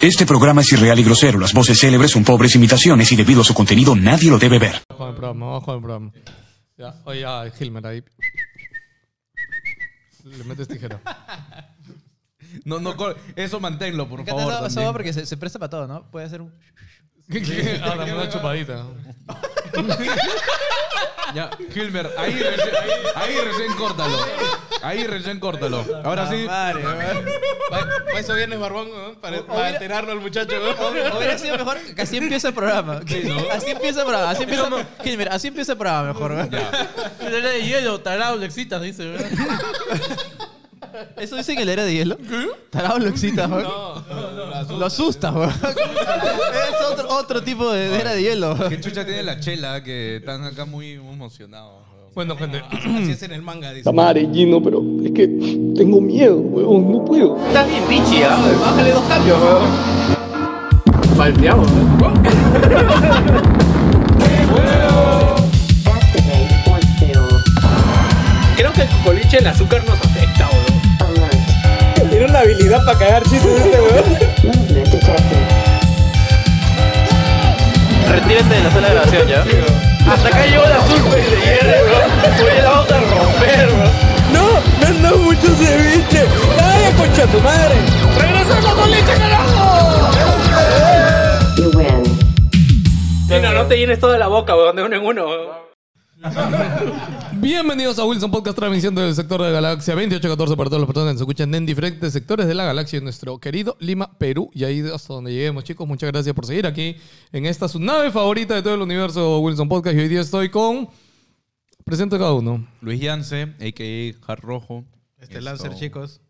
Este programa es irreal y grosero. Las voces célebres son pobres imitaciones y debido a su contenido nadie lo debe ver. Ojo de broma, ojo de broma. Ya, oye, a Hilmer ahí. Le metes tijera. No, no, cor- eso manténlo, por Me encanta favor. esa- esa también. voz porque se, se presta para todo, ¿no? Puede ser un... Ahora me da una chupadita. Ya, Hilmer, ahí recién, ahí recién córtalo. Ahí recién córtalo. Ahora sí. Madre, weón. Para eso vienes, barbón, ¿no? para, para hubiera- alterarlo al muchacho. O- ¿no? Hubiera sido mejor que así empieza el programa. Así empieza el programa. Así empieza, Hilmer, así empieza el programa mejor, weón. La era de hielo, tarado, le excitas, dice. ¿verdad? ¿Eso dicen que la era de hielo? Tarado lo excita, weón. Lo asusta, weón. es otro, otro tipo de, de era de hielo. Qué chucha tiene la chela que están acá muy emocionados. Bueno, gente. Ah, Así es en el manga, dice. La madre, Gino, pero es que tengo miedo, weón, no puedo. Estás bien bichi, weón. Bájale dos cambios, weón. Palteamos, Activate once field. Creo que el coliche el azúcar nos afecta, boludo. Alert. Tiene una habilidad para cagar chistes este weón. Movement detected. Retírate de la sala de grabación ya. Hasta acá llegó el azúcar y se hierre, bro. Oye, la vamos a romper, bro. No, no, no, mucho ceviche. Ay, concha tu madre. You win. Bueno, no te llenes toda la boca, weón, de uno en uno, weón. Bienvenidos a Wilson Podcast, transmisión del sector de Galaxia 2814 para todas las personas que nos escuchan en diferentes sectores de la galaxia en nuestro querido Lima, Perú. Y ahí hasta donde lleguemos, chicos. Muchas gracias por seguir aquí en esta su nave favorita de todo el universo, Wilson Podcast. Y hoy día estoy con. Presento a cada uno. Luis Yance, a.k.a. Jar Rojo. Este Lancer, chicos.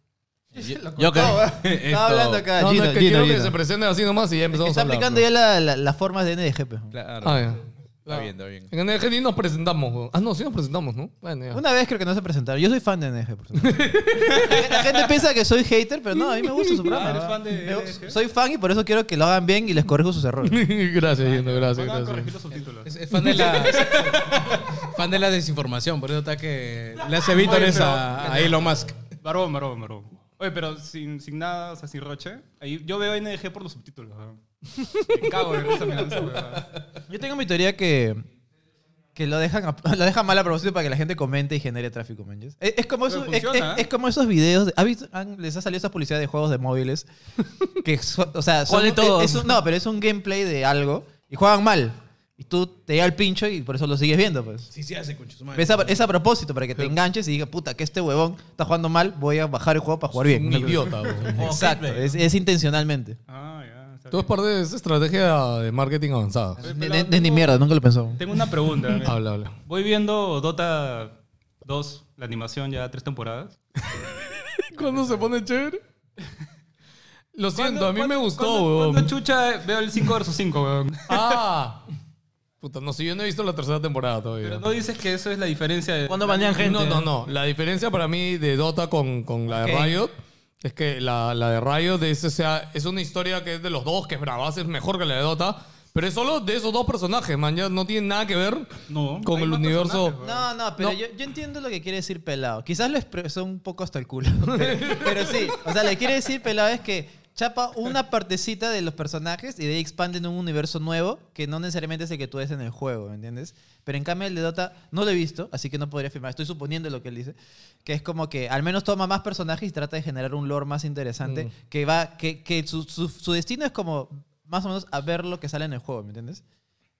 Yo Estaba hablando acá, No, no, Ah, Gino, es que Gino, quiero que Gino. se presenten así nomás y ya empezamos Está a hablar. aplicando ya la- la- las formas de NDG, pe. Claro. Ah, ya. Está bien, está bien. En NG ni nos presentamos. weón. Ah, no, sí nos presentamos, ¿no? Bueno, ya. Una vez creo que no se presentaron. Yo soy fan de NDG, por supuesto. La gente piensa que soy hater, pero no, a mí me gusta su programa. Ah, eres ¿verdad? fan de Yo NDG. Soy fan y por eso quiero que lo hagan bien y les corrijo sus errores. gracias, Yendo, gracias, Van a gracias. corregir los subtítulos. Es, es fan de la. fan de la desinformación, por eso está que le hace vítores a, a Elon Musk. Barbón, barbón, barbón. Oye, pero sin, sin nada, o sea, sin roche. Ahí, yo veo NDG por los subtítulos. ¿no? Me cago de risa mirando esa huevada. Yo tengo mi teoría que, que lo, dejan, a- lo dejan mal a propósito para que la gente comente y genere tráfico, man. Es, es como, Pero esos, es, funciona, es- ¿eh? es como esos videos. de- ¿ha visto- han- les ha salido esa publicidad de juegos de móviles. Que so- o sea, son- ¿Cuál de todos? es un- no, pero es un gameplay de algo y juegan mal. Y tú te llega el pincho y por eso lo sigues viendo, pues. Sí, sí hace, concha su madre. Es a, es a propósito, para que te enganches y digas, puta, que este huevón está jugando mal, voy a bajar el juego para jugar bien. Un idiota, weón. Exacto, es, es intencionalmente. Ah, ya. está Oh, Todo es bien. parte de esa estrategia de marketing avanzada. Oye, Ni- pelado, ni- ni- ni tengo- mierda, nunca lo pensó. Tengo una pregunta. mira. Habla, habla. Voy viendo Dota 2, la animación ya tres temporadas. ¿Cuándo se pone chévere? Lo siento, ¿Cuándo- a mí me cuándo- gustó, cuándo- weón. cuándo chucha veo el 5 versus 5, weón? Ah. Puta, no sé, yo no he visto la tercera temporada todavía. Pero no dices que eso es la diferencia de... Cuando banean gente. No, no, no. La diferencia para mí de Dota con, con la de Riot es que la, la de Riot es, o sea, es una historia que es de los dos, que es bravaza, es mejor que la de Dota. Pero es solo de esos dos personajes, man. Ya no tiene nada que ver No, con hay el más universo. personajes, No, no, pero No. Yo, yo entiendo lo que quiere decir pelado. Quizás lo expresó un poco hasta el culo. Pero, pero sí, o sea, le quiere decir pelado es que chapa una partecita de los personajes y de ahí expanden un universo nuevo que no necesariamente es el que tú ves en el juego, ¿me entiendes? Pero en cambio el de Dota no lo he visto, así que no podría afirmar. Estoy suponiendo lo que él dice. Que es como que al menos toma más personajes y trata de generar un lore más interesante. Que va, que, que su, su- su destino es como más o menos a ver lo que sale en el juego, ¿me entiendes?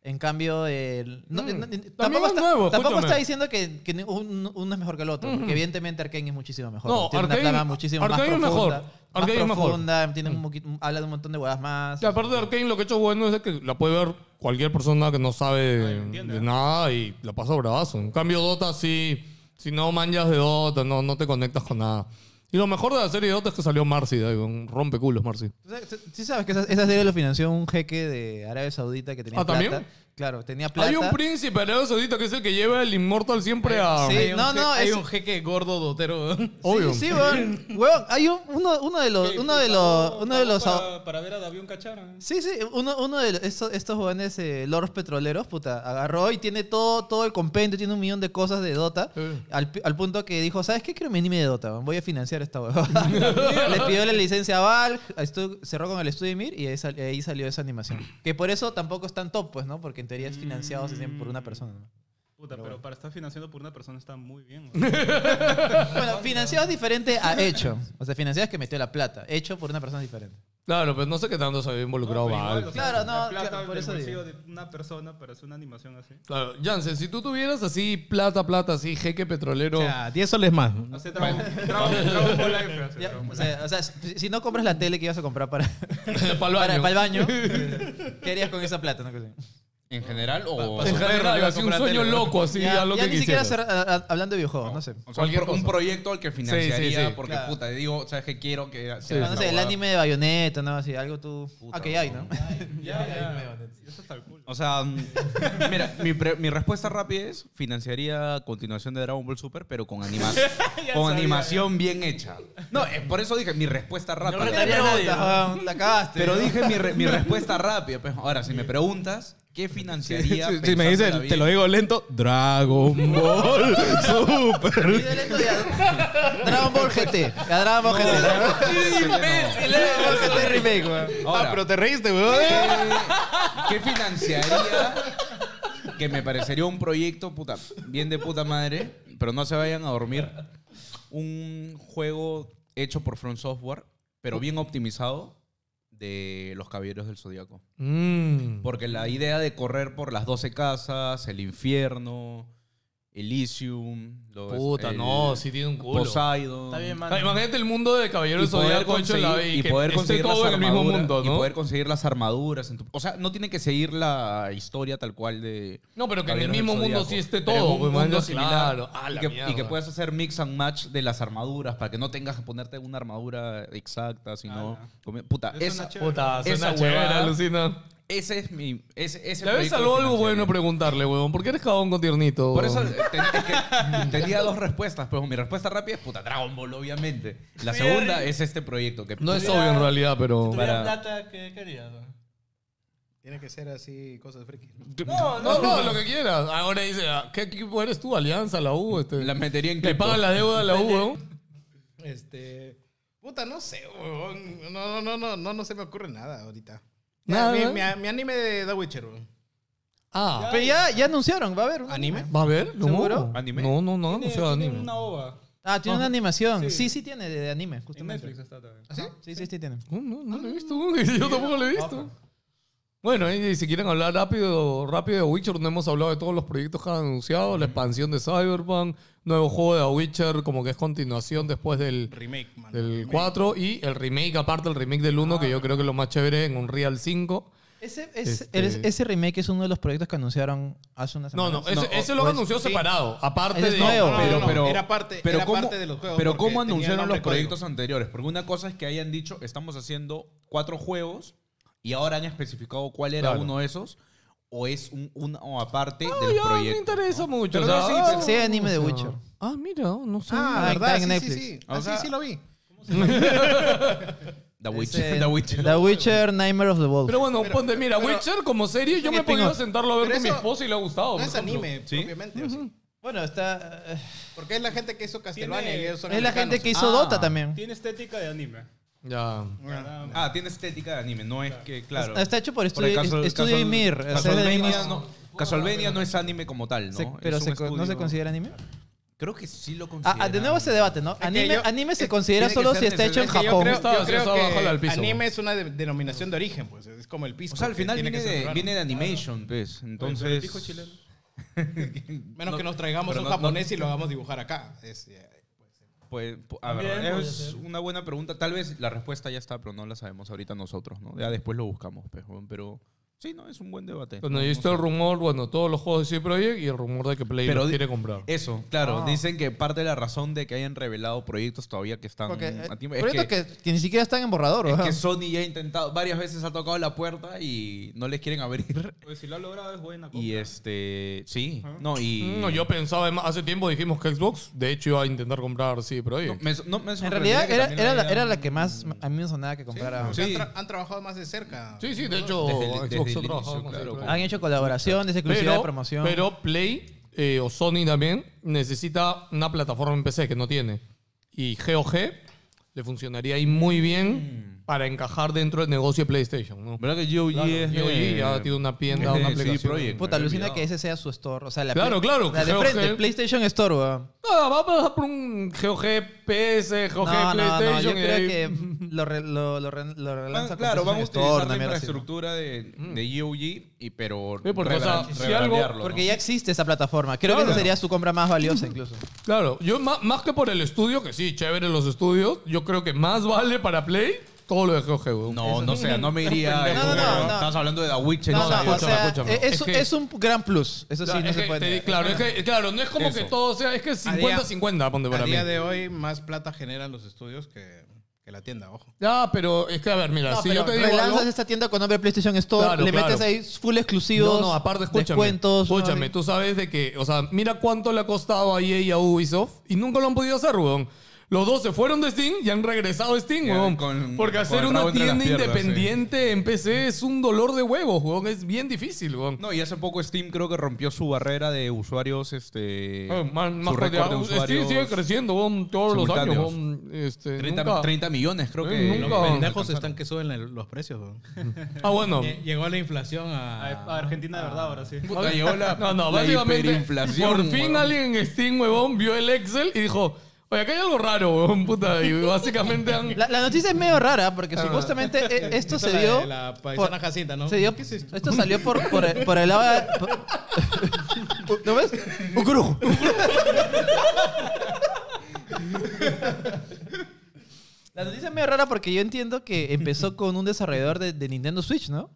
En cambio, el- no- Mm. no- También tampoco, es está, nuevo, tampoco escúchame. Mm. está diciendo que, que ni- un- uno es mejor que el otro, porque evidentemente Arkane es muchísimo mejor. No, tiene Arcane- una trama muchísimo Arcane es más mejor. profunda. Arcane es más mejor. Mm. profunda, tiene un poquito- habla de un montón de huevas más. Y aparte de Arkane, lo que he hecho bueno es que la puede ver cualquier persona que no sabe ¿eh? de nada y la pasa bravazo. En cambio, Dota sí, si no manchas de Dota, no, no te conectas con nada. Y lo mejor de la serie de Dota es que salió Marcy, de ahí, un rompeculos Marcy. ¿Tú sabes- tú- Sí sabes que esa, esa serie lo financió un jeque de Arabia Saudita que tenía Ah, plata. ¿también? claro, tenía plata. Hay un príncipe Arabia Saudita que es el que lleva el Immortal siempre a. Sí, no, no, Hay es- un jeque gordo dotero. Obvio. Sí, weón. Weón, hay un- uno, uno de los, uno de los, uno de los Para, para ver a Davión Cachara. Sí, sí, uno, uno de estos, estos jóvenes eh, loros petroleros, puta, agarró y tiene todo, todo el compendio, tiene un millón de cosas de Dota, al, pi- al punto que dijo, ¿sabes qué? Quiero mi anime de Dota, man, voy a financiar esta huevada. Le pidió la licencia a Valve, estu- cerró con el estudio Mir y ahí, sal- ahí salió esa animación. Que por eso tampoco es tan top, pues, ¿no? Porque en teoría es financiado se hacen por una persona. ¿no? Puta, pero, para estar financiando por una persona está muy bien. Bueno, financiado es diferente a hecho. O sea, financiado es que metió la plata, hecho por una persona diferente. Claro, pero no sé qué tanto se había involucrado Valve. Claro, no, la plata claro, por del eso bolsillo de una persona para hacer una animación así. Claro, Jansen, si tú tuvieras así plata, plata, así jeque petrolero. O sea, 10 soles más. Hace Dragon Dragon- Dragon Ball Life. hace Ya, Dragon o Ball Life. sea, o sea, si si no compras la tele que ibas a comprar para, Pa'l baño. para- pa'l baño, ¿qué harías con esa plata? No sé. ¿En general o En general, así un sueño loco, así ya a lo ya que ni siquiera quisieras. ser, a- a- hablando de videojuegos, no sé. O sea, Cualquier un, pro- un cosa. proyecto al que financiaría, Sí, sí, sí. porque Claro. puta, digo, ¿sabes qué quiero que sea no sé, el anime de Bayonetta, no, así, algo tú... ah, que ya hay, ¿no? Ya, ya. Eso está el culo. O sea, mm, mira, mi, pre- mi respuesta rápida es financiaría continuación de Dragon Ball Super, pero con animación, con animación bien hecha. No, eh, por eso dije mi respuesta rápida. Preguntas, weón, La cagaste. pero ¿no? dije mi, re- mi respuesta rápida. pues. ahora, si me preguntas, ¿qué financiaría? Si me dices, pensándola te lo bien? digo lento, Dragon Ball Super. Y de lento ya, Dragon Ball GT. Ya, Dragon Ball GT. Dragon Ball GT remake, weón. Ahora, Ah, te reíste, weón. ¿Qué financiaría? Que me parecería un proyecto puta, bien de puta madre, pero no se vayan a dormir. Un juego hecho por From Software, pero bien optimizado de los Caballeros del Zodíaco. Mm. Porque la idea de correr por las 12 casas, el infierno, Elysium, los- Puta, el no, sí tiene un culo. Poseidon. Está bien, Ah, mano. imagínate el mundo de Caballero del Y poder Zodiaco hecho en la conseguir- y y que poder esté conseguir las todo en el mismo armaduras, mundo, ¿no? Y poder conseguir las armaduras. en tu- o sea, no tiene que seguir la historia tal cual de. No, pero que en el Caballeros mismo del mundo Zodiaco. sí esté Pero en todo, un pues, mundo mano, similar. claro. Ah, la y, que, mierda. y que puedas hacer mix and match de las armaduras para que no tengas que ponerte una armadura exacta, sino. come- Puta, Ah, Eso esa, no es chévere. Puta, suena Esa chévere, huevada. alucina. ese es mi. Ese, ese Te habéis proyecto salvó algo financiaría. bueno preguntarle, huevón. ¿Por qué eres jabón con tiernito? Por eso huevón? eh, ten- es que tenía dos respuestas, pero mi respuesta rápida es puta Dragon Ball, obviamente. La segunda es este proyecto que No es obvio en realidad, pero. Para- plata, ¿qué querías? Tiene que ser así, cosas friki. No, no, lo que quieras. Ahora dice, ah, ¿qué equipo eres tú? Alianza, la U. Este. La metería en Le cripto. pagan la deuda a la U, huevón. Este. Puta, no sé, weón. No, no, no, no, no, no se me ocurre nada ahorita. Nada. Mi, mi- mi anime de The Witcher, weón. Ah, Pero ya, ya anunciaron, va a haber. un- ¿Anime? ¿va a ver? No. ¿Seguro? ¿Anime? No, no, no, no Tiene, sé tiene anime. una ova. Ah, tiene una animación. Sí, sí, tiene de, de anime, En justamente. Netflix está también. Sí, sí, sí tiene. No, no, no lo he visto. güey. Yo tampoco lo he visto. Bueno, y si quieren hablar rápido, rápido de Witcher, no hemos hablado de todos los proyectos que han anunciado, la expansión de Cyberpunk, nuevo juego de The Witcher, como que es continuación después del, Remake, man. del 4 y el remake, aparte el remake del 1, que yo creo que es lo más chévere en Unreal 5. Ese, ese- Este- eres- ese remake es uno de los proyectos que anunciaron hace unas No, semanas. no, ese, ese lo han anunciado separado, aparte Ese es de... nuevo. No, pero, no, no, pero- era parte- pero era cómo, parte de los juegos, Pero porque cómo tenía anunciaron nombre los y código. proyectos anteriores, porque una cosa es que hayan dicho, estamos haciendo cuatro juegos y ahora han especificado cuál era Claro. uno de esos o es un, una- o aparte No, del ya me proyecto. interesa ¿no? mucho. Pero o no, sea, sí, ah, pero- sí, anime de o sea, Witcher. Ah, mira, no sé. Ah, Ah, está verdad, en sí, Netflix. sí, sí. O Ah, sí, sea- sí lo vi. The Ese- Witcher. The Witcher. The Witcher, Nightmare of the Wolf. Pero bueno, ponte, mira, pero- Witcher como serie, yo un me podía spin-off. sentarlo a ver Pero con mi eso esposa y le ha gustado. No es por ejemplo. anime, obviamente. bueno, está. eh, Porque es la gente que hizo Castlevania Tiene- y ellos son Es la gente que hizo Ah. Dota también. Tiene estética de anime. Ya. Ah, tiene estética de anime, no es que, claro. Está hecho por Por el Estudio caso- Estudio caso- Ymir. o sea, es de Castlevania mismo- no, Castlevania no es anime como tal, ¿no? se- Es pero un se co- no se estudio- considera anime. Creo que sí lo Ah, considera. ah, de nuevo ese debate, ¿no? que Anime, yo- anime se es- considera tiene que solo ser si está hecho necesario. en Es que yo Japón. Creo, Estaba- yo creo estaba que bájala al piso. anime es una de- denominación de origen, pues. Es como el piso. O sea, al que final tiene viene que ser de, peruano. viene de animation, pues. Entonces. Dijo chileno. Menos que nos traigamos pero un no- no- japonés y lo hagamos dibujar acá. Es, eh, Pues, pu- a ver, es una buena pregunta. Tal vez la respuesta ya está, pero no la sabemos ahorita nosotros, ¿no? Ya después lo buscamos, pues, weón, pero Sí, no, es un buen debate. Cuando Pues yo hice el rumor, bueno, todos los juegos de CD Projekt y el rumor de que Play Pero los di- quiere comprar. Eso, claro. Ah. Dicen que parte de la razón de que hayan revelado proyectos todavía que están Porque, eh, a tiempo es proyectos que, que, Ah. que ni siquiera están en borrador. es ¿verdad? que Sony ya ha intentado, varias veces ha tocado la puerta y no les quieren abrir. Pues si lo ha logrado es buena. Y compra. este, sí, Ah. no, y... No, yo pensaba, además, hace tiempo dijimos que Xbox, de hecho, iba a intentar comprar CD Projekt. Me- no, me en sorprendía realidad que era, también era, lo la, era hayan- la que más a mí me sonaba que comprara. Sí. Han, tra- han trabajado más de cerca. sí, sí, de hecho, Desde el- Xbox desde el ha trabajado inicio, con claro, Ah, CD Projekt. Han hecho colaboraciones, exclusividad de promoción. pero Play eh, o Sony también necesita una plataforma en PC que no tiene. Y GOG le funcionaría ahí muy bien Mm. para encajar dentro del negocio de PlayStation. ¿no? ¿Verdad que GOG es Y hoy de- ya tiene una es tienda, de una CD aplicación. Projekt? Puta, Me había alucina olvidado. que ese sea su store. O sea, la Claro, Play- claro, La de GOG. frente, PlayStation Store, weón. No, vamos a pasar por un GOG PS, GOG No, no, PlayStation. no, yo y creo ahí- que lo, re- lo, lo, re- lo eh. Van- relanza con claro, van a PlayStation utilizar Store, la una mierda así, ¿no? infraestructura de, de GOG, y, pero Sí, porque, o sea, rebran- si algo- rebrandearlo, ¿no? Porque ya existe esa plataforma. Creo que Claro. esa sería su compra más valiosa incluso. Claro, yo ma- más, que por el estudio, que sí, chévere los estudios, yo creo que más vale para Play todo lo de GOG. weón. No, no sé, no me iría. No, no, no, no. Estás hablando de The Witcher. No, no, o escúchame, sea, escúchame. eh, Es, Es que- es un gran plus. Eso sí, Claro, no es se que puede te di- negar. claro, es que, claro, no es como Eso. que todo sea, es que es A día- 50-50, ponte A para mí. día de hoy, más plata generan los estudios que, que la tienda, ojo. Ah, pero es que, a ver, mira, No, si pero yo te digo relanzas algo- esta tienda con nombre PlayStation Store, Claro, le metes claro. ahí full exclusivos, No, no, aparte, escúchame. descuentos. ¿no? escúchame, tú sabes de que, o sea, mira cuánto le ha costado a EA y a Ubisoft y nunca lo han podido hacer, weón. Los dos se fueron de Steam y han regresado a Steam, Ya, weón. con- Porque con hacer el una rabo entre las tienda piernas, independiente en PC es un dolor de huevos, weón. Es bien difícil, weón. No, y hace poco Steam creo que rompió su barrera de usuarios. Este, Eh, más su más récord cantidad. de Steam usuarios. sigue creciendo, weón, todos los años, simultáneos. weón. Este, 30, nunca- 30 millones, creo Eh, que. nunca. lo que- Pendejos están que suben la- los precios. Eh, weón. Ah, bueno. Lle- Llegó la inflación A a a. Argentina de verdad ahora sí. Puta, llegó la, No, no, la básicamente. hiperinflación. Por fin weón. alguien en Steam, huevón, vio el Excel y dijo: Oye, acá hay algo raro, huevón, puta. Y básicamente han. La, la noticia es medio rara Ah. porque supuestamente eh, esto Esta se la de dio. La, paisana por- Jacinta, ¿no? se dio- ¿Qué es esto? esto salió por, por, el- por el lado. de- por- ¿No ves? Un crujo. La noticia es medio rara porque yo entiendo que empezó con un desarrollador de, de Nintendo Switch, ¿no?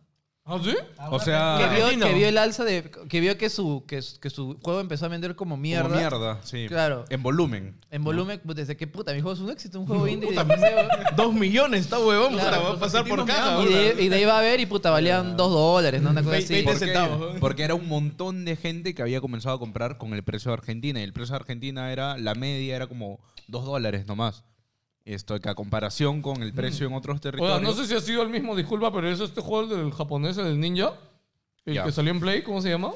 ¿Ah, sí? O sea, que, vio, que vio el alza de. Que vio que su, que, su- que su juego empezó a vender como mierda. como mierda, sí. Claro. En volumen. En volumen, pues, desde que puta, mi juego es un éxito, un juego indie. Puta, de- Dos millones, está huevón. Claro, puta, va a pues, pasar por sentimos caja. y, de, y de ahí va a ver y puta, valían dos dólares, ¿no? Una cosa Ve- así. veinte ¿Por qué? centavos. Porque era un montón de gente que había comenzado a comprar con el precio de Argentina. Y el precio de Argentina era, la media era como 2 dólares nomás. Esto que a comparación con el precio en otros territorios. Oiga, no sé si ha sido el mismo, disculpa, pero es este juego del japonés, el del ninja. El Ya. que salió en Play, ¿cómo se llama?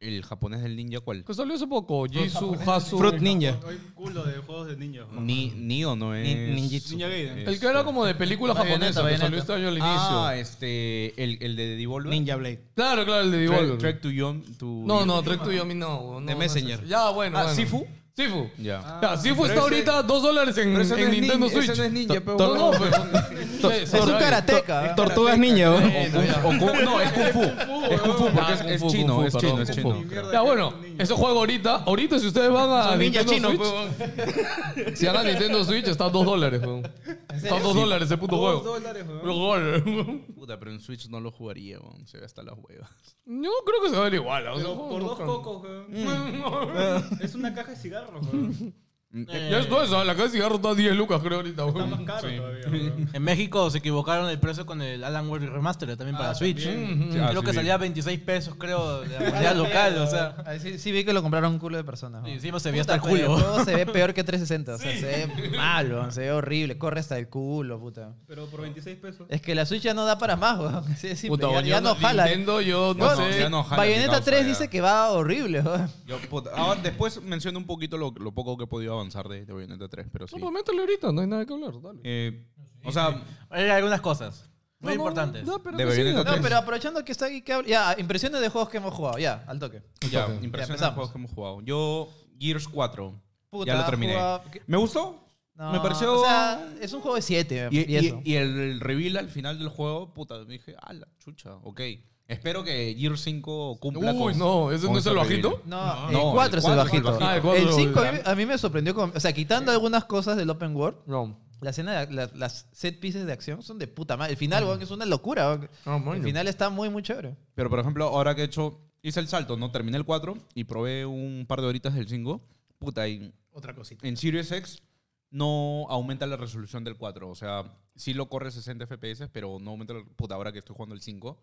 El japonés del ninja, ¿cuál? Que salió hace poco. Jisoo, Hasu. Fruit Ninja. Hoy culo de juegos de niños. ¿no? Ni, Nio no es. Ni- ninjitsu. Ninja Gaiden. El que era como de película japonesa, Bayonetta, que salió Bayonetta. este año al inicio. Ah, este. El, el de Devolver. Ninja Blade. Claro, claro, el de Track- Devolver. Track to Yon. to- no, no, Trek to Yomi no. no, De no Messenger. es ese. ya, bueno. Ah, bueno. ¿Sifu? Sifu. Ya. Ya, Sifu está ahorita a 2 dólares en, Pero ese no en es Nintendo nin- ese Switch. no es ninja, To- pero to- no, pues, bueno. pero- Sí, Es un sorry. karateca. ¿eh? Tortugas ninja, weón. O Kung- no, es Kung Fu. Es Kung Fu porque Ah, es, Kung es Fu, chino. Kung Fu, es perdón, chino, es Kung chino. Fu. Ya, bueno, eso juego ahorita. Ahorita, si ustedes van a Son ninja Nintendo chino, pues. Switch, si van a Nintendo Switch, está a 2 dólares, weón. Está a 2 dólares ese puto juego. 2 dólares, weón. Puta, pero en Switch no lo jugaría, weón. Se ve hasta las huevas. Yo creo que se va a ver igual. o sea, Pero por dos cocos, Mm. weón. Es una caja de cigarros, weón. Ya es todo eso, ¿eh? la caja de cigarro está a 10 lucas, creo, ahorita, Está más weón. caro todavía, weón. En México se equivocaron el precio con el Alan Wake Remastered también para Ah, Switch. también. Ah, Creo sí, que sí. salía a 26 pesos, creo, de la moneda local, o sea. Ay, Sí, sí vi que lo compraron un culo de personas. ¿no? Y encima se veía Puta, hasta el pero culo. juego se ve peor que 360. O sea, se ve mal, weón, se ve horrible. Corre hasta el culo, puta. Pero por 26 pesos. Es que la Switch ya no da para más, weón. Así de simple. Puta, ya, weón, ya yo no jala. ¿eh? Nintendo, yo no Weón, no, ya sé. no jala, mi Bayonetta causa, 3 ya. dice que va horrible, weón. Yo, puta, ahora, después menciono un poquito lo, lo poco que he podido avanzar de, de Bayonetta 3, pero sí. No, pues métele ahorita, no hay nada que hablar, dale. Eh, o sea, Hay algunas cosas No, muy no, importantes. no, pero De que sí, Bayonetta dale. No, pero aprovechando que está aquí, que habla- ya, impresiones de juegos que hemos jugado, ya, al toque. ya, Ok. impresionante Ya, empezamos. los juegos que hemos jugado. Yo, Gears 4. Puta, ya lo terminé. jugaba- ¿Me gustó? No, me pareció... O sea, es un juego de 7. y, Y, y- eso. y el reveal al final del juego, puta, dije, ah, la chucha, ok. Espero que Gears 5 cumpla Uy, con- no, ¿ese con no es el ese reveal. bajito? no, no, el 4 es el cuatro es el bajito. bajito. Ah, el el cuatro, 5 ya. a mí me sorprendió. con- o sea, quitando algunas cosas del Open World, No. La escena, de- la- las set pieces de acción son de puta madre. El final, Mm. weón, es una locura. weón. Ah, el final está muy, muy chévere. Pero por ejemplo, ahora que he hecho, hice el salto, ¿no? Terminé el 4 y probé un par de horitas del 5. Puta, y Otra cosita. en Series X no aumenta la resolución del 4. O sea, sí lo corre 60 FPS, pero no aumenta la... Puta, ahora que estoy jugando el 5.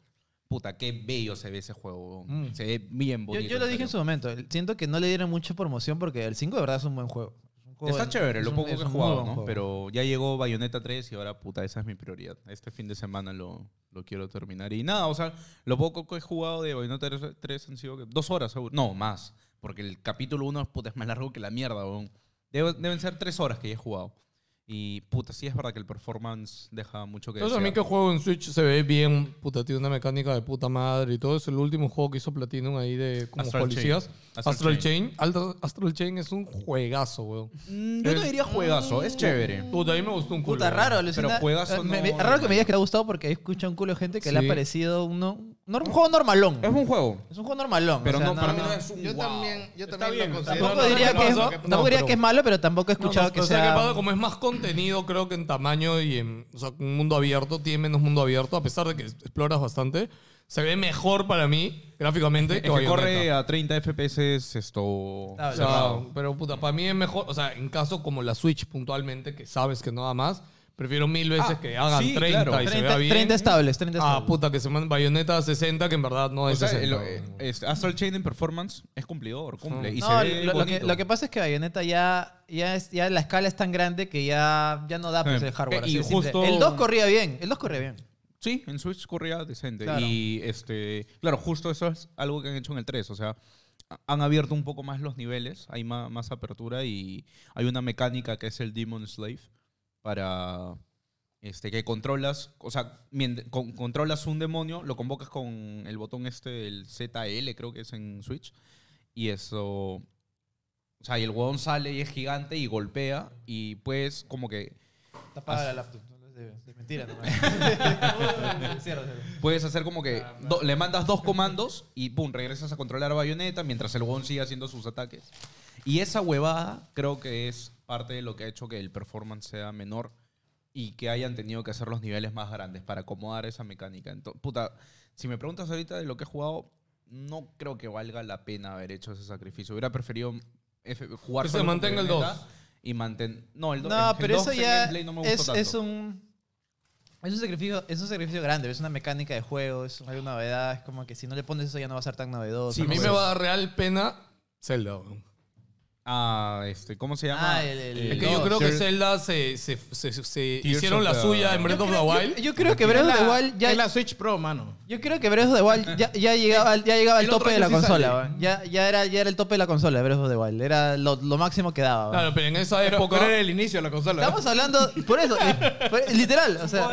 Puta, qué bello se ve ese juego. Mm. Se ve bien Yo, bonito. yo lo dije en su serio. momento. Siento que no le dieron mucha promoción porque el 5 de verdad es un buen juego. Es un juego Está de- chévere, es lo un- poco es que he un muy jugado, buen ¿no? juego. Pero ya llegó Bayonetta 3 y ahora, puta, esa es mi prioridad. Este fin de semana lo, lo quiero terminar. Y nada, o sea, lo poco que he jugado de Bayonetta 3, 3 han sido que- dos horas, seguro. No, más. Porque el capítulo 1 es, puta, es más largo que la mierda, weón. Debe- deben ser tres horas que ya he jugado. Y, puta, sí es verdad que el performance deja mucho que Yo también desear. que juego en Switch se ve bien, puta, tiene una mecánica de puta madre y todo. Es el último juego que hizo Platinum ahí de como Astral policías. Chain. Astral Astral, Chain. Alta- Astral Chain es un juegazo, weón. Mm, Yo no diría juegazo, es chévere. Puta, a mí me gustó un culo. Puta, raro, alucina. Pero juegazo Eh, me- no- me- raro que me digas que te ha gustado porque he escuchado un culo de gente que le Sí. ha parecido uno, no- un juego normalón. Es un juego. Es un juego normalón. Pero o sea, no, para mí no es un Yo wow. también, yo también lo considero. Tampoco diría que es- No, tampoco diría pero- que es malo, pero tampoco he escuchado No, no, que o sea, sea. ¿qué pasa? Como es más contenido, creo que en tamaño y en o sea, un mundo abierto, tiene menos mundo abierto, a pesar de que exploras bastante. Se ve mejor para mí, gráficamente, Es que, que corre Bayonetta. a 30 FPS esto... O sea, pero puta, para mí es mejor, o sea, en caso como la Switch puntualmente, que sabes que no da más, prefiero mil veces que hagan sí, 30 claro. y se 30, vea bien. 30 estables, 30 Ah, estables. puta, que se manda bayoneta a 60, que en verdad no O es sea, 60. lo- eh, es- Astral Chain en performance es cumplidor, cumple. Y Mm. No, se ve lo, lo que, bonito. lo que pasa es que Bayonetta ya, ya, es, ya la escala es tan grande que ya, ya no da pues, el hardware. Eh, así y de simple. justo- El 2 corría bien, el 2 corría bien. Sí, en Switch corría decente. Claro. Y este, claro, justo eso es algo que han hecho en el 3. O sea, ha- han abierto un poco más los niveles, hay ma- más, apertura y hay una mecánica que es el Demon Slave para este que controlas, o sea, mien- con- controlas un demonio, lo convocas con el botón este del ZL, creo que es en Switch, y eso o sea, y el huevón sale y es gigante y golpea y pues como que Tapaba la laptop. no les debe. De mentira nomás. Cierra, cierra. Puedes hacer como que Ah, do- le mandas dos comandos y pum, regresas a controlar a Bayonetta mientras el huevón sigue haciendo sus ataques. Y esa huevada creo que es parte de lo que ha hecho que el performance sea menor y que hayan tenido que hacer los niveles más grandes para acomodar esa mecánica. Ento- puta, si me preguntas ahorita de lo que he jugado, no creo que valga la pena haber hecho ese sacrificio. Hubiera preferido F- jugar Que Pues se solo con mantenga el Bayonetta 2. Y manten no, el 2. No, pero eso ya es, es un. Es un, sacrificio, es un sacrificio grande, es una mecánica de juego, es una novedad, es como que si no le pones eso ya no va a ser tan novedoso. a mí me va a dar real pena Zelda. weón. Ah, este, ¿cómo se llama? Ah, el- el- Eh, Es que yo no, creo que Tear- Zelda se, se, se, se Tears hicieron of la the- suya en Breath of the Wild. Yo creo que Breath of the la- Wild ya... Es la Switch Pro, mano. Yo creo que Breath of the Wild ya, ya llegaba, al- ya llegaba al El otro tope de año la sí consola. sale. weón. Ya, ya, era, ya era el tope de la consola, Breath of the Wild. Era lo, lo máximo que daba. weón. Claro, pero en esa época. Pero era el inicio de la consola. Estamos hablando, por eso, li- por- literal, o sea,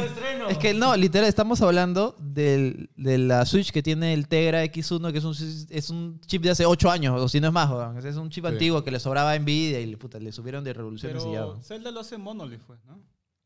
es que no, literal, estamos hablando del, de la Switch que tiene el Tegra X1, que es un, es un chip de hace 8 años, o si no es más, weón. es un chip antiguo que le sobraba envidia y le, puta, le subieron de revoluciones y ya. Pero weón. Zelda lo hace Monolith, pues, ¿no?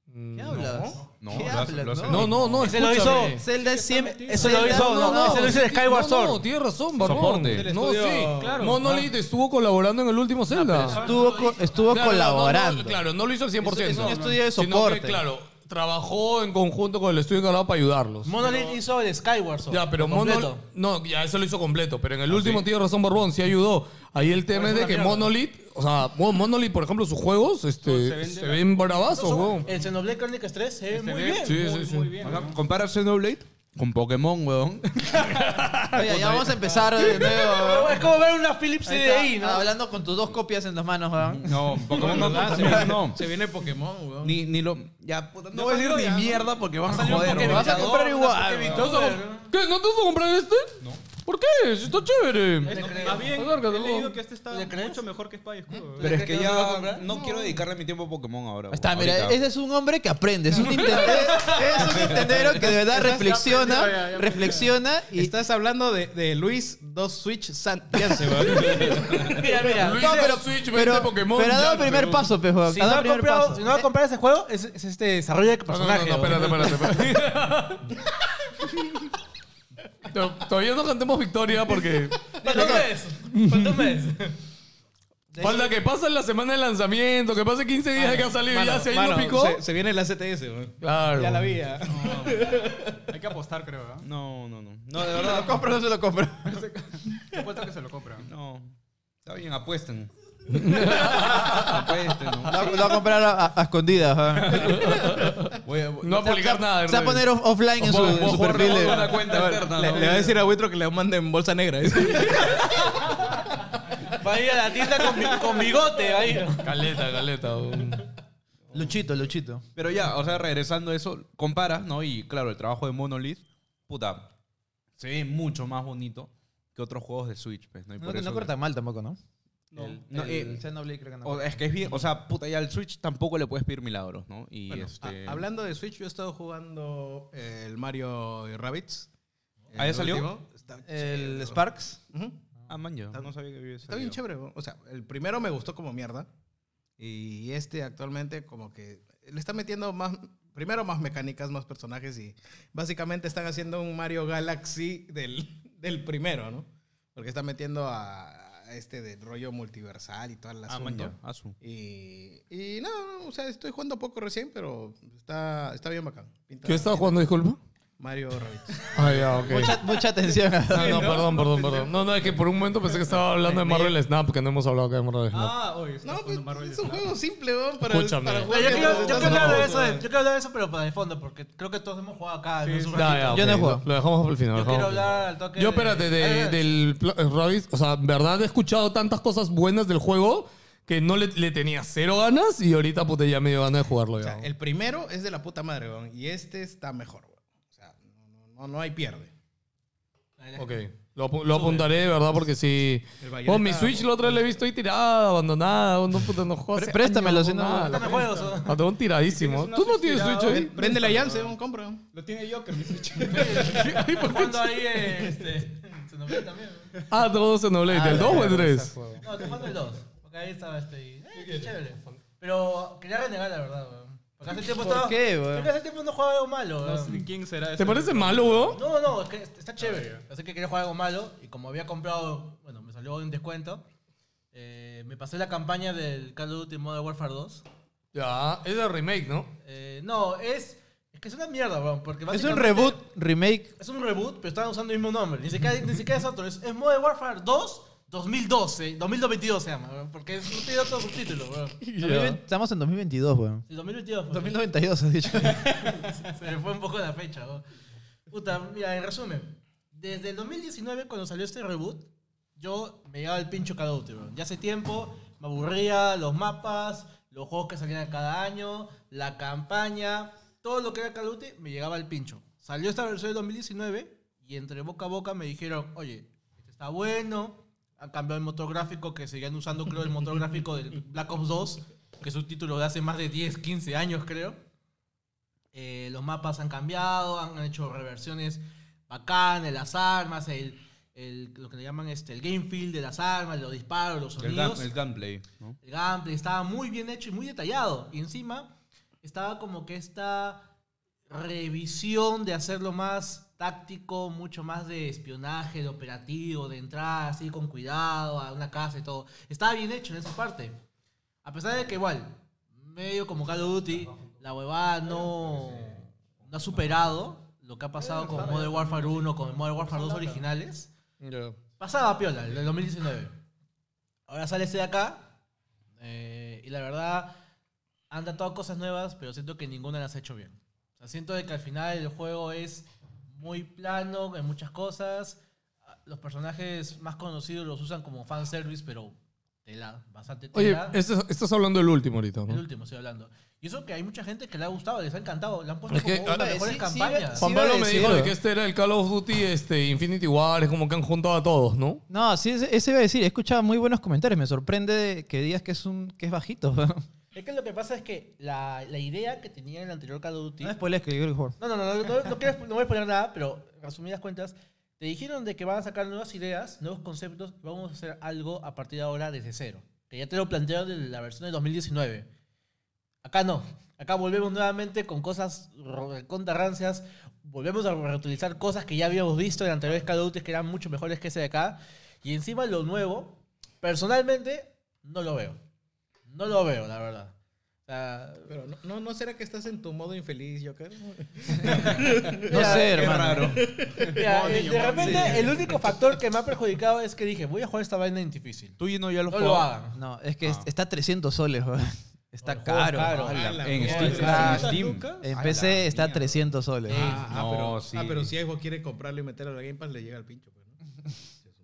Mm, ¿Qué no. hablas? No, ¿Qué lo hace- hablas? lo hace- No, no, no. Ese lo hizo- escúchame. Zelda es siempre... metido. Eso lo Zelda- hizo, no, ese lo hizo sí, Skyward no, Sword. No, tienes razón, barbón. Soporte. No, Estudio- sí. Claro. Monolith estuvo colaborando en el último Zelda. Estuvo, co- estuvo Claro, no, no, no, colaborando. claro, no lo hizo al 100%. Es un estudio de Sino soporte. que, claro, trabajó en conjunto con el estudio encargado para ayudarlos. Monolith hizo el Skyward Sword. ya, pero Monolith. completo. No, ya eso lo hizo completo. Pero en el último tiene razón Barbón, sí ayudó. Ahí el tema es de que Monolith, o sea, Mon- Monolith, por ejemplo, sus juegos este, vende se la- ven bravazos, weón. El Xenoblade Chronicles 3 se Este ve muy ve bien. Sí, muy, sí, sí. muy bien. Ajá, ¿no? Compara Xenoblade con Pokémon, weón. Oye, Ah, ya vamos a empezar de nuevo. Pero weón. Es como ver una Philips Ahí está, CDI, ¿no? Hablando con tus dos copias en las manos, weón. No, Pokémon no. Pokémon no. Se viene Pokémon, weón. Ni, ni lo. Ya, puta, no voy a decir ni mierda porque vas a Salió un joder, Pokémon. weón. Vas a comprar igual. ¿Qué? ¿No te vas a comprar este? No. ¿Por qué? Si está chévere. Más bien, Acércate, he weón. leído que este está mucho mejor que Spy Escudo. Pero es que ya no quiero dedicarle mi tiempo a Pokémon ahora. Ahí Está, weón, mira, ahorita. ese es un hombre que aprende, es un Nintendero, es un Nintendero que de verdad reflexiona, reflexiona y... Estás hablando de, de Luis dos Switch Santiago, weón. mira, mira. Luis No, de pero- Switch, pero, vende Pokémon. pero ha dado el ya, primer pero- paso, pejo. Si ha no, dado ha el primer comprado, paso. si no ha comprado ese juego, es, es este desarrollo de No, no, no, personaje. no, espérate, weón. espérate, espérate. To- Todavía no cantemos victoria porque. Falta un mes. Falta un mes. Falta que pase la semana de lanzamiento, que pase 15 días de que ha salido y ya si ahí no picó. Se, se viene la CTS, weón. Claro. Ya la vi. ya. Hay que apostar, creo, ¿verdad? No, no, no. No, de verdad. ¿Se lo compro no se lo compro? Apuesto que se lo compran. No. Está bien, apuesten. apuesten. Lo va- lo va a comprar a, a- a escondidas. ¿ah? Voy a- No va a publicar nada. Se va a poner off- offline en su, en su perfil. de- una cuenta alterna. Le, ¿no? le va a decir a Witro que le mande en bolsa negra. Va a ir a la tienda con, bi- con bigote, va a ir. Caleta, caleta. weón. Luchito, Luchito. Pero ya, o sea, regresando a eso, compara, ¿no? Y claro, el trabajo de Monolith, puta, se ve mucho más bonito que otros juegos de Switch, pues, ¿no? Y No, por no eso- corta mal tampoco, ¿no? el- no, El eh, Xenoblade creo que no. o- es que es bien, o sea, puta, ya el Switch tampoco le puedes pedir milagros, ¿no? Y este... hablando de Switch, yo he estado jugando el Mario y Rabbits. ¿Ah, ya salió? El Sparks. Ah, man, yo no sabía que había Está bien salido. chévere. weón. O sea, el primero me gustó como mierda. Y este actualmente como que le está metiendo más... Primero más mecánicas, más personajes y básicamente están haciendo un Mario Galaxy del, del primero, ¿no? Porque está metiendo a, a este del rollo multiversal y todas las Ah, man, ya. Ah, su. Y, y no, no, o sea, estoy jugando poco recién, pero está, está bien bacán. Pinta- ¿Qué estaba pinta- jugando, disculpa? Mario Rabbits. Ah, ya, ok. Mucha, mucha atención. No, no, perdón, perdón, perdón. No, no, es que por un momento pensé que estaba hablando de Marvel Snap, que no hemos hablado acá de Marvel Snap. Ah, oye, está No, pues, jugando Marvel es un Snap. juego simple, weón, para, Escúchame. para No, pues, Yo jugar mientras quiero, yo estás quiero hablar de jugando, eso, weón. de- yo quiero hablar de eso, pero para el fondo, porque creo que todos hemos jugado acá. ¿no? Es un Ya, ya, Yo ratito. no ok, he jugado. Lo, lo dejamos para el final. lo Yo dejamos quiero para el final. hablar al toque. Yo, espérate, de- Ay, ay, del pl- eh, Rabbids, o sea, en verdad he escuchado tantas cosas buenas del juego que no le, le tenía cero ganas y ahorita puta ya me dio ganas de jugarlo O ya. sea, el primero es de la puta madre, weón, y este está mejor, weón. O sea, no, no- no, no hay pierde. Ok. Lo, apu- lo apuntaré de verdad porque sí. El Oh, Bayonetta, mi Switch lo otra vez le he visto ahí tirada, abandonada, no puta no juego hace Pré- préstamelo, años, si no- nada, la Dame juegos. ¿no? Ah, tengo un tiradísimo. una Tú no Switch tienes tirada, Switch ahí. ven. Vende la Yance, weón, compra. weón. Lo tiene Joker, mi Switch. Jugando ahí, eh, este. Se nos ve también. ¿no? Ah, tengo dos Xenoblade, ¿el 2 o el 3? No, te falta el 2. Porque ahí estaba este. y- eh, qué chévere. Pero quería renegar, la verdad, weón. Porque hace tiempo ¿Por estaba. qué, weón? Porque hace tiempo no jugaba algo malo, weón. ¿Quién será ese? ¿Te parece malo, weón? No, no, es que Ah, está chévere. Así que quería jugar algo malo. Y como había comprado, bueno, me salió un descuento. eh, me pasé la campaña del Call of Duty Modern Warfare 2. Ya, es el remake, ¿no? Eh, no, es. Es que es una mierda, weón. Porque Es un básicamente- reboot, remake. Es un reboot, pero están usando el mismo nombre. Ni siquiera, ni siquiera es otro. Es, es Modern Warfare 2 2012. 2022 se llama, weón, Porque es, no tiene otro subtítulo, weón. Estamos en 2022, weón. Sí, 2022. fue. 2092, has dicho. Se me fue un poco la fecha, weón. Puta, mira, en resumen. Desde el 2019, cuando salió este reboot, yo me llegaba el pincho cada otro, weón. Ya hace tiempo me aburría los mapas, los juegos que salían cada año, la campaña, todo lo que era Call of Duty me llegaba el pincho. Salió esta versión del 2019 y entre boca a boca me dijeron, oye, este está bueno, han cambiado el motor gráfico que seguían usando, creo, el motor gráfico del Black Ops 2, que es un título de hace más de 10, 15 años, creo. Eh, los mapas han cambiado, han hecho reversiones bacanas, las armas, el, el- lo que le llaman este, el game feel de las armas, los disparos, los El, sonidos. gun- el gunplay, ¿no? El gameplay estaba muy bien hecho y muy detallado. Y encima estaba como que esta revisión de hacerlo más táctico, mucho más de espionaje, de operativo, de entrar así con cuidado a una casa y todo. Estaba bien hecho en esa parte. A pesar de que igual, medio como Call of Duty, la huevada no, no ha superado lo que ha pasado con Modern Warfare 1, con Modern Warfare 2 originales. Pasaba piola, el del 2019. Ahora sale este de acá. eh, y la verdad, han tratado cosas nuevas, pero siento que ninguna las ha hecho bien. O sea, siento de que al final el juego es muy plano en muchas cosas. Ah, Los personajes más conocidos los usan como fanservice, pero tela, bastante Oye, tela. esto- estás hablando del último ahorita, El ¿no? último estoy hablando. Y eso que hay mucha gente que le ha gustado, les ha encantado, le han puesto Es que, como una de ah, las mejores sí, sí, campañas. sí. Juan Pablo me decir, dijo de ¿no? que este era el Call of Duty este, Infinity War, es como que han juntado a todos, ¿no? No, sí, ese ese iba a decir. He escuchado muy buenos comentarios. Me sorprende que digas que es, un, que es bajito. No Es que lo que pasa es que la, la idea que tenía el anterior Call of Duty spoilees que yo creo que juego. No, no, no, no, no, no quiero- no voy a poner nada, pero en resumidas cuentas, te dijeron de que van a sacar nuevas ideas, nuevos conceptos, y vamos a hacer algo a partir de ahora desde cero. Que ya te lo plantearon en la versión de 2019. Acá no. Acá volvemos nuevamente con cosas contra rancias. Volvemos a reutilizar cosas que ya habíamos visto en anteriores Call of Duty que eran mucho mejores que ese de acá. Y encima lo nuevo, personalmente, no lo veo. No lo veo, la verdad. O sea, Pero no, no, ¿no será que estás en tu modo infeliz, Joker. No sé, hermano. mira, eh, de repente, el único factor que me ha perjudicado es que dije, voy a jugar esta vaina en difícil. Tú y no ya lo No jugaba. lo hagan. No, es que es- está 300 soles, weón. Está caro. Ala, En mierda. Steam. Ah, en Steam. En Ala, PC está mierda. 300 soles. Ah, ah, No, pero, sí. ah, pero si algo quiere comprarlo y meterlo a la Game Pass, le llega al pincho. pues,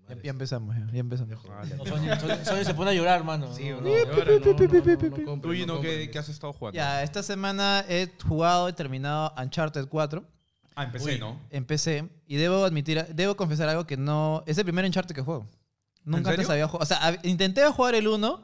¿no? Ya, ya empezamos, ya, ya empezamos. No, Sony, Sony- Sony se pone a llorar, mano. Sí, No, bro. no. Ahora no, no, no, no compre, Tú y no no, compre. ¿qué, qué has estado jugando? Ya, esta semana he jugado, he terminado Uncharted 4 Ah, empecé, ¿no? en PC y debo admitir, debo confesar algo que no... Es el primer Uncharted que juego. Nunca antes serio? había jugado... O sea, hab- intenté jugar el 1,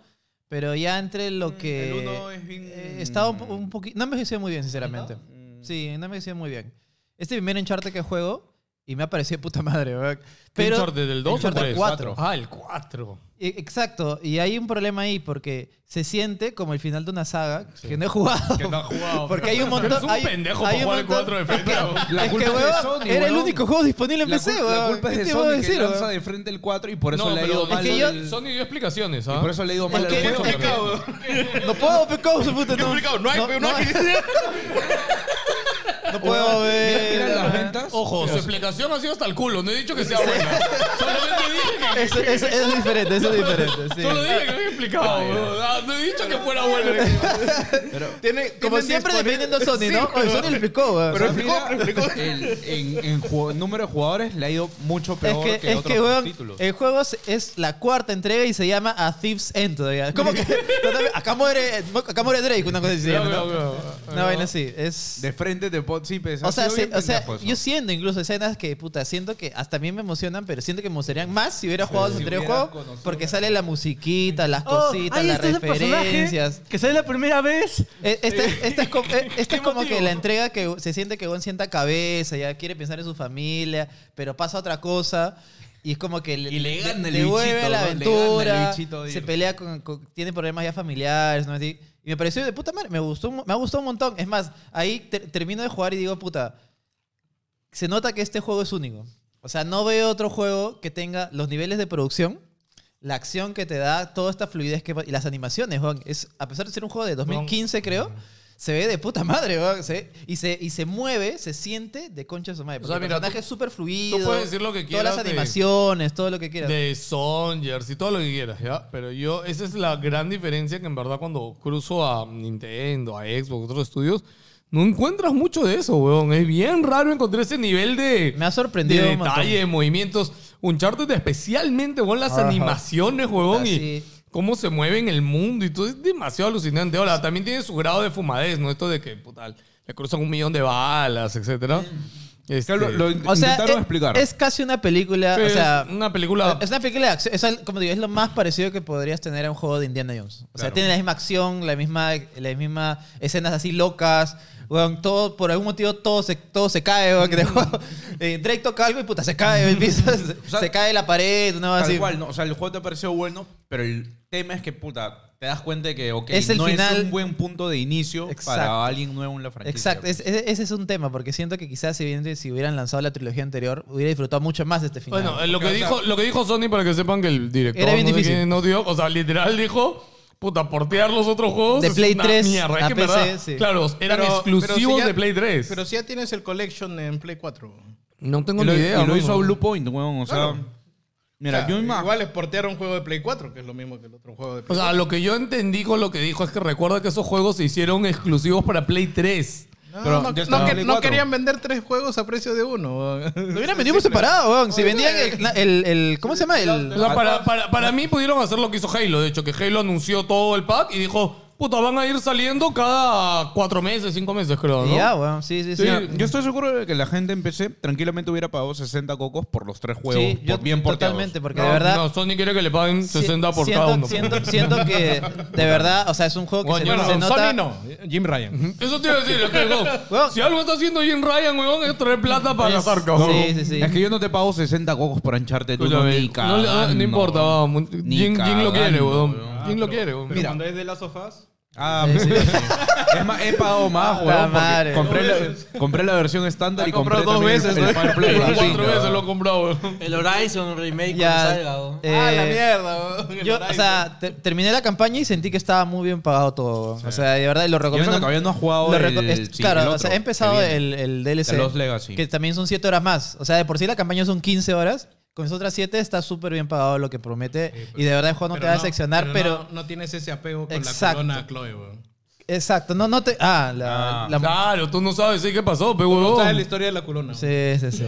pero ya entre lo que... Mm, El uno es bien. eh, estaba un, po- un poquito... No me envejeció muy bien, sinceramente. Mm. Sí, no me envejeció muy bien. Este primer Uncharted que juego y me ha parecido puta madre, ¿verdad? Pero... Uncharted, el 2 o Uncharted 3? cuatro. Ah, el 4. E- Exacto, y hay un problema ahí porque se siente como el final de una saga que no he jugado. Que no ha jugado. Porque hay un Eres montón. un hay, pendejo para hay un jugar el montón- 4 de frente. weón. La es culpa que, es de weón, Sony, era el weón. único juego disponible en La, PC, cul- la weón. culpa es de ¿Qué te puedo Sony decir, que lanza weón? de frente el 4 y por eso No, le ha pero ido es mal. que el- yo, Sony dio explicaciones, y ¿ah? por eso le ha ido mal Es al que- juego. es que- también. No puedo, pecado, su puta. No, complicado? No hay, no, no hay. no puedo Mira, ver. mira las ventas. Ojo, su explicación ha sido hasta el culo. No he dicho que sea buena. Solamente dije que... Eso, eso- eso es diferente, eso es diferente. sí. Solo dije que lo había explicado, weón. Ah, No he dicho que fuera buena. Tiene, Como tiene siempre disponer- defendiendo a Sony, ¿no? Oye, Sony lo explicó, weón. Pero mira, el- en, en ju- número de jugadores le ha ido mucho Es peor que, que es otros que weón, eh, títulos. el juego es- es la cuarta entrega y se llama A Thief's End todavía. ¿Cómo que? Totalmente- acá, muere, acá muere Drake, una cosa así. ¿no? Una vaina así. Es, De frente te pon... Sí, pues, o ha sea, sido sí, bien o sea pendejo eso. yo siento incluso escenas que, puta, siento que hasta a mí me emocionan, pero siento que me emocionarían más si hubiera jugado el anterior hubiera juego conocido porque sale la musiquita, las Oh, cositas, ahí las está ese personaje referencias. Que sale la primera vez. Eh, Esta, esta es, como, eh, esta es como motivo? que la entrega que se siente que Gon sienta cabeza, ya quiere pensar en su familia, pero pasa otra cosa. Y es como que Y le gana el devuelve bichito, ¿no? Le gana la el aventura, bichito de se ir. pelea con, con- tiene problemas ya familiares, ¿no? Así. Y me pareció de puta madre, me gustó, un- me ha gustado un montón. Es más, ahí ter- termino de jugar y digo, puta, se nota que este juego es único. O sea, no veo otro juego que tenga los niveles de producción, la acción que te da, toda esta fluidez que, y las animaciones, weón. Es, a pesar de ser un juego de 2015, creo, se ve de puta madre, weón. Se- y, se, y se mueve, se siente de concha de su madre. O Porque sea, el mira, personaje tú- es súper fluido. tú puedes decir lo que Todas las quieras de- animaciones, todo lo que quieras. De Songers y todo lo que quieras, ¿ya? Pero yo, esa es la gran diferencia que en verdad cuando cruzo a Nintendo, a Xbox, otros estudios, no encuentras mucho de eso, weón. Es bien raro encontrar ese nivel de... Me ha sorprendido De un montón. detalle, de movimientos. Uncharted especialmente, weón, las Ajá. animaciones, weón, Ah, y... sí. Cómo se mueve en el mundo y todo es demasiado alucinante. Ahora, también tiene su grado de fumadez, ¿no? Esto de que, puta, le cruzan un millón de balas, etcétera. Este, Claro, lo, lo int- O sea, intentaron es, explicar. es casi una película, pero o es sea, una película Es una película de acción. Es, al- como digo, es lo más parecido que podrías tener a un juego de Indiana Jones. O sea, tiene la misma acción, la misma, la misma escenas así locas. weón, todo, por algún motivo todo se, todo se cae. weón, que te juro. Eh, Drake toca algo y puta, se cae. el piso, se, sea, se cae la pared. No, Tal así. cual, ¿no? O sea, el juego te pareció bueno, pero el tema es que, puta, te das cuenta de que, ok, Es el no final- es un buen punto de inicio Exacto. para alguien nuevo en la franquicia. Exacto, es- es- ese es un tema, porque siento que quizás si, bien- si hubieran lanzado la trilogía anterior, hubiera disfrutado mucho más de este final. Bueno, eh, lo que, Porque, o sea, dijo, lo que dijo Sony, para que sepan que el director Era bien no sé difícil. quién, no dio, o sea, literal dijo, puta, portear los otros juegos De es Play una 3 mierda. Es a que en verdad, PC, sí. claro, eran Pero- pero exclusivos si ya- de Play 3. Pero si ya tienes el collection en Play 4. no tengo Y lo, ni idea. y lo mano. hizo Blue Point, weón. O sea, mira, O sea, yo me igual exportearon un juego de Play 4, que es lo mismo que el otro juego de O Play 4. sea, lo que yo entendí con lo que dijo es que recuerda que esos juegos se hicieron exclusivos para Play 3. No, pero no, ya no estaba que- Play no 4. querían vender tres juegos a precio de uno. Lo hubieran vendido por separado, weón. Si vendían el, el- el- ¿Cómo se llama? El, O sea, para, para, para mí pudieron hacer lo que hizo Halo. De hecho, que Halo anunció todo el pack y dijo, puta, van a ir saliendo cada cuatro meses, cinco meses, creo, ¿no? Ya, weón. Sí, sí, sí. Sí, yo estoy seguro de que la gente en PC tranquilamente hubiera pagado 60 cocos por los tres juegos Sí, por- yo bien porteados. totalmente, porque No, de verdad... No, Sony quiere que le paguen 60 por siento, cada uno. Siento, siento que, de verdad, o sea, es un juego que se, Bueno, se Sony nota. Jim Ryan. Eso te iba a decir, es que, weón, Weón. si algo está haciendo Jim Ryan, weón, es traer plata para Es- las arcas, sí, weón. sí, sí. Es que yo no te pago 60 cocos por ancharte tú, no, Escúchame, ni no, le- no cagando, importa, weón. vamos. Ni Jim, Jim lo quiere, cagando, weón. weón. Jim lo quiere, weón. Pero cuando es de las sofás, Ah, Sí, sí, sí. es, más, he pagado más, Puta weón. porque madre. Compré la, compré la versión estándar y compré dos también veces, el, ¿no? el Fire Play. Sí. Cuatro veces lo he comprado, weón. El Horizon Remake Ya, cuando salga, weón. eh, Ah, la mierda, weón. Yo, o sea, te- terminé la campaña y sentí que estaba muy bien pagado todo. weón. O sea, de verdad, y Y lo eso recomiendo. que todavía no has jugado Lo el, reco- es- sí, claro, el o otro, sea, he empezado que viene. el, el DLC. The Lost Legacy. Que también son 7 horas más. O sea, de por sí la campaña son 15 horas. Con esas otras 7 está súper bien pagado lo que promete. y de verdad el juego no te va a decepcionar, pero... No, no tienes ese apego con Exacto. la corona Chloe, weón. Exacto, no, no te... Ah, la... Ah. la- Claro, tú no sabes sí, qué pasó, pe, No sabes la huevón. historia de la corona. Sí, sí, sí.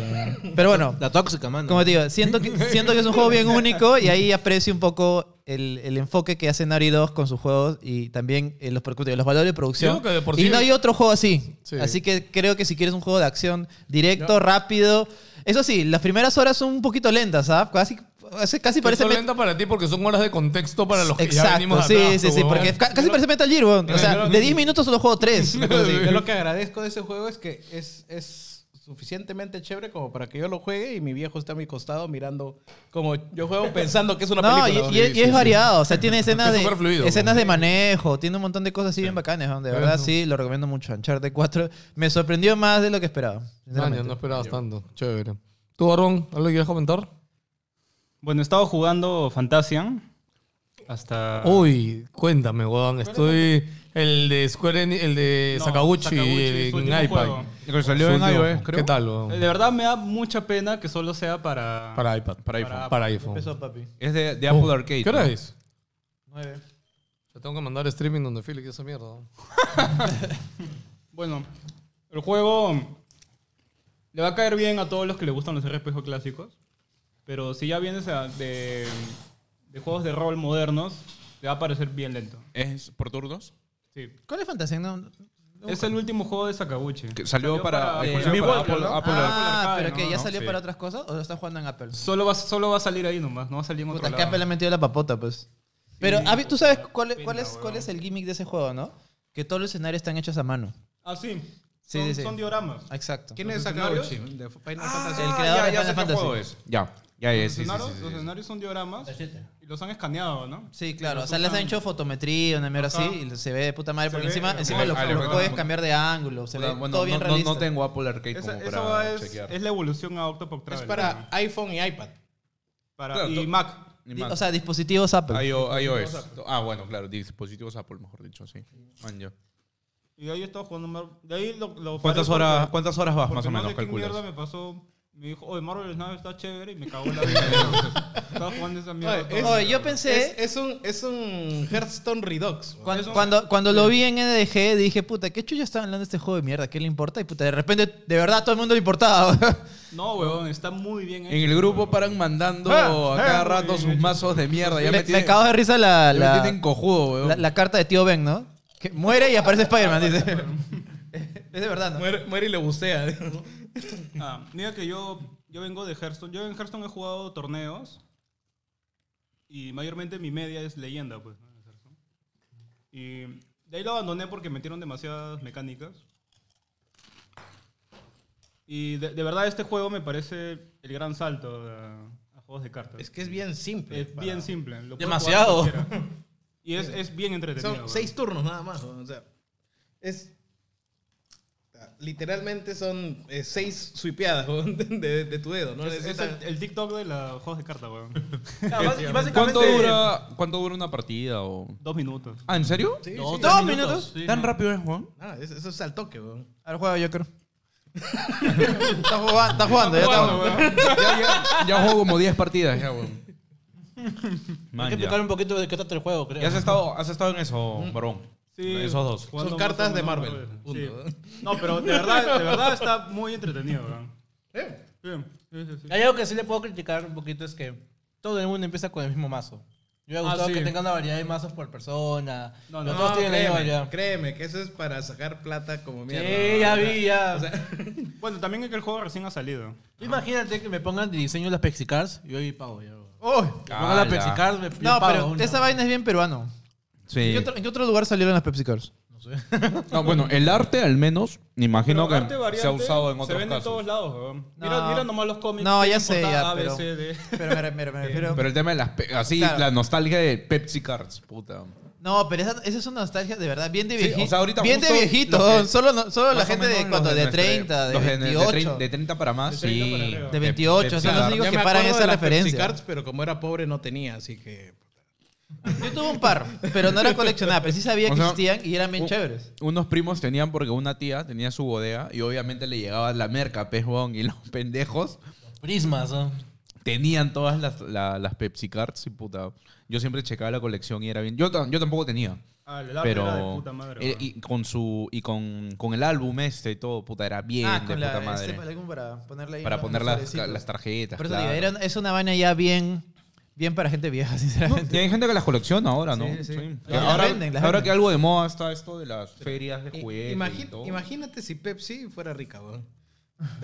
Pero bueno, La tóxica, mano. como te digo, siento que, siento que es un juego bien único y ahí aprecio un poco el, el enfoque que hace Naughty 2 con sus juegos y también eh, los, percu- los valores de producción. Creo que de por sí- y no hay otro juego así. Sí. Así que creo que si quieres un juego de acción directo, rápido. Eso sí, las primeras horas son un poquito lentas, ¿sabes? Casi, casi- casi parece. Eso Met- lenta para ti porque son horas de contexto para los que ya Exacto, venimos sí, atrás, sí, sí, huevón. porque ca- casi parece Metal Gear, weón. O sea, de 10 minutos solo juego 3. Yo lo que agradezco de ese juego es que es, es suficientemente chévere como para que yo lo juegue y mi viejo está a mi costado mirando como yo juego pensando que es una No, y, película. y- y es variado. O sea, tiene escenas Está de súper fluido, escenas güey. de manejo. Tiene un montón de cosas así bien bacanas. ¿no? De verdad, sí, lo recomiendo mucho. Uncharted 4 me sorprendió más de lo que esperaba. Maña, sinceramente. no esperabas tanto. Chévere. ¿Tú, Barón, algo que quieras comentar? Bueno, he estado jugando Fantasian hasta... Uy, cuéntame, weón. Estoy el de Square Enix- el de No, Sakaguchi, Sakaguchi, su en último iPad. juego. El que salió en Su último. iOS, creo. ¿Qué tal, weón? De verdad me da mucha pena que solo sea para... Oh. Para iPad. Para iPhone. Para iPhone. papi. Es de, de Uh, Oh, Apple Arcade. ¿Qué ¿no? hora es? Nueve. Te tengo que mandar streaming donde Felix esa mierda. ¿no? Bueno, el juego le va a caer bien a todos los que le gustan los RPG clásicos, pero si ya vienes a- de, de juegos de rol modernos, te va a parecer bien lento. ¿Es por turnos? Sí. ¿Cuál es fantasía? No. Ah, Es el último juego de Sakaguchi. Que salió para- eh, exclusivo para Apple, Apple, ¿no? Apple Ah, Arcade, pero que ¿no? ya ¿no? salió Sí. para otras cosas o lo está jugando en Apple. Solo va, solo va a salir ahí nomás, no va a salir en otro Puta, que lado. Apple le ha metido la papota, pues. Pero a ver, tú sabes cuál, es- cuál, es, cuál es el gimmick de ese juego, ¿no? Que todos los escenarios están hechos a mano. Ah, sí. Son, Sí, sí, sí. son dioramas. Exacto. ¿Quién es Sakaguchi? De Final Fantasy. el Ah, creador ya, de ya sé Final qué Fantasy. juego es. Ya, ya, ya. Los Sí, sí, sí, escenarios, sí, los sí. escenarios son dioramas y los han escaneado, ¿no? Sí, claro. Los O sea, les han usan- hecho fotometría, una mierda así, Ajá. y se ve de puta madre, Se porque ve, encima, eh, encima bueno, lo, vale, lo bueno, puedes bueno. cambiar de ángulo, se ve Bueno, todo bien no, no, realista. no tengo Apple Arcade Esa, como esa para es, chequear. es la evolución a Octopath Es Traveler. para ¿no? iPhone y iPad. Para- Claro, y to- Mac. Ni Di- más. O sea, dispositivos Apple. IO- iOS. Ah, bueno, claro, dispositivos Apple, mejor dicho, sí. Man, yo. Y ahí he estado jugando Marvel. De ahí lo, lo ¿Cuántas paré horas, porque- ¿Cuántas horas vas porque más o no menos, sé qué calculas? mierda me pasó. Me dijo, oye, Marvel Snap está chévere y me cagó en la vida. Estaba jugando esa mierda. Oye, todo es- el Oye, día, yo bro. pensé, Es, es un, es un Hearthstone Redux. weón. cuando, cuando, cuando lo vi en NDG, dije, puta, ¿qué chulo está hablando de este juego de mierda? ¿Qué le importa? Y puta, de repente, de verdad, a todo el mundo le importaba. No, weón, está muy bien hecho. En el grupo paran mandando Ah, a ah, cada muy rato bien sus hecho. mazos de mierda. Ya me, me, me tienen, cago de risa la, ya me la, tienen cojudo, weón. la- la carta de tío Ben, ¿no? Que muere y aparece Spider-Man, dice. es de verdad, ¿no? Muere, muere y le bucea. digamos. Ah, mira que yo, yo vengo de Hearthstone. Yo en Hearthstone he jugado torneos. Y mayormente mi media es leyenda, pues. ¿no? En Hearthstone. Y de ahí lo abandoné porque metieron demasiadas mecánicas. Y de, de verdad este juego me parece el gran salto a, a juegos de cartas. Es que es bien simple. Es para- bien simple. lo puede Demasiado. jugar cualquiera. Y es, es bien entretenido. Son weón. seis turnos nada más. weón, O sea, es. Literalmente son eh, seis swipeadas weón, de, de tu dedo. No Es, es necesitas- el, el TikTok de los juegos de cartas, weón. Ah, Ya, bas- y básicamente- ¿Cuánto, dura, ¿Cuánto dura una partida? O... Dos minutos. Ah, ¿en serio? Sí, Dos, sí. tres ¿Dos minutos. Sí, ¿Tan no. rápido es, Juan? Ah, es- eso es al toque, weón. A ver, juega, yo creo. está jugando, está jugando, ya está jugando. ya, ya- ya juego como 10 partidas, ya, weón. Man, Hay que ya. explicar un poquito de qué trata el juego, creo. ¿Y has estado, has estado en eso, varón? Esos dos. jugando Son más o cartas de menos Marvel. Marvel. Punto. Sí. No, pero de verdad, de verdad está muy entretenido, weón. Sí, sí, sí, sí. Hay algo que sí le puedo criticar un poquito es que todo el mundo empieza con el mismo mazo. Yo me Ah, ha gustado sí. que tengan una variedad de mazos por persona. No, No, no, todos No, tienen la misma créeme, variedad. créeme, que eso es para sacar plata como mierda. Sí, ya vi, ya. Bueno, también es que el juego recién ha salido. Tú Imagínate que me pongan de diseño las Pexicards y hoy pago ya. bro. Oh. Me pongan las Cala. Pexicards, me yo No, pago pero una. esa vaina es bien peruano. Sí. ¿En, qué otro, en qué otro lugar salieron las Pepsi Cars? No, bueno, el arte al menos, me imagino Pero que arte se ha variante usado en Se otros vende en todos casos. lados, weón. Mira, No. mira nomás los cómics. No, tienen ya sé, portada ya, A, B, pero- C, D. Pero me, re- me re- me refiero. Pero el tema de las... pe- Así, Claro. la nostalgia de Pepsi Cards, puta. No, pero esa, esa es una nostalgia de verdad, bien de Sí, viejito. o sea, ahorita bien de justo viejito. los que- solo no- solo la Más o gente menos de los cuando de, nuestra- 30, de los 28. trein- de 30 para más. De 30 para sí. arriba. De 28, o sea, los claro. digo Yo que me paran acuerdo esa de las referencia. Pepsi Cards, pero como era pobre no tenía, así que... Yo tuve un par, pero no era coleccionada, pero sí sabía que O sea, existían y eran bien u- chéveres. Unos primos tenían porque una tía tenía su bodega y obviamente le llegaba la merca, pejón, y los pendejos Prismas, ¿no? tenían todas las, la- las Pepsi Cards y puta. Yo siempre checaba la colección y era bien. Yo, ta- yo tampoco tenía. Ah, el álbum pero era de puta madre, eh, y con su y con, con el álbum este y todo, puta, era bien Ah, de con puta la, madre. este, algún para ponerle ahí para unos poner las, sobrecitos. las tarjetas. Por eso digo, claro. era- es una vaina ya bien, bien para gente vieja, sinceramente. Y hay gente que las colecciona ahora, ¿no? Sí, sí. Que Las Ahora, venden, las ahora venden. que algo de moda está esto de las ferias de I- juguetes. imagi- y todo. imagínate si Pepsi fuera rica, weón.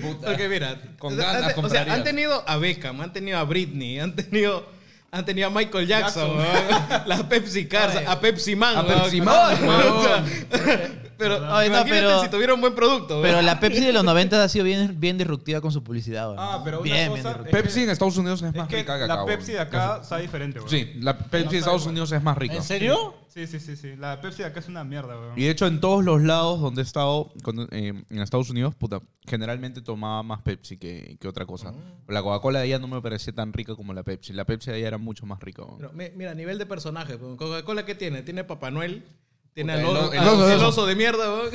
Puta. Porque mira, Con o sea, ganas han, te- o sea, compraría. han tenido a Beckham, han tenido a Britney, han tenido, han tenido a Michael Jackson, Jackson. weón. las Pepsi Cars, Oye. a Pepsi Man, A weón. Pepsi Man, O sea, pero Oye, no, imagínate pero- si tuviera un buen producto, Pero weón. la Pepsi de los 90 ha sido bien, bien disruptiva con su publicidad. weón. Ah, pero una bien, cosa- disruptiva. Pepsi en Estados Unidos es Es más que rica que acá. la Pepsi de weón. acá está diferente, weón. Sí, la Pepsi de Estados Unidos es más rica. ¿En serio? Sí, sí, sí, sí. La Pepsi de acá es una mierda, weón. Y de hecho, en todos los lados donde he estado, cuando, eh, en Estados Unidos, puta, generalmente tomaba más Pepsi que, que otra cosa. Ah. La Coca-Cola de ella no me parecía tan rica como la Pepsi. La Pepsi de ella era mucho más rica. weón. Pero mi- mira, a nivel de personaje, weón, Coca-Cola, ¿qué tiene? Tiene a Papá Noel, tiene Puta, al el oso, oso- el al- oso, el eso. oso de mierda, weón.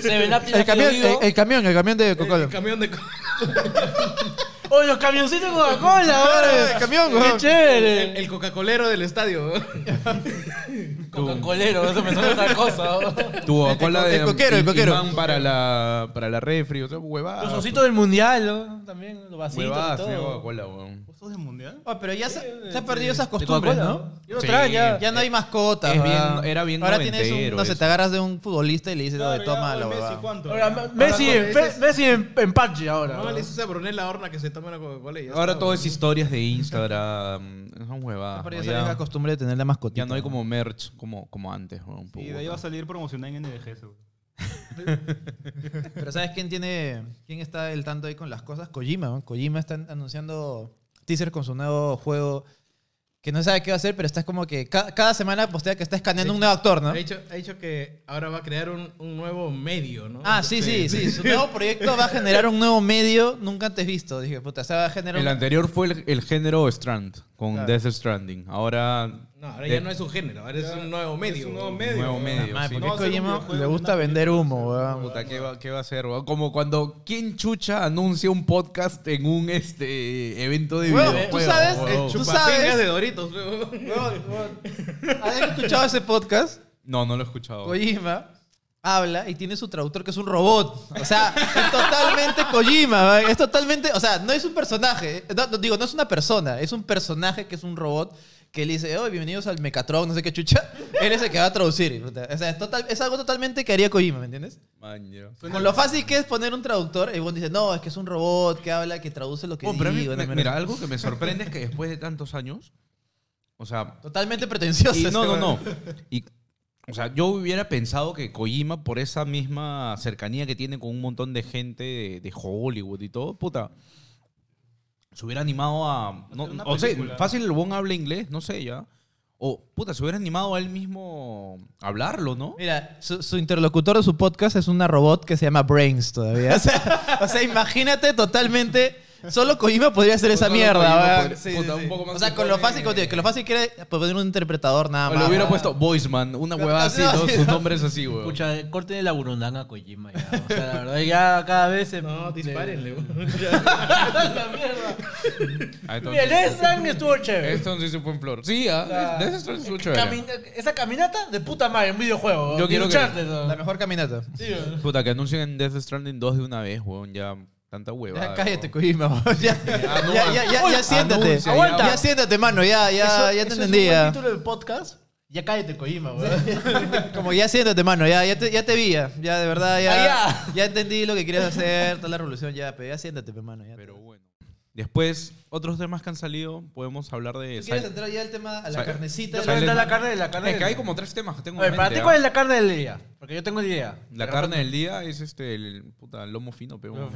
Seven Up tiene El camión, el, Fiordido. el camión, el camión de el Coca-Cola. camión de... co- ¡Oh, los camioncitos de Coca-Cola! Claro, ahora. el camión, ¡Qué weón. El, chévere! el Coca-Colero del estadio, weón. Coca-Colero, eso me suena a otra cosa. weón. Tu Coca-Cola de el coquero, el im- coquero. imán para la, para la refri, o sea, huevadas. Los ositos del mundial, ¿no? también, los vasitos. y Huevadas, todo. tenía Coca-Cola, weón. ¿Sos del mundial? Oh, pero ya se, se han perdido esas ¿De costumbres, Coca-Cola, ¿no? no? Yo lo Sí. Eh, traen ya. Ya no hay mascotas. Es ¿verdad? bien- era bien Ahora tienes un, noventero no sé, eso. te agarras de un futbolista y le dices, oye, toma la Messi, huevada. ¿cuánto? Ahora, Messi, ahora en, cuando dices- Messi en, en Pachi ahora. No, le dices a Brunella Horna que se tome la Coca-Cola y ya Ahora está, todo weón. es historias de Instagram. Son huevadas. Pero ¿no? ya se Ya, la costumbre de tener la mascotita. ya no hay como merch como, como antes, weón. Y de ahí va a salir promocionada en NDG, weón. Pero ¿sabes quién tiene quién está el tanto ahí con las cosas? Kojima, ¿no? Kojima está anunciando teaser con su nuevo juego que no sabe qué va a hacer, pero está como que ca- cada semana postea que está escaneando un nuevo actor, ¿no? Ha dicho, ha dicho que ahora va a crear un, un nuevo medio, ¿no? Ah, sí, sí, sí. Su nuevo proyecto va a generar un nuevo medio nunca antes visto. Dije, puta, se va a generar El un... anterior fue el, el género Strand, con Claro. Death Stranding. Ahora. No, ahora ya de- no es un género, ahora es un nuevo medio. Es un nuevo medio. Nuevo weón. medio, Madre, sí. ¿por qué No va a ser un Kojima videojuego, le una gusta vender humo, weón? Puta, ¿qué va, qué va a ser? weón? Como cuando ¿quién chucha anuncia un podcast en un este evento de Weón, videojuegos? ¿eh? ¿tú sabes? weón? El chup- Chupapingas sabes? de Doritos, weón. ¿Has escuchado ese podcast? No, no lo he escuchado. Kojima habla y tiene su traductor que es un robot. O sea, es totalmente Kojima. ¿va? Es totalmente. O sea, no es un personaje. eh. No, no, digo, no es una persona. Es un personaje que es un robot que le dice, oh, bienvenidos al Mecatron, no sé qué chucha. Él es el que va a traducir. O sea, es, total- es algo totalmente que haría Kojima, ¿me entiendes? Man, yo. Con lo fácil que es poner un traductor, el buen dice, no, es que es un robot que habla, que traduce lo que Oh, pero a mí digo. me- no, mira, algo que me sorprende es que después de tantos años, o sea, Totalmente pretencioso. Y este no, no, weón. no. Y, o sea, yo hubiera pensado que Kojima, por esa misma cercanía que tiene con un montón de gente de, de Hollywood y todo, puta, se hubiera animado a. No, Hacer una o sea, película. fácil el Bon habla inglés, no sé ya. O, puta, se hubiera animado a él mismo a hablarlo, ¿no? Mira, su, su interlocutor de su podcast es una robot que se llama Brains todavía. O sea, o sea, imagínate totalmente. Solo Kojima podría hacer esa Solo mierda, Kojima ¿verdad? podría- Sí, puta, sí, un sí. poco más O sea, que con lo pone- fácil, como te digo, que lo fácil que era pues, poner un interpretador nada O más. le hubiera ¿verdad? puesto Voiceman, una Claro, huevada así, no, ¿no? sí, Sus no. nombres así, weón. Escucha, corten la burundanga a Kojima ya. O sea, la verdad, ya cada vez se... No, dispárenle, weón. la mierda. Ah, Mira, el Death Stranding estuvo chévere. Esto sí se fue en flor. Sí, O sea, ah, de eso es mucho. camina- esa caminata de puta madre, un videojuego. Yo ¿no? quiero Y que- Uncharted, ¿no? La mejor caminata. Sí, ¿no? Puta, que anuncien Death Stranding 2 de una vez, weón. Ya, tanta huevada. Ya cállate, weón. Kojima. weón. Ya, no, ya, ya, ya, ya siéntate. anuncia, Aguanta. Ya siéntate, mano. Ya, ya, Eso- ya te eso entendí. Es un buen ya. título del podcast. Ya cállate, Kojima, weón. Como ya siéntate, mano. Ya, ya, te, ya te vi. Ya, ya de verdad. Ya, Ah, ya. entendí lo que querías hacer. Toda la revolución. Ya, pero ya siéntate, pe, mano. ya. Pero bueno. Después, otros temas que han salido, podemos hablar de... ¿Tú quieres Sil- entrar ya al tema, a la Sil- carnecita? Silent- Yo quiero entrar a la carne de la carne Es que del- hay como tres temas que tengo A ver, en para mente, ti, ¿ah? ¿cuál es la carne del día? Porque yo tengo idea. La carne del día es este, el puta, lomo fino, pero...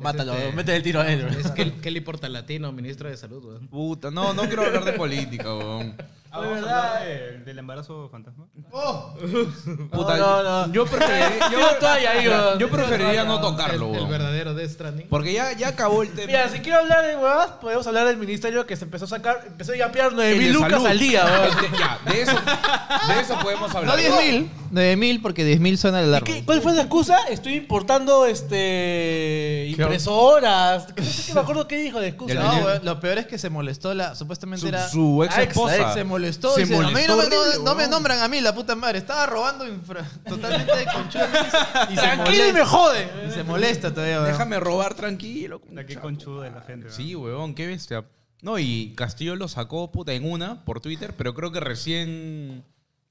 Mátalo, Este- mete el tiro a él. Es que Kelly Portalatino, ministro de Salud, weón. Puta, no, no quiero hablar de política, weón. Ah, vamos a hablar de- del embarazo fantasma. Puta, No, no, no. Yo preferiría, yo, Tira toalla ahí, weón. yo preferiría no El, tocarlo, el weón. verdadero Death Stranding. Porque ya, ya acabó el tema. Mira, si quiero hablar de huevas, podemos hablar del ministerio que se empezó a sacar, empezó a yapear 9 El de mil lucas salud. al día, weón. De- ya, de eso, de eso podemos hablar. 10.000. 9.000 porque 10.000 suena el ¿Y alarma. qué- ¿Cuál fue la excusa? Estoy importando este impresoras. No sé qué me acuerdo qué dijo de excusa. El No, dinero. weón, lo peor es que se molestó la... Supuestamente Su, era... su ex Ah, ex- esposa. Se molestó. Se dice, a mí molestó no me, no- horrible, no me weón. nombran a mí, la puta madre. Estaba robando infra- totalmente de conchuda. Y se Tranquilo y me molesta. jode. Y se molesta todavía, weón. Déjame robar tranquilo. La que concha, conchuda de la gente. ¿verdad? Sí, huevón, qué bestia. No, y Castillo lo sacó, puta, en una por Twitter, pero creo que recién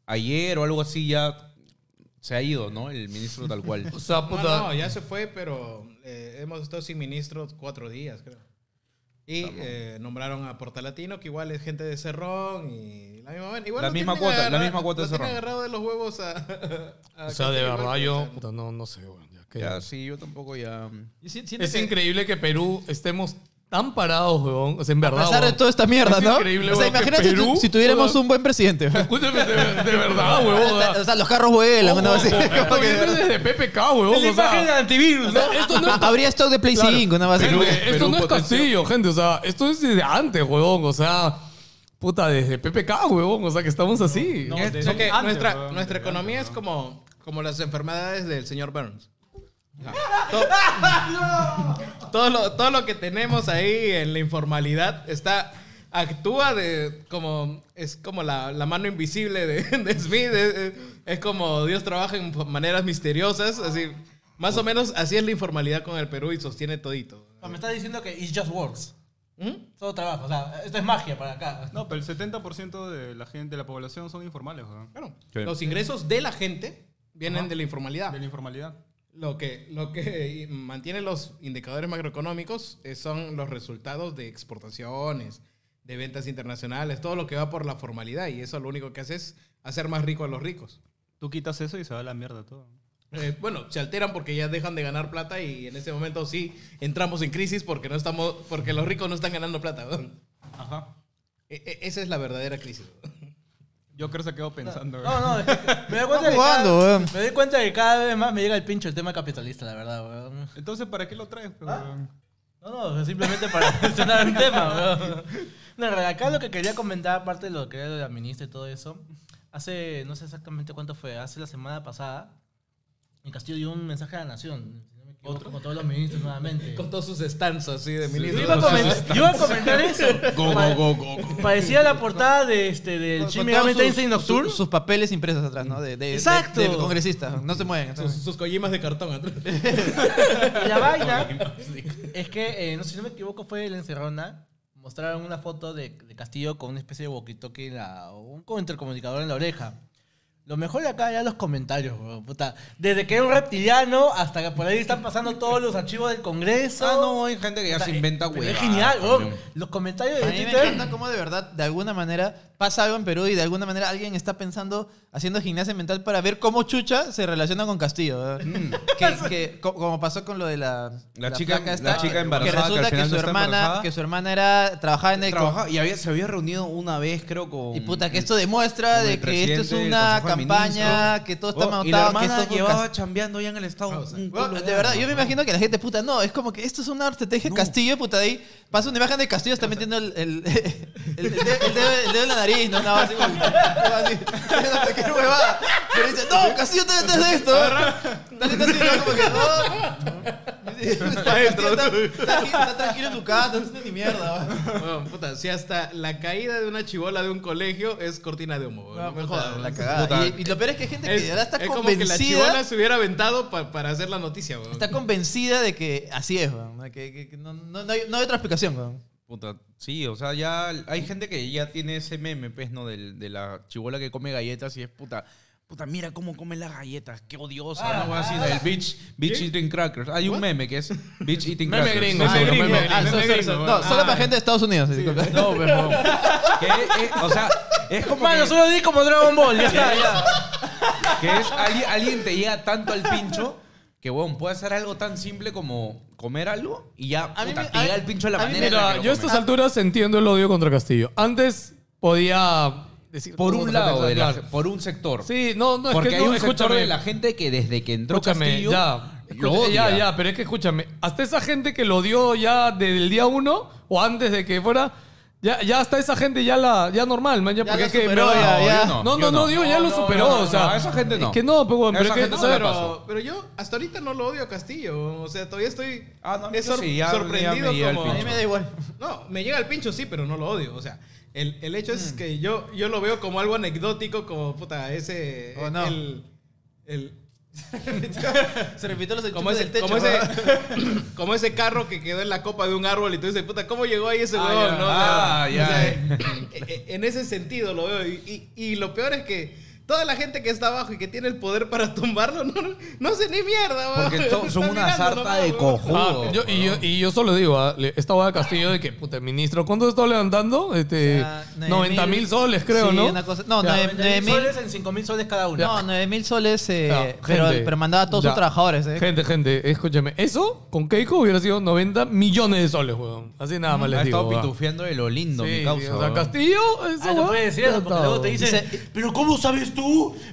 ayer o algo así ya se ha ido, ¿no? El ministro tal cual. O sea, No, puta. no, ya se fue, pero eh, hemos estado sin ministros cuatro días, creo. Y eh, nombraron a Portalatino, que igual es gente de Cerrón y la misma, igual La lo misma tienen cuota, la misma cuota lo de tienen Cerrón. agarrado de los huevos a... a o sea, de Castillo, verdad pues, o yo. sea, Puta, no, no sé, weón. ya que- Ya, sí, yo tampoco ya. Yo si- siento Es que- increíble que Perú estemos tan parados, weón. O sea, en verdad. A pesar de huevón. toda esta mierda, Es ¿no? increíble, o sea, weón, que imagínate si tu- Perú- si, tuviéramos weón. un buen presidente. weón. Escúchame, de, de verdad, huevón. o sea, O sea, los carros vuelan, una ojo, cosa así. esto Como que- viene desde PPK, huevón. La O sea, imagen del antivirus, ¿no? esto no es Habría stock de Play Claro. 5, una base. Gente, Perú- esto Perú no es potencia. Castillo, gente. O sea, esto es desde antes, huevón. O sea, puta, desde PPK, huevón. O sea, que estamos así. No, es- de- es que antes, nuestra, weón, nuestra de economía antes, es como, como las enfermedades del señor Burns. To- todo, lo, todo lo que tenemos ahí en la informalidad está actúa de como es como la, la mano invisible de, de Smith es, es- es como Dios trabaja en maneras misteriosas así más o menos así es la informalidad con el Perú y sostiene todito O sea, Me estás diciendo que it just works. ¿Mm? Todo trabajo. O sea, esto es magia para acá. No, pero el 70% de la gente, de la población son informales, weón. Claro. Sí. los ingresos de la gente vienen de la informalidad Ah. De la informalidad. Lo que, lo que mantiene los indicadores macroeconómicos eh, son los resultados de exportaciones, de ventas internacionales, todo lo que va por la formalidad y eso lo único que hace es hacer más rico a los ricos. Tú quitas eso y se va a la mierda todo. Eh, bueno, se alteran porque ya dejan de ganar plata y en ese este momento sí entramos en crisis porque no estamos porque los ricos no están ganando plata. weón. Ajá. E- e- esa es la verdadera crisis. Yo creo que se quedó pensando, weón. No, no, es que me doy cuenta Está que jugando, cada, weón. me doy cuenta que cada vez más me llega el pincho el tema capitalista, la verdad, weón. Entonces, ¿para qué lo traes, weón? No, no, simplemente para mencionar un tema, weón. No, en realidad, acá lo que quería comentar, aparte de lo que era de la ministra y todo eso, hace, no sé exactamente cuánto fue, hace la semana pasada, en Castillo dio un mensaje a la nación. si no me equivoco, Con todos los ministros nuevamente. Con todas sus estanzas así de Yo ministros. iba a comentar, yo iba a comentar eso. Go, go, go, go, go. Parecía la portada de este, del Con- Shin con Megami todos sus- Tensei Nocturne. Sus, sus papeles impresos atrás, ¿no? De, de- de- Exacto. Del congresista. No se mueven. Sus, sus collimas de cartón atrás. La vaina es que, eh, no sé si no me equivoco, fue el Encerrona. Mostraron una foto de, de Castillo con una especie de walkie-talkie, en la- un co- intercomunicador en la oreja. Lo mejor de acá eran los comentarios, weón, puta. Desde que era un reptiliano hasta que por ahí están pasando todos los archivos del Congreso. Ah, no, hay gente que ya eh, se inventa, Pero güey. Es genial, weón. Los comentarios A de mí me Twitter. encanta cómo de verdad, de alguna manera, pasa algo en Perú y de alguna manera alguien está pensando, haciendo gimnasia mental para ver cómo Chucha se relaciona con Castillo. ¿eh? Que, que co- como pasó con lo de la, Mm. La chica- flaca la chica embarazada Que que resulta al que, final su no está hermana, embarazada. que su hermana era trabajaba en el... co- y había, se había reunido una vez, creo, con. Y puta, que esto con demuestra el de que esto es presidente del una Consejo de campaña, Ministros. que todo está Oh, montado, Y la que hermana esto es un llevaba chambeando ya en el Estado. un Bueno, culo de verdad, yo me imagino que la gente, puta, no, es como que esto es una estrategia de Castillo, puta, de ahí pasa una imagen de Castillo, está metiendo el, el, el- el dedo, el dedo- el dedo en la nariz, no, no, así, como- como así, haciendo cualquier huevada. Pero dice, no, Castillo, te detrás de esto. Está haciendo así, ¿no? como que, no. Está, Castillo está, está- está tranquilo en su casa, no tiene ni mierda. va. Bueno, puta, si hasta la caída de una chibola de un colegio es cortina de humo. weón. No, No me puta, jodas, la weón. cagada. Puta. Y, y lo peor es que hay gente que Es, de verdad está es como que la convencida. chibola se hubiera aventado pa- para hacer la noticia, weón. Está convencida de que así es, weón, que, que- que no, no- no hay, no hay otra explicación, weón. Puta, sí, o sea, ya hay gente que ya tiene ese meme, pues, ¿no? Del- De, la chibola que come galletas y es puta. Puta, mira cómo come las galletas, qué odiosa. Ah, una hueá así ah, del Beach, beach Eating Crackers. Hay un meme que es Beach Eating Meme Crackers. gringo, Ah, seguro, no, meme no, gringo. ah, No, no, sorry, sorry. No, solo para gente de Estados Unidos. disculpa. No, pero. que es- es- o sea, es como. Mano, que- solo di como Dragon Ball, ya está, ya. Que es alguien, alguien te llega tanto al pincho que, weón, puede hacer algo tan simple como comer algo y ya A mí puta, me- te a- llega el pincho de la a mí manera. me- en la Mira, que lo yo a estas comes. alturas entiendo el odio contra Castillo. Antes podía decir Por un otra lado, cosa, de la- claro. por un sector. Sí, no, no, porque es que hay no, un sector escúchame. de la gente que desde que entró Escúchame, Castillo ya. lo Escúchame, odia. Ya, ya, pero es que escúchame. Hasta esa gente que lo dio ya desde el día uno o antes de que fuera. Ya, ya hasta esa gente ya la ya normal, man, ya, Ya porque lo es que superó, no, ya, ya. no, Yo no, no, no. digo, ya No, lo no, superó, no, no, o sea, no, a esa gente no. Es que no, pues, bueno, A pero esa es que gente no ¿sabes? la paso. Pero yo hasta ahorita no lo odio a Castillo. O sea, todavía estoy Ah, no, es yo sor- sí, ya- ya me sorprendido llega el como... A mí me da igual. No, me llega el pincho, sí, pero no lo odio. O sea, el, el hecho Mm. es que yo, yo lo veo como algo anecdótico, como puta, ese. Oh, no. El. el- Se repitió los como, enchufes ese, del techo. como, ese, ¿verdad? como ese carro que quedó en la copa de un árbol y tú dices, puta, ¿cómo llegó ahí ese Ah, huevón? ya. no? O Ah, sea, ya. o sea, e- e- en ese sentido lo veo. Y, y- y lo peor es que toda la gente que está abajo y que tiene el poder para tumbarlo no, no hace ni mierda, huevón. Porque to- son Está una mirando sarta nomás, de huevón. cojudos. Ah, yo- y, yo, y yo solo digo, ah, le- esta hueá de Castillo de que, puta, ministro, ¿cuánto está levantando? Este, Ah, 90 mil soles, creo, sí, ¿no? una cosa- no, Ya. 9 9 mil. soles en 5 mil soles cada uno. No, 9 mil soles, eh, Ya, pero, gente, pero mandaba a todos ya. sus trabajadores. eh. Gente, gente, escúchame. Eso con Keiko hubiera sido 90 millones de soles, weón. Así nada más les Ha digo. estado va. pitufiando de lo lindo, Sí, mi causa. o sea, weón. Castillo, eso, Ah, no weón, puedes decir eso, ya porque está, luego te weón. dicen, pero ¿cómo sabes tú?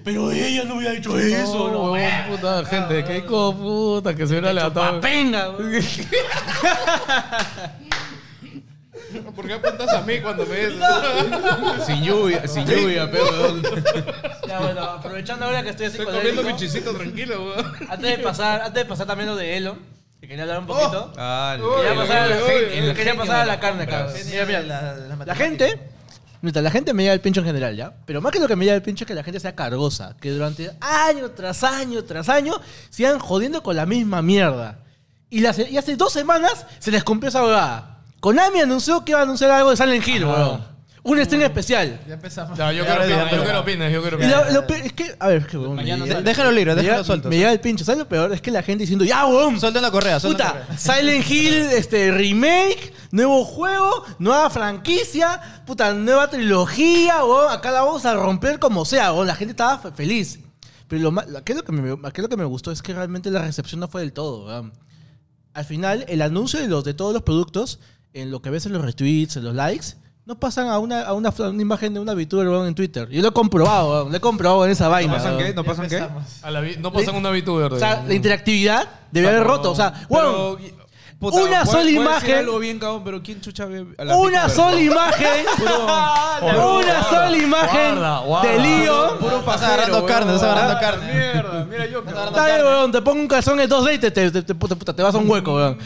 Pero ella no hubiera hecho eso. No, no, weón, weón. puta, gente de Keiko, puta, que se hubiera levantado. Chupapenga, weón. ¿Por qué apuntas a mí cuando me dices? Sin lluvia, sin lluvia, pero. Ya, bueno, aprovechando ahora que estoy así Estoy con comiendo mi chisito tranquilo, weón. Antes de pasar, antes de pasar también lo de Elon, que quería hablar un poquito. Ah, Quería el- pasar a la, el- gente, el quería genio pasar a de la carne, cabrón. compras. Mira, mira, la, la la matemática. gente. Mira, la gente me lleva el pincho en general, ¿ya? Pero más que lo que me lleva el pincho es que la gente sea cargosa. Que durante año tras año tras año sigan jodiendo con la misma mierda. Y, las- y hace dos semanas se les cumplió esa huevada. Konami anunció que iba a anunciar algo de Silent Hill, weón. Un stream especial. Ya empezamos. Ya, yo quiero opinar, yo quiero opinar, yo quiero Y opinar. lo, lo peor es que, a ver, es que, weón, me Mañana llega- sale. Déjalo libre, me déjalo llega- suelto. Me llega el pincho. ¿Sabes lo peor? Es que la gente diciendo, ya, weón, Suelta en la correa, suelta en la Puta, correa. Silent Hill, este, remake, nuevo juego, nueva franquicia, puta, nueva trilogía, weón, acá la vamos a romper como sea, weón, la gente estaba fe- feliz. Pero lo, ma- ¿qué es lo, que me, qué es lo que me gustó es que realmente la recepción no fue del todo, weón. Al final, el anuncio de, los, de todos los productos, en lo que ves en los retweets, en los likes, no pasan a una, a una, fla- una imagen de una VTuber weón, en Twitter. Yo lo he comprobado, weón, lo he comprobado en esa vaina. ¿Pasan weón. qué? ¿No pasan qué? A la vi- no pasan una VTuber. O sea, la interactividad debe haber roto. O sea, weón, Pero- Una puedo- sola puedo decir imagen. algo bien cabrón, pero ¿quién chucha ve a la Una Pitu, sola verdad? imagen. una sola imagen guarda, guarda. de lío. Puro Estás pajero, agarrando weón. carne, estás agarrando carne. Mierda, mira yo, cabrón. Está bien, weón, te pongo un calzón en 2D y te, te, te- te- puta, puta, te vas a un hueco, weón.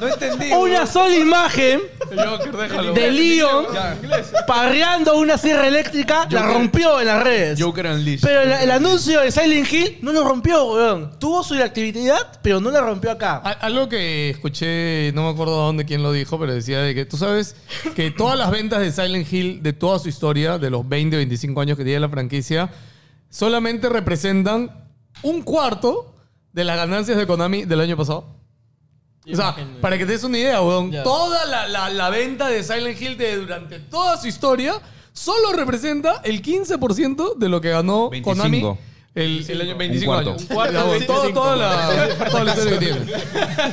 No entendí. Una sola imagen Joker, déjalo. de lío parreando una sierra eléctrica, la rompió en las redes. Joker Unleashed. Pero el, el anuncio de Silent Hill no lo rompió, weón. Tuvo su actividad, pero no la rompió acá. Al- Algo que escuché, no me acuerdo a dónde quién lo dijo, pero decía de que tú sabes que todas las ventas de Silent Hill, de toda su historia, de los 20, 25 años que tiene la franquicia, solamente representan un cuarto de las ganancias de Konami del año pasado. O sea, para que te des una idea, weón, Ya. toda la, la- la venta de Silent Hill de, durante toda su historia solo representa el 15% de lo que ganó 25. Konami el, el año 25 cuarto. años. Un cuarto Ya, de weón, todo- 25. toda la- toda la historia que tiene.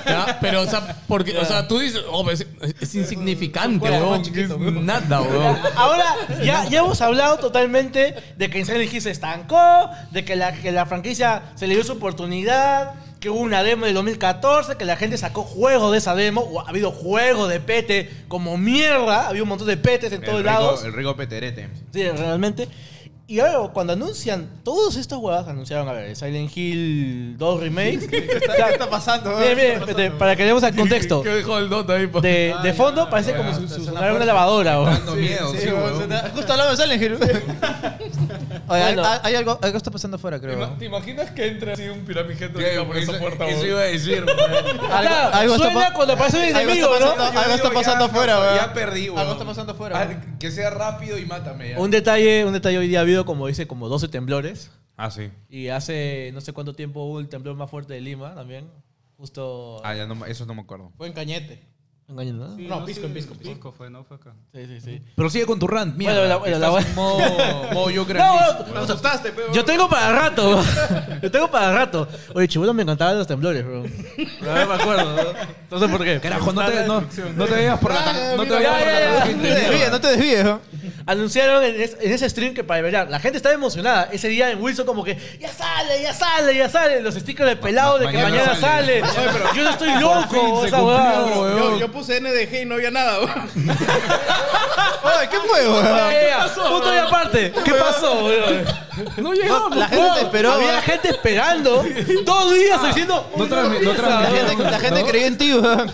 Ya, Pero, o sea, porque, o sea, tú dices, oh, pero es, es insignificante, weón. es Nada, weón. Ahora, ya, ya hemos hablado totalmente de que Silent Hill se estancó, de que la, que la franquicia se le dio su oportunidad, que hubo una demo del 2014, que la gente sacó juegos de esa demo, o ha habido juegos de pete como mierda, había un montón de petes en El todos rico- lados. El rico peterete. Sí, realmente. Y ahora, cuando anuncian, todos estos huevas anunciaron, a ver, Silent Hill 2 Remake. ¿Qué está, pasando? este, para que demos al contexto. ¿Qué dijo el Dota ahí? po? De, Eh, Ah, de fondo parece como si si sonara una lavadora. o- Dando miedo, sí, weón. Justo al lado de Silent Hill. Oye, hay- Bueno. hay, hay algo, algo está pasando afuera, creo. ¿Te imaginas que entra así un piramigento Qué- por esa eso- puerta, Eso weón? iba a decir, weón. Algo, Claro, algo suena está pa- cuando aparece un algo enemigo, está ¿no? pasando- Yo algo está digo, pasando ya, afuera, cabrón, weón. Ya perdí, weón. Algo está pasando afuera, Ah, weón. Que sea rápido y mátame ya. Un detalle, un detalle hoy día ha habido, como dice, como 12 temblores. Ah, sí. Y hace no sé cuánto tiempo hubo el temblor más fuerte de Lima también. Justo. Ah, ya no, me- eso no me acuerdo. Fue en Cañete. Engaño, ¿no? Sí, No, Pisco, sí, en Pisco, Pisco. fue, no fue acá. Sí, sí, sí. Pero sigue con tu rant, mierda. Bueno, la- bueno, la- Estás en modo- modo yo creo. No, Me asustaste, pero. Yo tengo para rato. Yo tengo para rato. Oye, chibuelo me encantaban los temblores, bro. No me acuerdo. No, No sé por qué. Carajo, no te, no, no te veas por la tan- No te mira, veas por ya, la ya, ya. tangente, No te desvíes, mierda. no te desvíes. ¿no? Anunciaron en, es- en ese stream que para verán, la gente estaba emocionada. Ese día en Wilson como que, ya sale, ya sale, ya sale. Los stickers de pelado de que mañana mañana sale. sale. Yo no estoy loco, se esa cumplió, huevada, bro. huevón. Yo, yo puse NDG y no había nada, weón. Oye, ¿qué fue, Ya, weón? ya, ya. Punto y aparte. ¿Qué pasó, weón? No llegó. la gente te esperó, Había weón. gente esperando. Dos días diciendo. No transmi- no La transmitieron. gente, la gente creyó en ti, weón.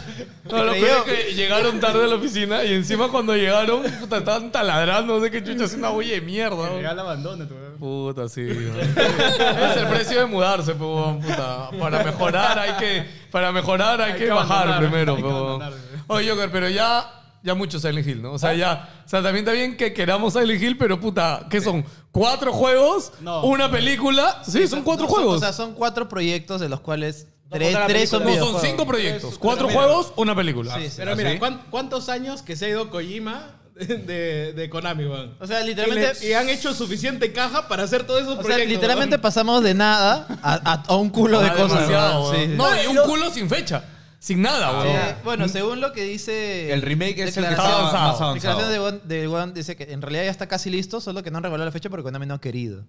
No, lo Te peor creyó. es que llegaron tarde a la oficina y encima cuando llegaron, puta, estaban taladrando, no sé qué chucha, es una bulla de mierda. Ya weón. la abandono, tú, weón. Puta, sí. weón. es el precio de mudarse, pues, weón, puta. Para mejorar hay que, para mejorar hay, que, que bajar abandonar, primero, hay que pues, weón. abandonar, weón. Oye, Joker, pero ya... Ya mucho Silent Hill, ¿no? O sea, ya. O sea, también está bien que queramos Silent Hill, pero puta, ¿qué son? ¿Cuatro juegos? No. ¿Una película? Sí, son cuatro No, son- juegos. O sea, son cuatro proyectos de los cuales contar tres, la tres son no, videojuegos. son cinco proyectos. Eso, Cuatro pero mira. juegos, una película. Sí, sí. Pero mira, ¿sí? ¿cuán- ¿cuántos años que se ha ido Kojima de, de Konami, weón? O sea, Y, le- literalmente... y han hecho suficiente caja para hacer todos esos O sea, proyectos. literalmente pasamos de nada a, a- a un culo de Ah, cosas. demasiado, Sí, weón. sí. No, y un culo sin fecha. Sin nada, Ah, O weón. sea, bueno, según lo que dice... El remake es el que está declaración- avanzado. más Declaraciones de avanzado. Wan, de Wan dice que en realidad ya está casi listo, solo que no han revelado la fecha porque Konami no ha querido.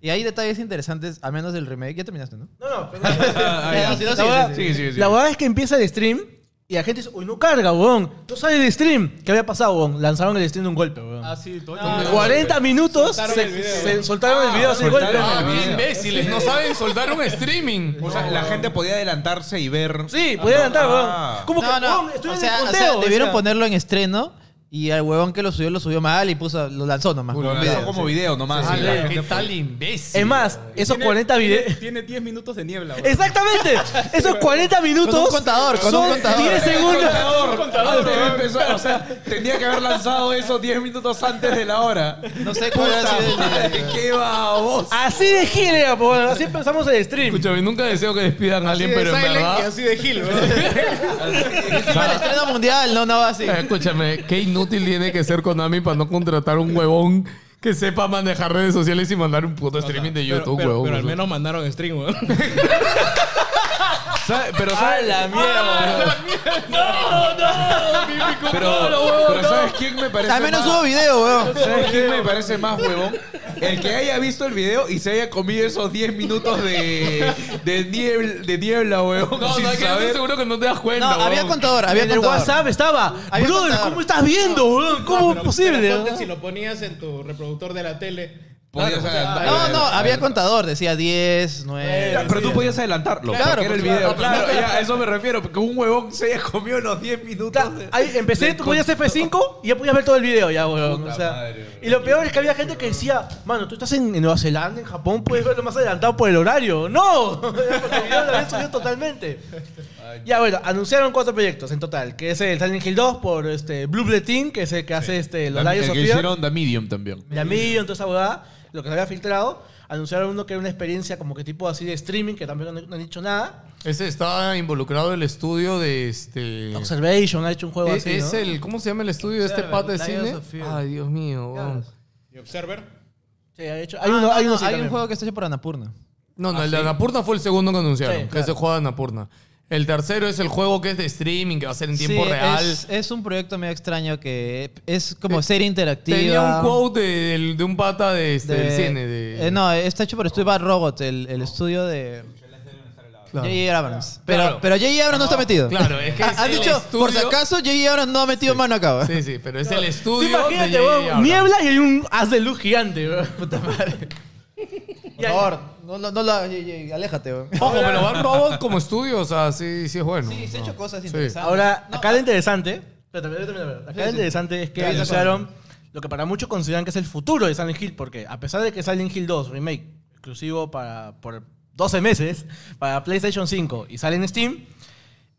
Y hay detalles interesantes, al menos del remake. Ya terminaste, ¿no? No, no, pero- Ah, ah, ya. No, si no, La sí, hueá- sí, sí, sí, sí. La verdad es que empieza el stream y la gente dice, uy, no carga, weón. No sale el stream. ¿Qué había pasado, weón? Lanzaron el stream de un golpe, weón. Ah, sí, todo En 40 minutos Soltaron se, el video. se soltaron el video así de golpe. soltaron Ah, el qué video. imbéciles. No saben soltar un streaming. O sea, la gente podía adelantarse y ver. Sí, podía adelantar, Ah. weón. Como que, No, no. weón, estoy o, en sea, el o conteo. sea, debieron o sea. ponerlo en estreno y al huevón que lo subió, lo subió mal y puso, lo lanzó nomás. Lo Como lanzó video, como sí. video nomás. Ah, y la la- gente- ¿Qué tal imbécil? Es más, esos 40 videos... Tiene 10 minutos de niebla, weón. Exactamente, esos 40 minutos Con un contador, con un son contador. 10 segundos. Antes de empezar, o sea, tenía que haber lanzado eso 10 minutos antes de la hora. No sé cuál ha sido el Madre, ¡Qué babos! Así de gira, weón. Así empezamos el stream. Escúchame, nunca deseo que despidan a Así alguien, de pero en Silent y verdad. así de Gil, weón. Encima el estreno mundial, no, no va así. Eh, Escúchame, qué inútil tiene que ser Konami para no contratar un huevón que sepa manejar redes sociales y mandar un puto streaming de Pero, YouTube, pero- huevón. pero al menos mandaron stream, weón. ¿Sabe- Pero ¡A ¿sabe- Ah, la mierda! pero- pero ¿sabes quién me parece Al menos más- hubo video, weón. ¿Sabes quién me parece más huevón? El que haya visto el video y se haya comido esos 10 minutos de, de, niebla, de niebla, huevón. No, sin no, es que yo estoy saber. seguro que no te das No, cuenta. había huevón. contador, había en el contador. WhatsApp estaba, Había brother, contador. ¿cómo estás viendo, weón? ¿Cómo pues, es posible? Ponte si lo ponías en tu reproductor de la tele. Podías adelantar- No, no, había adelantar. contador, decía 10, 9. Ya, Pero tú podías adelantarlo. Claro, porque era el pues, video. claro. Claro, ya, a eso me refiero. Porque un huevón se haya comido los 10 minutos. Claro, ahí empecé, tú podías F5 y ya podías ver todo el video ya, weón. o sea, madre, weón. y lo peor es que había gente que decía, mano, tú estás en, en Nueva Zelanda, en Japón, puedes verlo más adelantado por el horario. ¡No! Porque el video lo habían subido totalmente. Ya, bueno, anunciaron cuatro proyectos en total, que es el Silent Hill 2 por este, Blue Bletin, que es el que hace este, los La- Lions el of que Fear. hicieron The Medium también. Yamillo, toda esa huevada, lo que se había filtrado. Anunciaron uno que era una experiencia como que tipo así de streaming, que también no, no han dicho nada. Ese está involucrado el estudio de este. Observation ha hecho un juego es así, es ¿no? el. ¿Cómo se llama el estudio de este Observer, pat de Lions cine? of Fear. Ay, Dios mío, huevón. ¿Y Observer? Sí, ha hecho- Hay uno, hay uno sí Ah, hay un también. juego que está hecho por Anapurna. No, no, el de Anapurna fue el segundo que anunciaron, Sí, que claro. se juega de Anapurna. El tercero es el juego que es de streaming, que va a ser en tiempo Sí, real. Es, es un proyecto medio extraño que es como serie interactiva. Tenía un quote de, del- de un pata de, este, de- del cine. De, eh, no, está hecho por Studio Bad Robot, el, el estudio de Claro. J.J. Abrams. Pero Claro. pero J.J. Abrams no, está metido. claro, es que Ha- es Han el dicho, por si estudio- acaso, J.J. Abrams no ha metido mano acá. weón. Sí, sí, pero es el Tú estudio. imagínate, de weón, J.J. Abrams. niebla y hay un haz de luz gigante, weón. Puta madre. Por favor, no, no, no lo hagas, J.J., aléjate. weón. Oh. Ojo, pero Van Robot como estudio, o sea, sí, sí es bueno. Sí, se ha hecho cosas Sí. interesantes. Ahora, acá lo interesante. espérate, espérate, espérate, espérate. Acá Sí, lo sí. interesante es que Sí, sí, anunciaron lo que para muchos consideran que es el futuro de Silent Hill, porque a pesar de que Silent Hill 2 Remake, exclusivo para, por 12 meses, para PlayStation 5 y sale en Steam,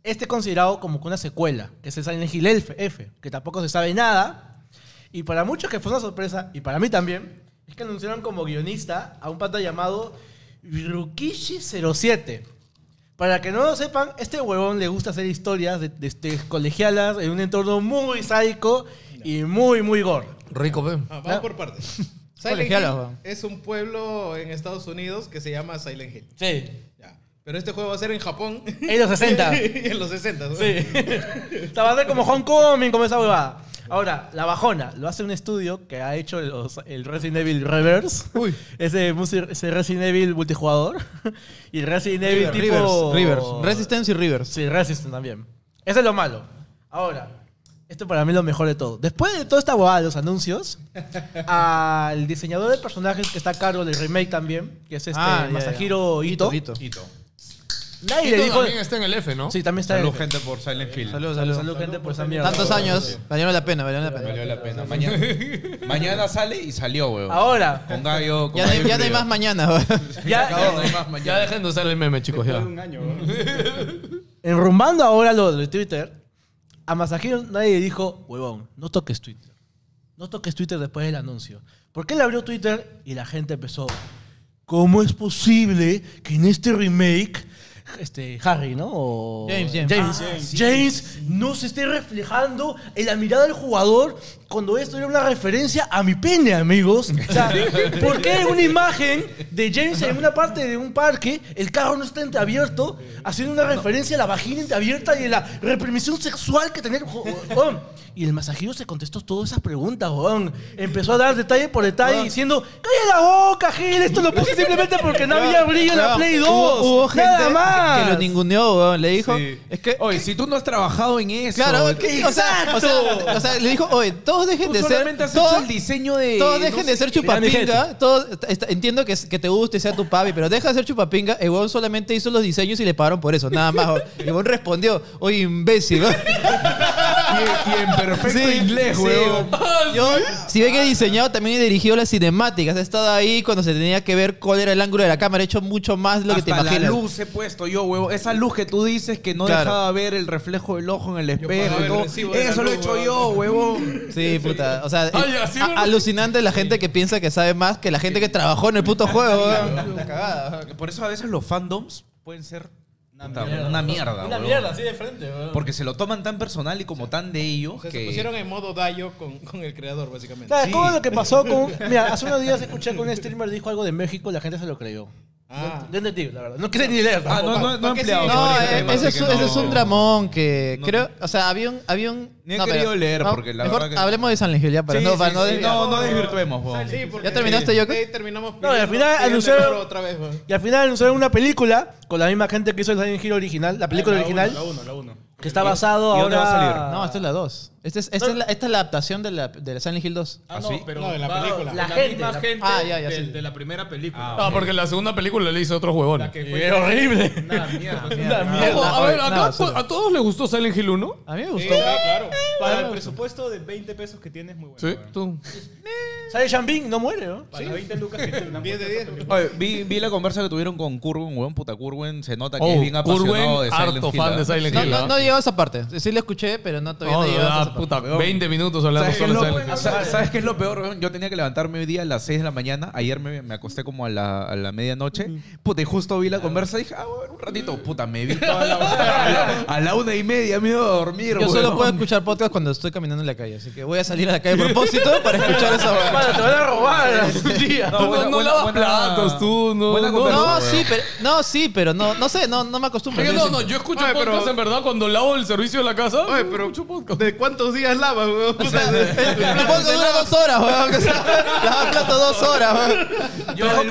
este es considerado como que una secuela, que es el Silent Hill F, F, que tampoco se sabe nada. Y para muchos que fue una sorpresa, y para mí también, es que anunciaron como guionista a un pata llamado Rukishi07. Para que no lo sepan, este huevón le gusta hacer historias de, de- de colegialas en un entorno muy sádico y muy, muy gore. Rico, pe. Ah, vamos por partes. Silent Colegialas, Hill weón. es un pueblo en Estados Unidos que se llama Silent Hill. Sí. Ya. Pero este juego va a ser en Japón. En los 60. en los 60, ¿no? Sí. Estaba hacer como Homecoming, como esa huevada. Ahora, La Bajona lo hace un estudio que ha hecho los- el Resident Evil Reverse. Ese, musi- ese Resident Evil multijugador. Y Resident Evil tipo. Rivers. Resistance y Rivers. Sí, Resistance también. Eso es lo malo. Ahora, esto para mí es lo mejor de todo. Después de toda esta huevada de los anuncios, al diseñador de personajes que está a cargo del remake también, que es este Ah, ya, ya. Masahiro Ito, Ito, nadie le dijo. también está en el F, ¿no? Sí, también está Salud, el- gente, por Silent Hill. Saludos, Salud, saludos. salud, gente, por esa mierda. Tantos años, valieron la pena, valieron la pena. Valió la pena. Mañana, mañana sale y salió, weón. Ahora, Con gallo. Con Ya, gallo no- ya no hay incluido. más mañana. ya, Acabó, no hay más mañana. Ya dejen de usar el meme, chicos, ya. Un año, weón. enrumbando ahora lo de Twitter, a Masahiro nadie le dijo, huevón, no toques Twitter. No toques Twitter después del anuncio. Porque él abrió Twitter y la gente empezó, ¿cómo es posible que en este remake... Este, Harry, ¿no? O- James, James. James, Ah, James no se esté reflejando en la mirada del jugador cuando esto era una referencia a mi pene, amigos. O sea, ¿por qué en una imagen de James en una parte de un parque el carro no está entreabierto haciendo una referencia a la vagina entreabierta y a la reprimición sexual que tenía el jo- huevón? Y el masajero se contestó todas esas preguntas, huevón. Empezó a dar detalle por detalle diciendo, ¡Calla la boca, Gil! Esto lo puse simplemente porque no había brillo en la Huevón, Play 2. Hubo, hubo gente Nada más. que lo ninguneó, weón. Le dijo. Sí. Es que. Oye, si tú no has trabajado en eso. Claro, ¿qué? o sea, o sea, o sea, le dijo, oye, todos dejen tú de ser. Pues solamente has todos- hecho el diseño de. Todos dejen no de sé ser qué. chupapinga. Todos, est- est- entiendo que, es- que te guste, sea tu papi, pero deja de ser chupapinga. El huevón solamente hizo los diseños y le pagaron por eso, nada más. huevón. El huevón respondió, oye, imbécil. huevón. Y, y en perfecto Sí, inglés, Ah, sí, weón. Yo, si ve que he diseñado también he dirigido las cinemáticas. He estado ahí cuando se tenía que ver cuál era el ángulo de la cámara. He hecho mucho más de lo que te Hasta imaginas. la luz he puesto yo, huevo. Esa luz que tú dices que no Claro. dejaba ver el reflejo del ojo en el espejo. pagaba y el todo. recibo de la Eso lo he luz, hecho huevón. yo, huevón. Sí, puta. O sea, Ay, así a- no- alucinante la gente que piensa que sabe más que la gente que trabajó en el puto juego. weón. Por eso a veces los fandoms pueden ser puta, una mierda. Una huevón. mierda, así de frente, weón. Porque se lo toman tan personal y como tan de ellos O sea, que. se pusieron en modo dayo con, con el creador, básicamente. Claro, es como lo que pasó con. Mira, hace unos días escuché que un streamer dijo algo de México y la gente se lo creyó. Ah. No entendí, la verdad. No quise ni leer. Ah, no, tampoco. no, no he empleado. No, ahorita, eh, además, ese así es, que ese no. es un dramón que creo, o sea, había un, había un. Ni he pero- querido leer, porque la mejor verdad que- hablemos de San Legil ya para Sí, no, para sí, no sí, desviar. no, no desvirtuemos, huevón. Sí, porque- ¿Ya terminaste, Yoko? Sí, terminamos. No, y al final pidiendo anunciaron- oro otra vez, weón. Y al final anunciaron una película con la misma gente que hizo el Silent Hill original, la película original, La 1, la 1. que está basado ¿Y ahora. dónde va a salir? No, esta es la 2. Este es, esta, es la, esta es la adaptación de la, de la Silent Hill 2. Ah, ¿sí? no, pero No, de la va- película. La la gente, misma la- gente Ah, ya, ya, del- sí. de la primera película. Ah, porque la segunda película le hice otro huevón. La que fue- ¡Qué horrible! Una mierda. Una Ojo, mierda. a ver, Nada, acá nada, solo. ¿a todos les gustó Silent Hill 1? A mí me Sí, gustó. Ah, claro. Para el presupuesto de 20 pesos que tienes, muy bueno. Sí, tú. Sale Shambin, no muere, ¿no? Para 20 lucas que tienen. 10 de 10. Ah. Oye, vi, vi la conversa que tuvieron con Curwen, huevón. Puta, Curwen se nota que Oh, es bien apasionado de Curwen, Silent harto Hill, fan ¿ah? de Silent No, Hill. no, ¿ah? no he llegado a esa parte. Sí la escuché, pero no, todavía no, he Oh, llegado a ah, esa parte. puta, 20 minutos hablando ¿Sabes qué, es solo de Silent lo, Hill. sa- sabes qué es lo peor? weón? Yo tenía que levantarme hoy día a las 6 de la mañana. Ayer me, me acosté como a la, a la medianoche. Puta, y justo vi la conversa y dije, ah, bueno, un ratito. Puta, me vi toda la a, la, a la una y media, me iba a dormir, Yo solo weón. puedo escuchar podcast cuando estoy caminando en la calle, así que voy a salir a la calle a propósito para escuchar esa Bueno, te van a robar un día. Tú no- buena- no buena- lavas buena- platos, tú, no. buena no, conversa. No, Perdón, sí, weón. pero no, sí, pero no, no sé, no, no me acostumbro. Oye, Yo no, sí- no, yo escucho Oye, pero- podcast en verdad cuando lavo el servicio de la casa. Oye, pero escucho podcast. ¿de cuántos días lavas, weón? O sea, el podcast dura dos horas, weón. O sea, Lavar plato dos horas, weón. Yo dejo,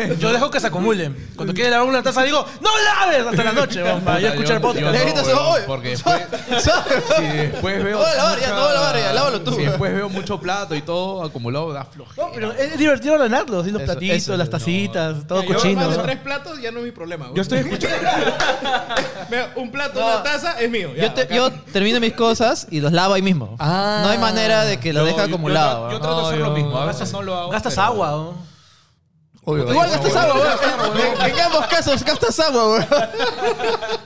que, yo dejo que se acumulen. Cuando quiere lavar una taza, digo, ¡No laves! Hasta la noche, vamos, para yo escuchar el podcast. Yo no, Le gritas, weón, "Oye". porque después, ¿Sabes? si después veo. No voy a lavar ya, no voy a lavar ya, lávalo tú. Si después veo mucho plato y todo acumulado, da flojera. No, pero es divertido ordenarlos, y los Eso, platitos, eso, las no. tacitas, todo Yo cochino. más de ¿no? tres platos ya no es mi problema, weón. Yo estoy escuchando. Mira, un plato, No. una taza es mío. ya, Yo, te- acá. yo termino mis cosas y los lavo ahí mismo. Ah. no hay manera de que lo deje acumulado. Yo, weón. trato de hacer lo No, yo- mismo. A veces no lo hago. Gastas pero- agua, ¿no? Obvio, Igual ahí, gastas weón. agua, weón. En- En ambos casos gastas agua, weón.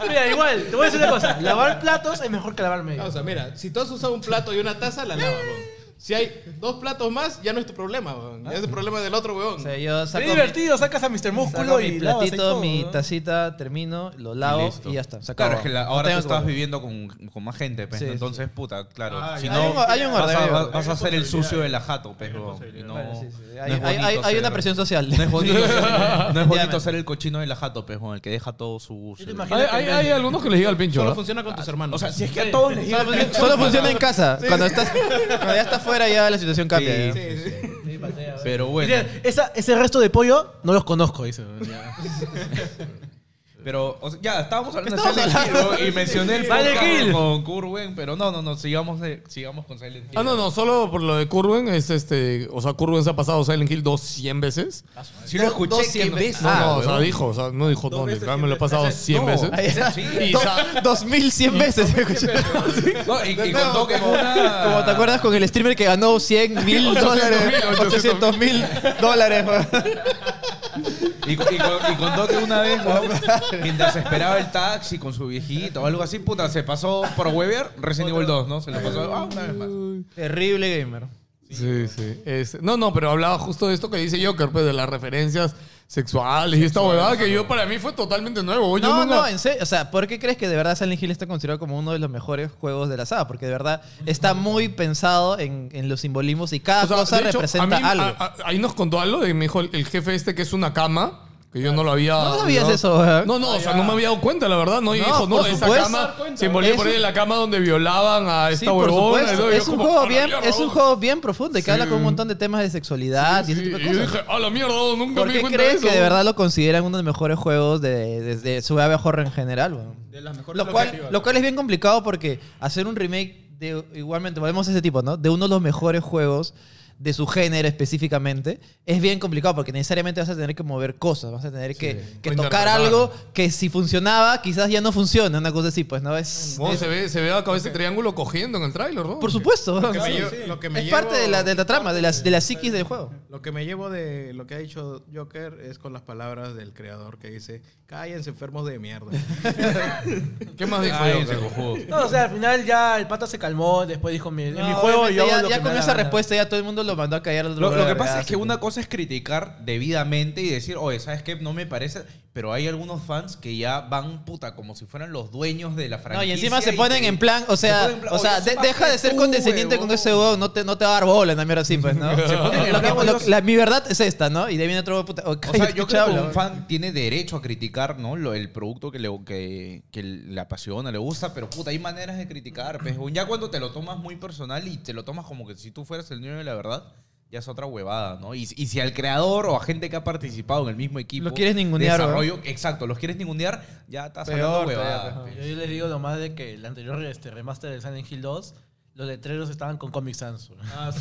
Mira, igual, te voy a decir una cosa. Lavar platos es mejor que lavar Ah, O medios. sea, mira, si tú has usado un plato y una taza, la lavas, weón. si hay dos platos más, ya no es tu problema, weón. Ya es el problema del otro, weón. O sea, yo saco Qué mi- divertido, sacas a Mr. Músculo saco y mi lavas ahí platito, todo, mi ¿no? tacita, termino, lo lavo y, ya está. se Claro, acabó. es que No la- ahora tengo tú estabas que- viviendo con, con más gente, pues, Sí, ¿no? sí, entonces, puta, claro. Ah, si ya. no, Hay un- hay un vas, a, orden, vas- vas a hay ser el sucio de la jato, Hay pero responsabilidades. no, Bueno, sí, sí. no Hay- es hay- bonito hay- hay ser- una presión social. No es bonito, ser- no es bonito Llamen. ser el cochino de la jato, pues, con el que deja todo su... Yo su- te imagino Hay, que hay- venden- hay algunos que les llega el pincho. Solo ¿verdad? funciona con tus hermanos. O sea, si es que a todos les Solo, funciona- solo funciona en casa. Cuando estás cuando ya estás fuera ya la situación cambia. Sí, ya. sí, sí. ¿eh? Pero bueno, Dice, esa- ese resto de pollo no los conozco, dice. pero o sea, ya, estábamos hablando de Estamos Silent Hill hablando- ¿no? y mencioné el Silent podcast Hill. con Kurwen, pero no, no, no, sigamos, de- sigamos con Silent Hill. Ah, no, no, solo por lo de Curwen es este. O sea, Curwen se ha pasado Silent Hill 200 veces. Si lo escuché, dos cien ¿qué veces. No, Ah, no, o huevón. sea, dijo, o sea, no dijo no, literal, me lo he pasado 100 No, veces. ahí está, sí. Y Do- sa- 2100 veces. No, y, y No, contó que como, fue una- como te acuerdas con el streamer que ganó 100 Ah. mil dólares, 800 mil dólares. Y, y, con- y contó que una vez, weón, mientras esperaba el taxi con su viejito o algo así, puta, se pasó por huevear Resident Evil 2, ¿no? Se lo pasó ah, una vez más. Terrible gamer. Sí, sí. Este, no, no, pero hablaba justo de esto que dice Joker, pues de las referencias sexuales y esta huevada que yo para mí fue totalmente nuevo. Yo No, nunca- no, en serio. O sea, ¿por qué crees que de verdad Silent Hill está considerado como uno de los mejores juegos de la saga? Porque de verdad está muy pensado en, en los simbolismos y cada O sea, cosa de hecho, representa a mí- algo. a- a- ahí nos contó algo de me dijo el, el jefe este que es una cama. Que yo no lo había. No sabías olvidado. eso, ¿verdad? No, no, o sea, no me había dado cuenta, la verdad. No, y No, dijo, no, por esa supuesto. cama se envolvía por ahí Es- en la cama donde violaban a esta Sí, por huevona. supuesto. ¿no? Y yo Es un, como, "A juego la bien, mierda, es un ¿no?". juego bien profundo y que Sí. habla con un montón de temas de sexualidad y ese Sí, tipo de y yo cosas. dije, a la mierda, nunca ¿Por me qué di cuenta de crees eso. que de verdad lo consideran uno de los mejores juegos de, de, de su ave horror en general? weón? De las mejores Lo cual, lo cual es bien complicado porque hacer un remake de igualmente, volvemos a ese tipo, ¿no? De uno de los mejores juegos de su género específicamente, es bien complicado porque necesariamente vas a tener que mover cosas, vas a tener que, que tocar Reinterpretar. algo que si funcionaba, quizás ya no funciona, una cosa así, pues, ¿no? Es, Bueno, es- se ve, se ve acá ese triángulo cogiendo en el tráiler, ¿no? por supuesto. Lo que me llevo- lo que me es llevo- parte de la, de la trama, de la, de la psiquis del juego. Lo que me llevo de lo que ha dicho Joker es con las palabras del creador que dice, cállense enfermos de mierda. ¿Qué más dijo Ay, Joker? ese cojudo. No, o sea, al final ya el pata se calmó, después dijo, mi, en mi No, juego obviamente yo hago ya, lo ya que me con da la esa gana. respuesta ya todo el mundo lo mandó a callar al otro Lo, lado lo de que la pasa verga, es que así. una cosa es criticar debidamente y decir, oye, ¿sabes qué? No me parece. Pero hay algunos fans que ya van, puta, como si fueran los dueños de la No, franquicia. y encima se te- ponen en plan, o se sea, ponen en plan, o "Oye, sea, no de- sepas deja que de ser tú, condescendiente huevón". con ese huevón, no te, no te va a dar bola, una mierda así, pues, ¿no? ponen en Lo que- plan, lo- huevón. la, mi verdad es esta, ¿no? Y de ahí viene otro puta. O sea, yo creo que un fan tiene derecho a criticar, ¿no? Lo- el producto que le, que, que le apasiona, le gusta, pero puta, hay maneras de criticar, pues, weón. Ya cuando te lo tomas muy personal y te lo tomas como que si tú fueras el niño de la verdad, ya es otra huevada, ¿no? Y, y si al creador o a gente que ha participado en el mismo equipo. Lo quieres ningunear, de desarrollo, Exacto, los quieres ningunear, ya estás Peor, hablando peor, huevada. ajá. pues. Yo, yo les digo lo más de que el anterior este, remaster de Silent Hill 2, los letreros estaban con Comic Sans. weón. Ah,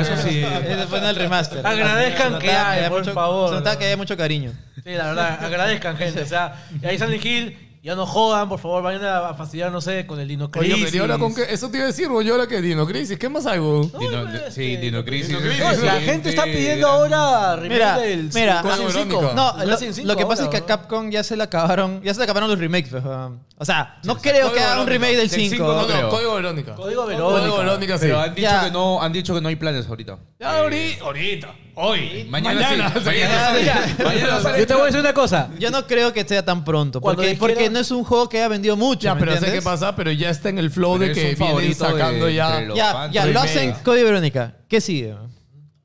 eso sí. Ese fue en el remaster. Agradezcan Se que notaba hay, había por mucho- favor. Se notaba que había mucho cariño. Sí, la verdad, agradezcan, gente. O sea, y ahí Silent Hill, ya no jodan, por favor, vayan a fastidiar, no sé, con el Dino Oye, Crisis. ¿y ahora con qué? Eso te iba a decir, güey. Yo ahora que Dino Crisis, ¿qué más hay, güey? Dino- Ay, sí, este, Dino Crisis. No, si la gente está pidiendo ahora remake Mira, del mira, Resident ah, 5. Verónica. No, El lo, Resident lo que 5 pasa es ahora, que a ¿no? Capcom ya se le acabaron, ya se le acabaron los remakes. pues, um, O sea, no creo que haga un remake del 5. no No, creo. no, Código Verónica. Código Código Verónica. Verónica, sí. Pero han dicho, Ya. que no, han dicho que no hay planes ahorita. Ya ahorita, ahorita, hoy, Mañana sí, sí. Ya, mañana sí. ya. Mañana sale. Yo te voy a decir una cosa. Yo no creo que sea tan pronto. Cuando Porque, dijeron- porque no es un juego que haya vendido mucho. Ya, ¿me pero sé entiendes? qué pasa, pero ya está en el flow Pero de es que un favorito vienen sacando de- ya. entre los- Ya, fans, ya lo remake. hacen Código Verónica. ¿Qué sigue?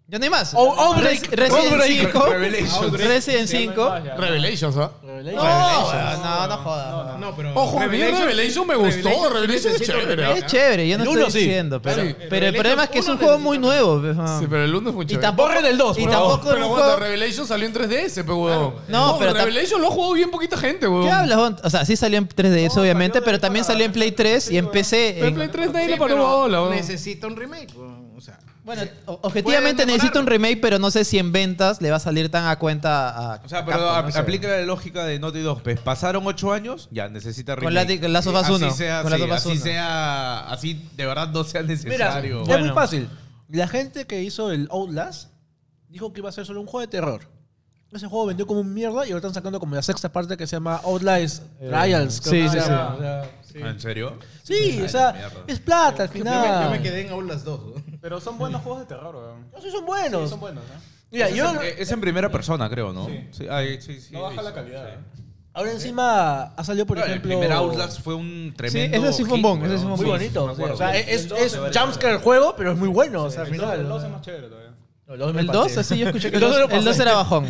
Ya no hay más. O- Outbreak. Res- Resident Outbreak. 5. Revelations. Resident 5. Revelations, ¿ah? No, no, no jodas. No, pero Ojo, a mí Revelation me gustó. Revelation es chévere. ¿ah? Es chévere, yo no El uno estoy sí. diciendo. Pero, Sí. pero el problema es que es un juego muy nuevo. pe, Sí, fam. pero el 1 es muy Y chévere. tampoco Borren el dos, Y por tampoco es pero un bueno, juego. Revelation salió en 3DS, pero weón. No, pero tam- Revelation lo ha jugado bien poquita gente, weón. ¿Qué hablas? Juan? O sea, sí salió en 3DS, obviamente, salió pero de- también salió en Play 3 y en PC. Pero en- en Play 3 nadie le paró bola, weón. necesita un remake. weón. O sea, Bueno, o- objetivamente Pueden necesito mejorar. un remake, pero no sé si en ventas le va a salir tan a cuenta a. O sea, a pero Capcom, ap- no sé. aplica la lógica de Naughty Dog. pues, Pasaron ocho años, ya necesita Con remake. la- con Last of Us uno, Así sea, con Last sí, of Us así uno. sea, así de verdad no sea Mira, necesario. es muy fácil. La gente que hizo el Outlast dijo que iba a ser solo un juego de terror. Ese juego vendió como un mierda y ahora están sacando como la sexta parte que se llama Outlast Trials. creo sí, sí, que se sí. llama. O sea, ¿En serio? Sí, o sea, es plata al Yo me, yo me final. quedé en aún las dos. ¿no? Pero son buenos juegos de terror, weón. No, sí son buenos. Sí, son buenos, ¿eh? Mira, yo, Eh, Es en primera persona, creo, ¿no? Sí. Sí, ay, sí, sí, No baja sí. la calidad, ¿eh? ahora encima ha salido, por Pero el ejemplo... primer Outlast fue un tremendo. ese sí fue un hit, bon, weón. ese sí fue un Muy Sí, bonito. me o sea, acuerdo. o sea, es, El es- es doce vale, jumpscare el juego, pero es muy bueno. O sea, al El final. 2, el 2 es más chévere todavía. No, el dos me El 2, pasé. así yo escuché que El el dos lo 2 el pasé. dos era bajón.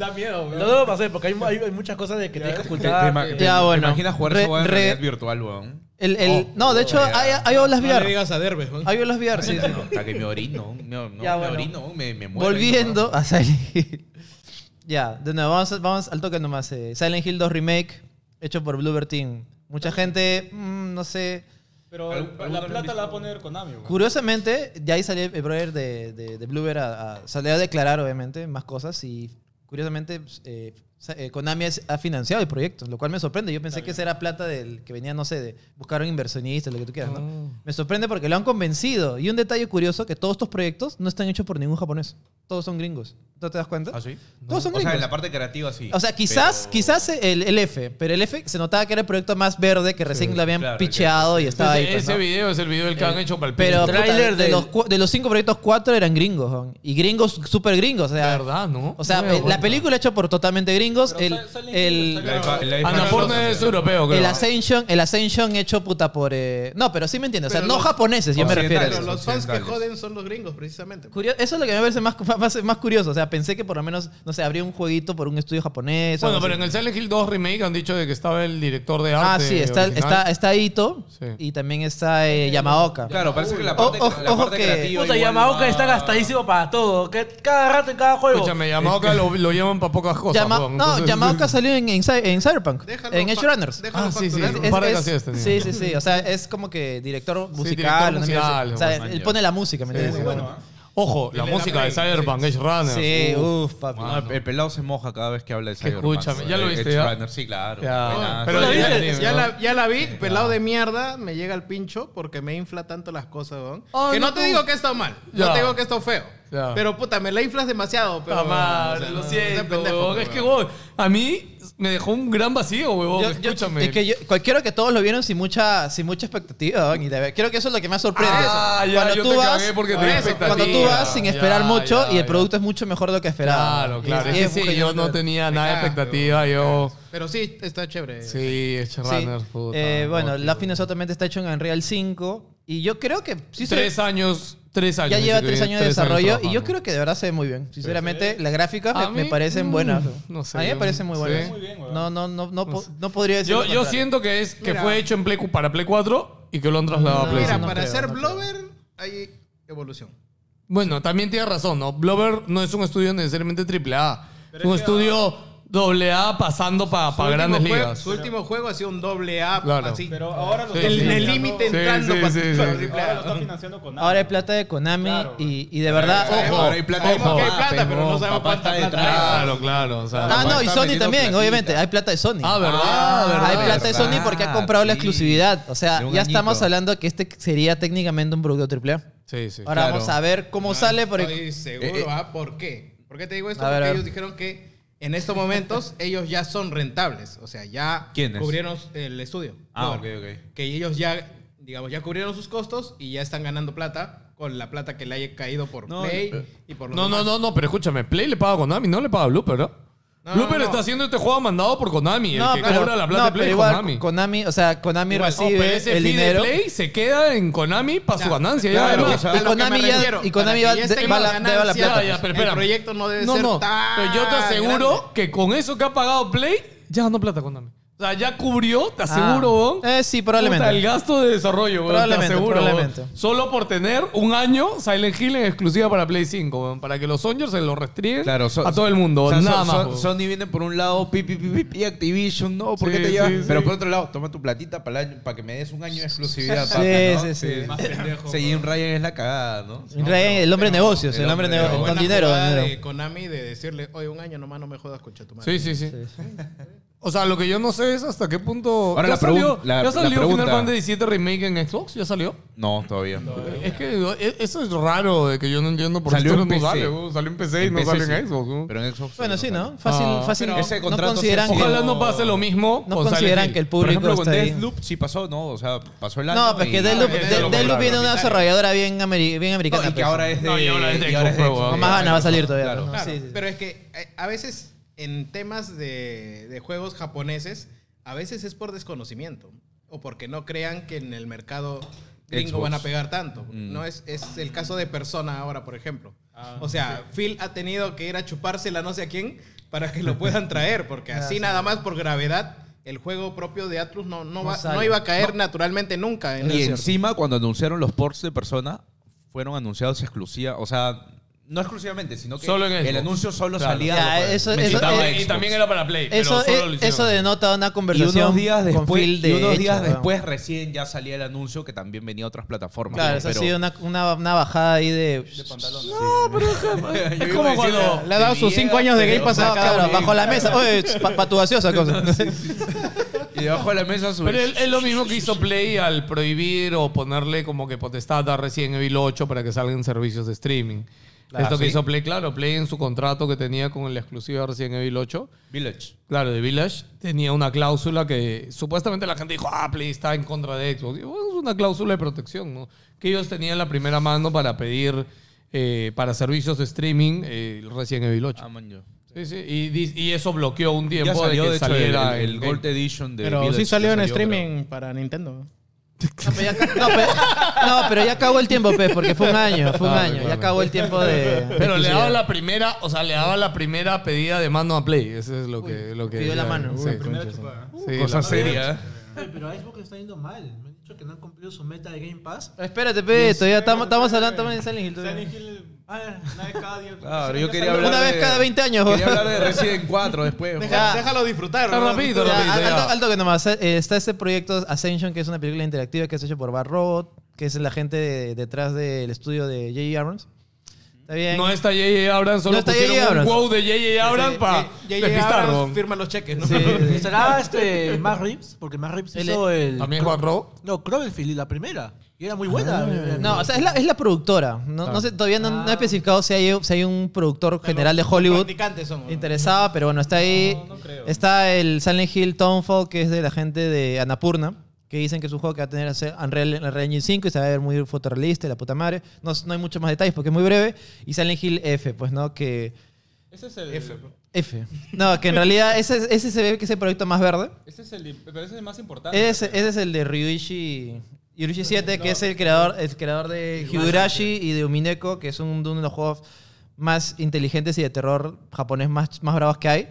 Da miedo, El dos weón. lo pasé porque hay, hay- hay muchas cosas de que tienes que Te- te ima- ocultar. te- eh, te Ya, bueno. imaginas jugar Re- eso en re- realidad virtual, weón? El, el, no, de hecho, hay, hay olas No le VR. digas a Derbez, ¿no? Hay olas VR, sí. sí. No, hasta que me orino. Me, no, Ya, me bueno. orino, me, me muero. Volviendo a Silent Hill. ya, de nuevo, vamos, vamos al toque nomás. eh. Silent Hill 2 Remake, hecho por Bloober Team. Mucha gente, mm, no sé. Pero Algún- algunos la lo han plata visto. la va a poner Konami, weón. Curiosamente, ya ahí salió el brother de, de, de Bloober a, a- salió a declarar, obviamente, más cosas. Y curiosamente, pues, eh, sa- eh, Konami es- ha financiado el proyecto, lo cual me sorprende. Yo pensé que esa era plata del que venía, no sé, de buscar un inversionista, lo que tú quieras, ¿no? Oh. Me sorprende porque lo han convencido. Y un detalle curioso, que todos estos proyectos no están hechos por ningún japonés. Todos son gringos. ¿No te das cuenta? ¿Ah, sí? Todos son O sea, gringos. en la parte creativa sí. O sea, quizás, pero- quizás el, el F, pero el F se notaba que era el proyecto más verde, que recién lo habían claro, picheado y estaba ahí. Ese, pues, ese ¿no? video es el video del que han hecho para el pelo. Pero puta, tráiler de, del- los, cua- de los cinco proyectos, cuatro eran gringos. ¿no? Y gringos súper gringos. O sea, verdad, ¿no? o sea No me eh, acuerdo. la película hecha por totalmente gringos. Pero El, Sil- Silent Hill el, La está grabado. ifa- la ifa- Annapurna es europeo, creo. el Ascension, el Ascension hecho puta por... eh, no, pero sí me entiendes. O sea, Pero no los- japoneses, yo me refiero a occidentales. eso. Pero los fans que occidentales. joden son los gringos, precisamente. Curio- eso es lo que me parece más, más, más curioso. O sea, pensé que por lo menos, no sé, habría un jueguito por un estudio japonés. o Bueno, algo pero así. en el Silent Hill 2 Remake han dicho de que estaba el director de Ah, arte. sí, está, original. está, está Ito Sí. y también está eh, Yamaoka. Claro, parece que la O- parte, ojo- la ojo parte que- creativa. Puta, igual Yamaoka va- está gastadísimo para todo. Que cada rato en cada juego. Escúchame, Yamaoka lo, lo llevan para pocas cosas. Llama- weón, no, entonces- Yamaoka salió en, en, Cy- en Cyberpunk, Déjalo en fa- Edge Runners. déjalo Ah, sí, sí, facturar. Un sí. par de canciones tenía. sí, sí, sí. O sea, es como que director musical. director una mierda musical, así. o sea, bueno, él pone la música, ¿me entiendes? Ojo, la Dile música la de play, Cyberpunk, Edge Runner. Sí, uh, Uf. uff, papi. Ah, el pelado se moja cada vez que habla de Que Cyberpunk. escúchame, ya lo Eh, viste, Edge ya. Runner, sí, claro. Ya, buenazo. pero Ya, Ah, ya- ya ya- la, ya la vi, pelado de mierda, me llega el pincho porque me infla tanto las cosas, weón. Ay, que Oh, no, no, te tú- digo que he estado mal, Ya. no te digo que he estado feo. Ya. Pero puta, me la inflas demasiado, pero. Puta madre, o sea, lo no, siento, no seas pendejo, weón. Es que, weón. weón, a mí me dejó un gran vacío, weón. Yo- yo- Escúchame. es que yo, cualquiera que todos lo vieron sin mucha, sin mucha expectativa. ¿no? Y de ver- creo que eso es lo que más sorprende. Ah, O sea, ya, yo te cagué porque cuando tenía tú expectativa. vas sin Ya, esperar mucho ya, y el ya. producto es mucho mejor de lo que esperaba. Claro, Y claro. y Es que sí, muy yo genial. no tenía Me nada de cagas, expectativa. Yo. Pero sí, está chévere. Sí, Edge Sí. Runner, puta. Eh, bueno, no, la tío. financiación también está hecho en Unreal 5. Y yo creo que. sí se- Tres años. Tres años. ya lleva dice que tres viene, años de desarrollo. y trabajando. yo creo que de verdad se ve muy bien. Sinceramente, las gráficas A me, me mí, parecen mm, buenas. no sé, A mí me parecen muy sí. buenas. Muy bien, weón. no, no, no, no, po- no podría decir. Yo, lo yo contrario. siento que es que Mira. fue hecho en Play, cu- para Play 4 y que lo han trasladado a No, Play Mira, 5. para creo, ser no blogger hay evolución. Bueno, también tiene razón, ¿no? Blover no es un estudio necesariamente triple A. Pero Es un es que- estudio doble A pasando para Su último grandes jue- ligas. Su último juego ha sido un doble A, Claro. así. Pero ahora lo Sí, está sí. el el financiando- límite Sí, entrando sí, para sí, sí. para el triple Ahora lo A. está financiando Konami. Ahora hay plata de Konami Claro, weón. y, y de verdad. Eh, ojo. ahora hay plata, Sabemos ojo. que hay plata, pero no sabemos Papá está cuánta plata detrás. hay. Claro, claro. o sea, Ah, no, y Está Sony metiendo también, platita. obviamente. Hay plata de Sony. Ah, ¿verdad? ¿verdad? Hay plata de ¿verdad? Sony porque ha comprado la Sí. exclusividad. O sea, De ya un estamos añito. hablando que este sería técnicamente un producto AAA. Sí, sí. Ahora Claro. vamos a ver cómo No sale. Por Eh, Estoy seguro, ¿ah? ¿Por qué? ¿Por qué te digo esto? A ver, Porque a ver. ellos dijeron que en estos momentos ellos ya son rentables. O sea, ya ¿Quiénes? cubrieron el estudio. Ah, ok, Bueno, ok. Que ellos ya, digamos, ya cubrieron sus costos y ya están ganando plata con la plata que le haya caído por No, Play eh, no, y por los No, no, demás. no, no, pero escúchame, Play le paga a Konami, no le paga a Blooper, ¿no? No, Blooper no. está haciendo este juego mandado por Konami. el que cobra la plata no, de Play pero es igual, Konami. Konami, o sea, Konami Igual, no, recibe pero ese Pues el fee dinero. de Play se queda en Konami para su ganancia. ya, Claro, además. o y sea, a lo que Konami me ya- refiero, y Konami para va- que ya estén de- va la- con debe la plata. ganancias, Ya, ya, pero el espérame. proyecto no debe no, ser no. tan Pero yo te aseguro grande. que con eso que ha pagado Play, ya ganó plata Konami. O sea, ya cubrió, te aseguro, Ah. weón. Eh, sí, Puta, el probablemente. gasto de desarrollo, weón, Probablemente, te aseguro. weón. probablemente. Solo por tener un año Silent Hill en exclusiva para Play 5, weón, para que los Songers se lo restríen Claro, so- a todo el mundo. o sea, nada so- más. so- weón. Sony viene por un lado, pi, pi, pi, pi, pi, Activision, no, ¿por qué Sí, te llevas? sí, sí. Pero por otro lado, toma tu platita para que me des un año de exclusividad. Sí, papi, ¿no? sí, sí. Más pendejo, Sí, Jim Ryan es la cagada, ¿no? Ryan, el hombre de negocios, el hombre de negocios. negocios. Buena Con dinero, jugada dinero. de Konami de decirle, oye, un año nomás no me jodas, concha tu madre. Sí, sí, sí. O sea, lo que yo no sé es hasta qué punto. Ahora ¿Ya la pregun- salió, la- ¿ya la salió pregunta. Final Fantasy 17 Remake en Xbox? ¿Ya salió? No, todavía. Es que digo, e- eso es raro, de que yo no entiendo por qué Salió esto no en PC. sale. weón. Salió en PC y no PC sale en sí. Xbox. weón. Pero en Xbox. Bueno, sí, ¿no? Fácil, Ah, fácil. pero ese no contrato consideran se- que, Ojalá no pase lo mismo. no con Silent consideran Hill. que el Por público ejemplo, con está ahí. Deathloop sí pasó, ¿no? O sea, pasó el año. No, pues y- que Deathloop, y- Death- Deathloop viene de una desarrolladora bien, ameri- bien No, americana. y que pues. ahora es de. No, y ahora es de y ahora Xbox, Xbox. weón. Con más ganas va a salir todavía. Claro. ¿no? Claro, Sí, sí, sí. pero es que eh, a veces en temas de, de juegos japoneses, a veces es por desconocimiento o porque no crean que en el mercado gringo Xbox. van a pegar tanto. Mm. No es, es el caso de Persona ahora, por ejemplo. o sea, Phil ha tenido que ir a chupársela no sé a quién para que lo puedan traer, porque así nada más por gravedad el juego propio de Atlus no, no, No va- sale. no iba a caer naturalmente nunca en Y el encima, cuando anunciaron los ports de Persona, fueron anunciados exclusiva. O sea, no exclusivamente, sino que Solo en el Xbox. anuncio solo Claro. salía. Ya, en los- eso- Me eso- citaba eh, Xbox. Y también era para Play. Eso, pero solo eh, lo hicieron. eso denota una Y conversación unos días con después, Phil de y unos hecho, días weón. después recién ya salía el anuncio que también venía a otras plataformas. Claro, ¿no? eso ha Pero- sido una, una, una bajada ahí de... No, pero es- es como cuando. Le ha dado sus cinco años de Game Pass a No, cada claro, uno. bajo la mesa. Oye, para tu gaseosa cosa. Y debajo de la mesa su. Pero es, es lo mismo que hizo Play al prohibir o ponerle como que potestad a Resident Evil 8 para que salgan servicios de streaming. Ah, Esto que sí. hizo Play, claro, Play en su contrato que tenía con la exclusiva de Resident Evil 8, Village. claro, de Village, tenía una cláusula que supuestamente la gente dijo, ah, Play está en contra de Xbox. Y, bueno, es una cláusula de protección, ¿no? Que ellos tenían la primera mano para pedir eh, para servicios de streaming eh, el Resident Evil 8. Ah, man, yo. Sí, sí, y, di- y eso bloqueó un tiempo Ya salió, de que de hecho, saliera el, el Game Gold Edition de Pero Village, sí salió que en pero- streaming para Nintendo. No, pero ya, no, pero- no, pero ya acabó el tiempo, Pez, porque fue un año, fue un Claro, año. Ya claro. acabó el tiempo de... Pero le daba exclusividad. la primera, o sea, le daba la primera pedida de mano a Play. Eso es lo que. Lo que pidió la mano. Sí, La Primera sí, chupada. sí, Cosa la- seria. ¿eh? Oye, Pero a Xbox le está yendo mal. Me han dicho que no han cumplido su meta de Game Pass. Espérate, pe, todavía estamos estamos hablando estamos en Silent Hill. todavía. Silent Hill, Ah, una vez cada día. Claro, Sí, yo ya quería salió. hablar Una de- vez cada 20 años. Quería weón. hablar de Resident 4 después. Deja- Ya. Déjalo disfrutar. Está ¿no? rapidito, Ya, rapidito, ya. alto, alto que nomás. Eh, Está este proyecto Ascension, que es una película interactiva que es hecho por Bad Robot, que es la gente de- detrás del estudio de J.J. Abrams. Está bien. No está J.J. Abrams, solo No está pusieron J.J. un Abrams. wow de J.J. Abrams para Ya despistar, llegaron, weón. firma los cheques, ¿no? Sí, sí, sí. ¿Estará este Matt Reeves? Porque Matt Reeves Él hizo el... ¿También es Juan Robo? No, Cloverfield, y la primera. Y era muy Ah. buena. No, o sea, es la, es la productora. No, no sé, todavía no, Ah. no he especificado si hay, si hay un productor general de Hollywood Practicantes somos. interesado, pero bueno, está ahí. Está el Silent Hill Townfall, que es de la gente de Anapurna, que dicen que es un juego que va a tener hacer Unreal, Unreal Engine 5 y se va a ver muy fotorrealista y la puta madre. No, no hay muchos más detalles porque es muy breve. Y Silent Hill F, pues no, que... Ese es el. F. No, que en realidad ese, ese se ve que es el proyecto más verde. Ese es el. Pero ese es el más importante. Ese, ese es el de Ryuichi. Ryuichi 7, que es el creador, el creador de Higurashi y de Umineko, que es un- uno de los juegos más inteligentes y de terror japonés más, más bravos que hay.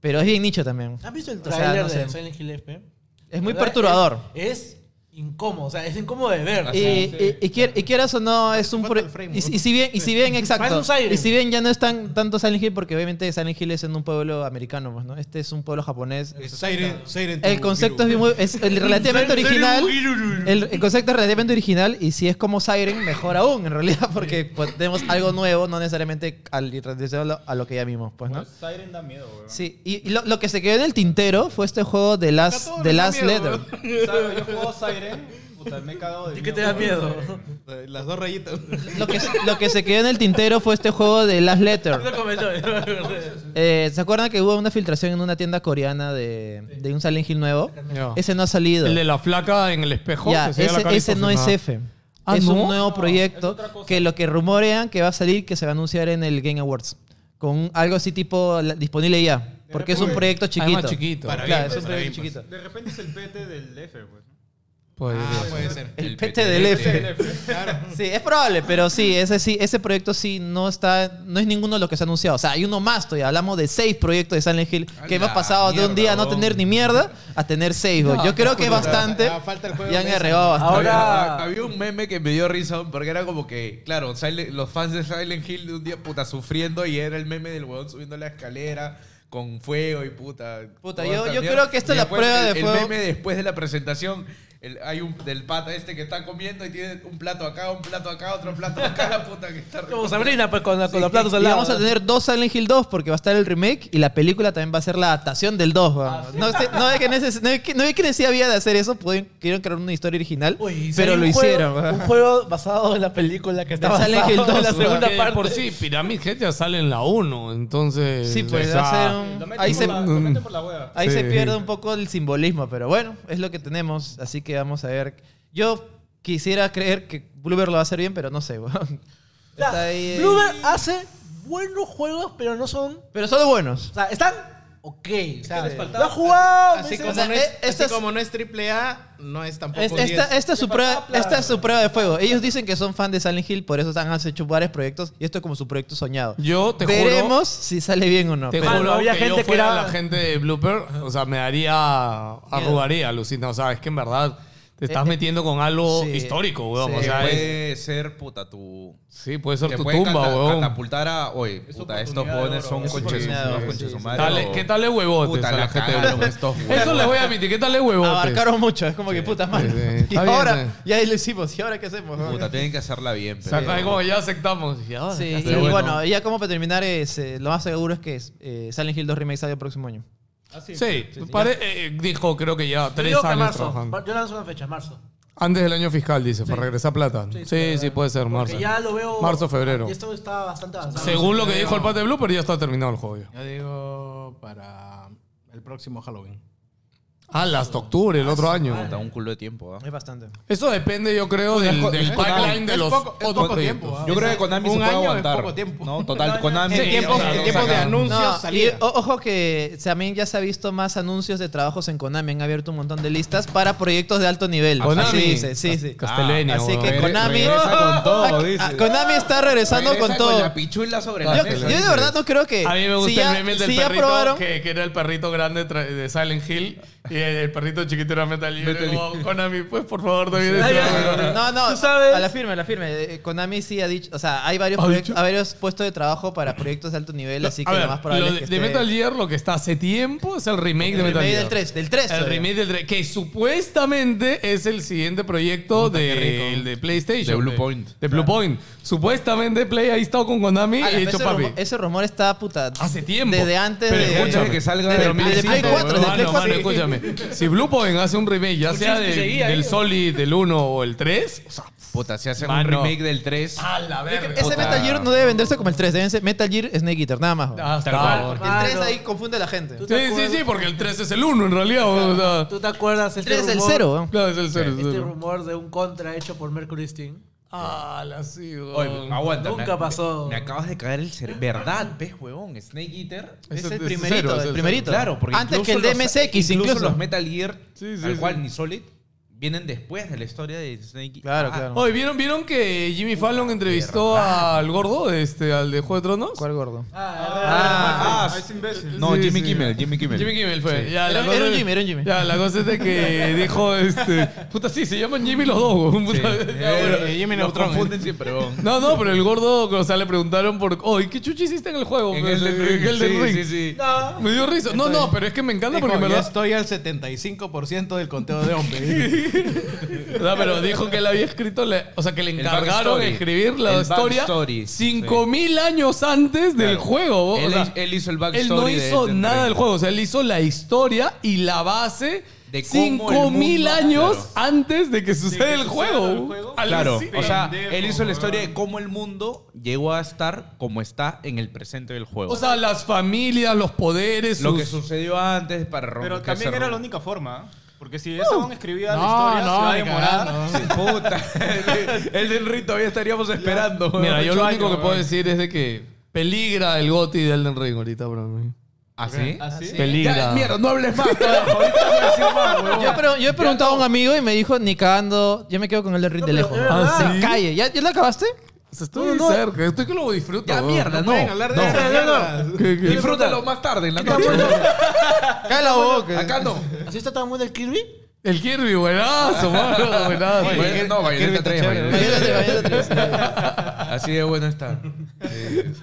Pero es bien nicho también. ¿Has visto el O sea, trailer no sé. de Silent Hill FP? Es muy ¿Verdad? perturbador. Ah, Es, es incómodo, o sea, es incómodo de ver. Y, y- y quier- y quieras o no, es un... falta pro- el frame, y, ¿no? y si bien, y si bien, Parece exacto. un siren. Y si bien ya no es tan, tanto Silent Hill, porque obviamente Silent Hill es en un pueblo americano, pues, ¿no? Este es un pueblo japonés. Siren- Siren El to concepto es, Hiru. bien muy- es el relativamente original. El, el concepto es relativamente original y si es como Siren, mejor aún, en realidad, porque pues, tenemos algo nuevo, no necesariamente al relacionado a lo que ya vimos, pues, ¿no? Siren da miedo, weón. Sí, y, y lo, lo que se quedó en el tintero fue este juego de Last, Está todo The bien, Last amigo. Letter. ¿Sabes? Yo juego Siren. Puta, me he cagado de ¿Y qué te da miedo? Las dos rayitas. Lo que, se- lo que se quedó en el tintero fue este juego de Last Letter. Lo comentó, me acordé. Eh, ¿Se acuerdan que hubo una filtración en una tienda coreana de, de un Silent Hill nuevo? Ya. Ese no ha salido. El de la flaca en el espejo. Ya, que se ve la ese, cara ese no es distorsionada. F. Ah, es ¿no? un nuevo proyecto que lo que rumorean que va a salir, que se va a anunciar en el Game Awards. Con un- algo así tipo la- disponible ya. Porque es un proyecto Ah, es chiquito. más chiquito. Para Claro, bien, es un para proyecto bien, chiquito. De repente es el PT del F, pues. Pues, Ah, puede ser. El El PT del F. Claro. Sí, es probable, pero sí, ese sí, ese proyecto sí no está, no es ninguno de los que se ha anunciado. O sea, hay uno más todavía. Hablamos de seis proyectos de Silent Hill que hemos la pasado de un día a no mierda, tener ni mierda a tener seis. güey. Yo creo que es bastante. Ya falta el juego Y han de mesa. arreglado bastante. Ahora había, Ahora- había un meme que me dio risa porque era como que, claro, Silent- los fans de Silent Hill de un día puta sufriendo y era el meme del weón subiendo la escalera con fuego y puta. Puta, toda yo- esta yo mierda. creo que Y esta es la después prueba el- de el fuego. meme después de la presentación el- hay un del pata este que está comiendo y tiene un plato acá, un plato acá, otro plato acá, la puta que está Como Sabrina, pues, con, la- con los platos al Y lado. vamos a tener dos Silent Hill 2 porque va a estar el remake y la película también va a ser la adaptación del 2. weón. Ah, no, sé- no, es que neces- no es que- no es que les había de hacer eso, pudieron, querían crear una historia original, Uy, pero sí, lo un juego- hicieron. weón. Un juego basado en la película que está Del basado Silent Hill en la 2, segunda Que de parte. Por sí, Pyramid Head ya sale en la 1, entonces... Sí, pues, hace un- ahí se- Ahí Sí. se pierde un poco el simbolismo, pero bueno, es lo que tenemos, así que vamos a ver. Yo quisiera creer que Bloober lo va a hacer bien, pero no sé, weón. Ya, Está ahí, eh. Bloober hace buenos juegos, pero no son... Pero son los buenos. O sea, están ok. O sea, les faltaba- lo has jugado. Así, me como, dices, no eh, es, esta así es- como no es triple A, no es tampoco Es- esta, 10. esta es su prueba, esta es su prueba de fuego. Ellos dicen que son fan de Silent Hill, por eso han hecho varios proyectos y esto es como su proyecto soñado. Yo te juro- Veremos si sale bien o no. Te pero- juro había que gente yo que fuera era- la gente de Blooper, o sea, me daría... Arrugaría, Lucina. O sea, es que en verdad te estás Eh, eh, metiendo con algo sí. histórico, weón. Sí. o sea, es- Puede ser, puta, tu... sí, puede ser te tu puede tumba, cata- weón. catapultar a... Oye, puta, estos jóvenes son Es conches, oportunidad de unos oro, conches sí, su sí. madre, Dale, o- ¿Qué tal de huevotes Puta, a la, la gente de cagaron Blooper? estos huevotes. Eso les voy a admitir, ¿qué tal de huevotes? Abarcaron mucho, es como que puta madre. sí, Y está bien, ahora, sí. ya lo hicimos, ¿y ahora qué hacemos? Puta, tienen que hacerla bien. O pero- sea, como ya aceptamos. y ahora, Sí, ya y está bueno. ya como para terminar, es, eh, lo más seguro es que eh, Silent Hill 2 Remake sale el próximo año. Sí, pare- eh, dijo creo que ya Yo tres digo que años marzo. trabajando. Yo lanzo una fecha, marzo. Antes del año fiscal, dice, para regresar plata. Sí, sí, puede ser marzo. Porque ya lo veo. Marzo, febrero. Y esto está bastante avanzado. Según lo que dijo el Pate Blue, pero ya está terminado el juego. ya. Yo digo para el próximo Halloween. Ah, hasta octubre, el otro año. Da un culo de tiempo, ¿ah? Es bastante. Eso depende, yo creo, del, co- del es pipeline de es los poco- es otros poco tiempo, proyectos. ah. Yo creo que Konami Un se puede año es aguantar. poco tiempo. ¿no? Total, Konami... En sí, tiempos- o sea, en lo tiempos de sacaron. anuncio. Anuncios, No, y salida. o- ojo que también ya se ha visto más anuncios de trabajos en Konami. Han abierto un montón de listas para proyectos de alto nivel. Konami. Así dice, sí, sí. Castlevania, Así weón. que Regre- Konami. regresa con todo, Ah, dice. ah, Konami está regresando Regresa con todo. la pichula sobre la Yo, mesa. yo de verdad no creo que. A mí me gusta si ya- el meme del si ya perrito probaron- que, que era el perrito grande tra- de Silent Hill y el, el perrito chiquito era Metal Gear. Metal como, Gear. Konami, pues por favor, también es No, no, Tú sabes. a la firme, a la firme. Eh, Konami sí ha dicho, o sea, hay varios, ¿Ha proyect- dicho? hay varios puestos de trabajo para proyectos de alto nivel, así que a ver, lo más probable lo es de, que de esté- Metal Gear lo que está hace tiempo es el remake el de Metal remake Gear. del 3, del 3. El todavía. remake del 3, que supuestamente es el siguiente proyecto de, el de PlayStation. De Blue Point. De Blue Point. Supuestamente Play ha estado con Konami y Ah, ha dicho ese, papi. rumor, ese rumor está puta. Hace tiempo. Desde antes Pero de. escúchame, Antes de que salga desde- del desde Play 2005, 4, desde Play Mano, 4. mano, escúchame. Si Blue Point hace un remake, ya sea de- del Solid, del 1 o el 3, o sea, Puta, si hacen un Mano. remake del 3. Ah, a la verga. Ese Metal Gear no debe venderse como el 3, debe ser Metal Gear Snake Eater, nada más. Ah, está. porque el 3 ahí confunde a la gente. Tú- Sí, El sí, sí, porque el 3 es el 1 en realidad. o sea, ¿Tú te acuerdas? Este 3 es el rumor- 0. claro, es el 0. Este rumor de un contra hecho por Mercury Steam. Ah, la sigo. Oye, pues, ah, aguanta. Nunca me- pasó. Me acabas de caer el cerebro. ¿Verdad, ves, huevón? Snake Eater. Ah. Es el Ese- primerito, ese cero, el ese primerito. Claro, porque Antes que el incluso los- DMSX, incluso. los Metal Gear, Sí, sí, tal sí. cual, ni Solid, vienen después de la historia de Snake Eater. Claro, Ah, claro. Oye, ¿vieron, ¿vieron que Jimmy Fallon entrevistó al gordo, este, al de Juego de Tronos? ¿Cuál gordo? Ah, Ah, es imbécil. No, Sí, Jimmy sí. Kimmel, Jimmy Kimmel. Jimmy Kimmel fue. Ya, Era- la cosa era un es- Jimmy, era un Jimmy. Ya, la cosa es de que dijo, este... Puta, sí, se llaman Jimmy los dos, güey. Puta. Eh, Jimmy Neutron. confunden siempre, huevón. No, no, pero el gordo, o sea, le preguntaron por... Oye, ¿qué chuchi hiciste en el juego? En Pero- Elden Ring, Elden sí, Ring. sí, sí. Me dio risa. No, no, pero es que me encanta Dijo, porque en "Yo verdad... estoy al 75% del conteo de hombres. No, pero dijo que él había escrito, la- o sea, que le encargaron de backstory. escribir la El historia backstory, 5000 años antes del Claro. juego. Él, o sea, hi- él hizo el él backstory. no de hizo Elden nada Ring. del juego, o sea, él hizo la historia y la base De cómo el 5000 mundo- años Claro. antes de que suceda que el, suceda juego. el juego. Al- Claro, sí. o sea, Pendejo, él hizo la weón. historia de cómo el mundo llegó a estar como está en el presente del juego. O sea, las familias, los poderes, lo sus- que sucedió antes para romper. Pero también se era romp- la única forma. ¿eh? Porque si ese aún escribía la Uh. No, historia, no, se va a ni demorar. cagando. Sí, Puta, el del Ring todavía estaríamos esperando. Mira, yo Ocho lo único años, que puedo weón. decir es de que peligra el Goti de Elden Ring ahorita para mí. ¿Ah, sí? Peligra. Ya, mierda, no hables más. carajo, ahorita voy a decir más, weón. Yo, pero, yo he preguntado a un amigo y me dijo, ni cagando, yo me quedo con el de Ring de lejos. Ah, ¿sí? Se calle. ¿Ya, ¿Ya lo acabaste? O sea, estoy cerca, estoy que lo disfruto. Ya, weón. mierda, no. Pueden hablar de no. esas mierdas. ¿Qué- qué? Disfrútalo más tarde en la noche. Cala la boca. Acá no. ¿Así está tan bueno el Kirby? El Kirby, buenazo, mano, buenazo. Bueno, no, Bayonetta 3. Bayonetta Bayonetta 3, Bayonetta 3. Así de bueno está. Sí.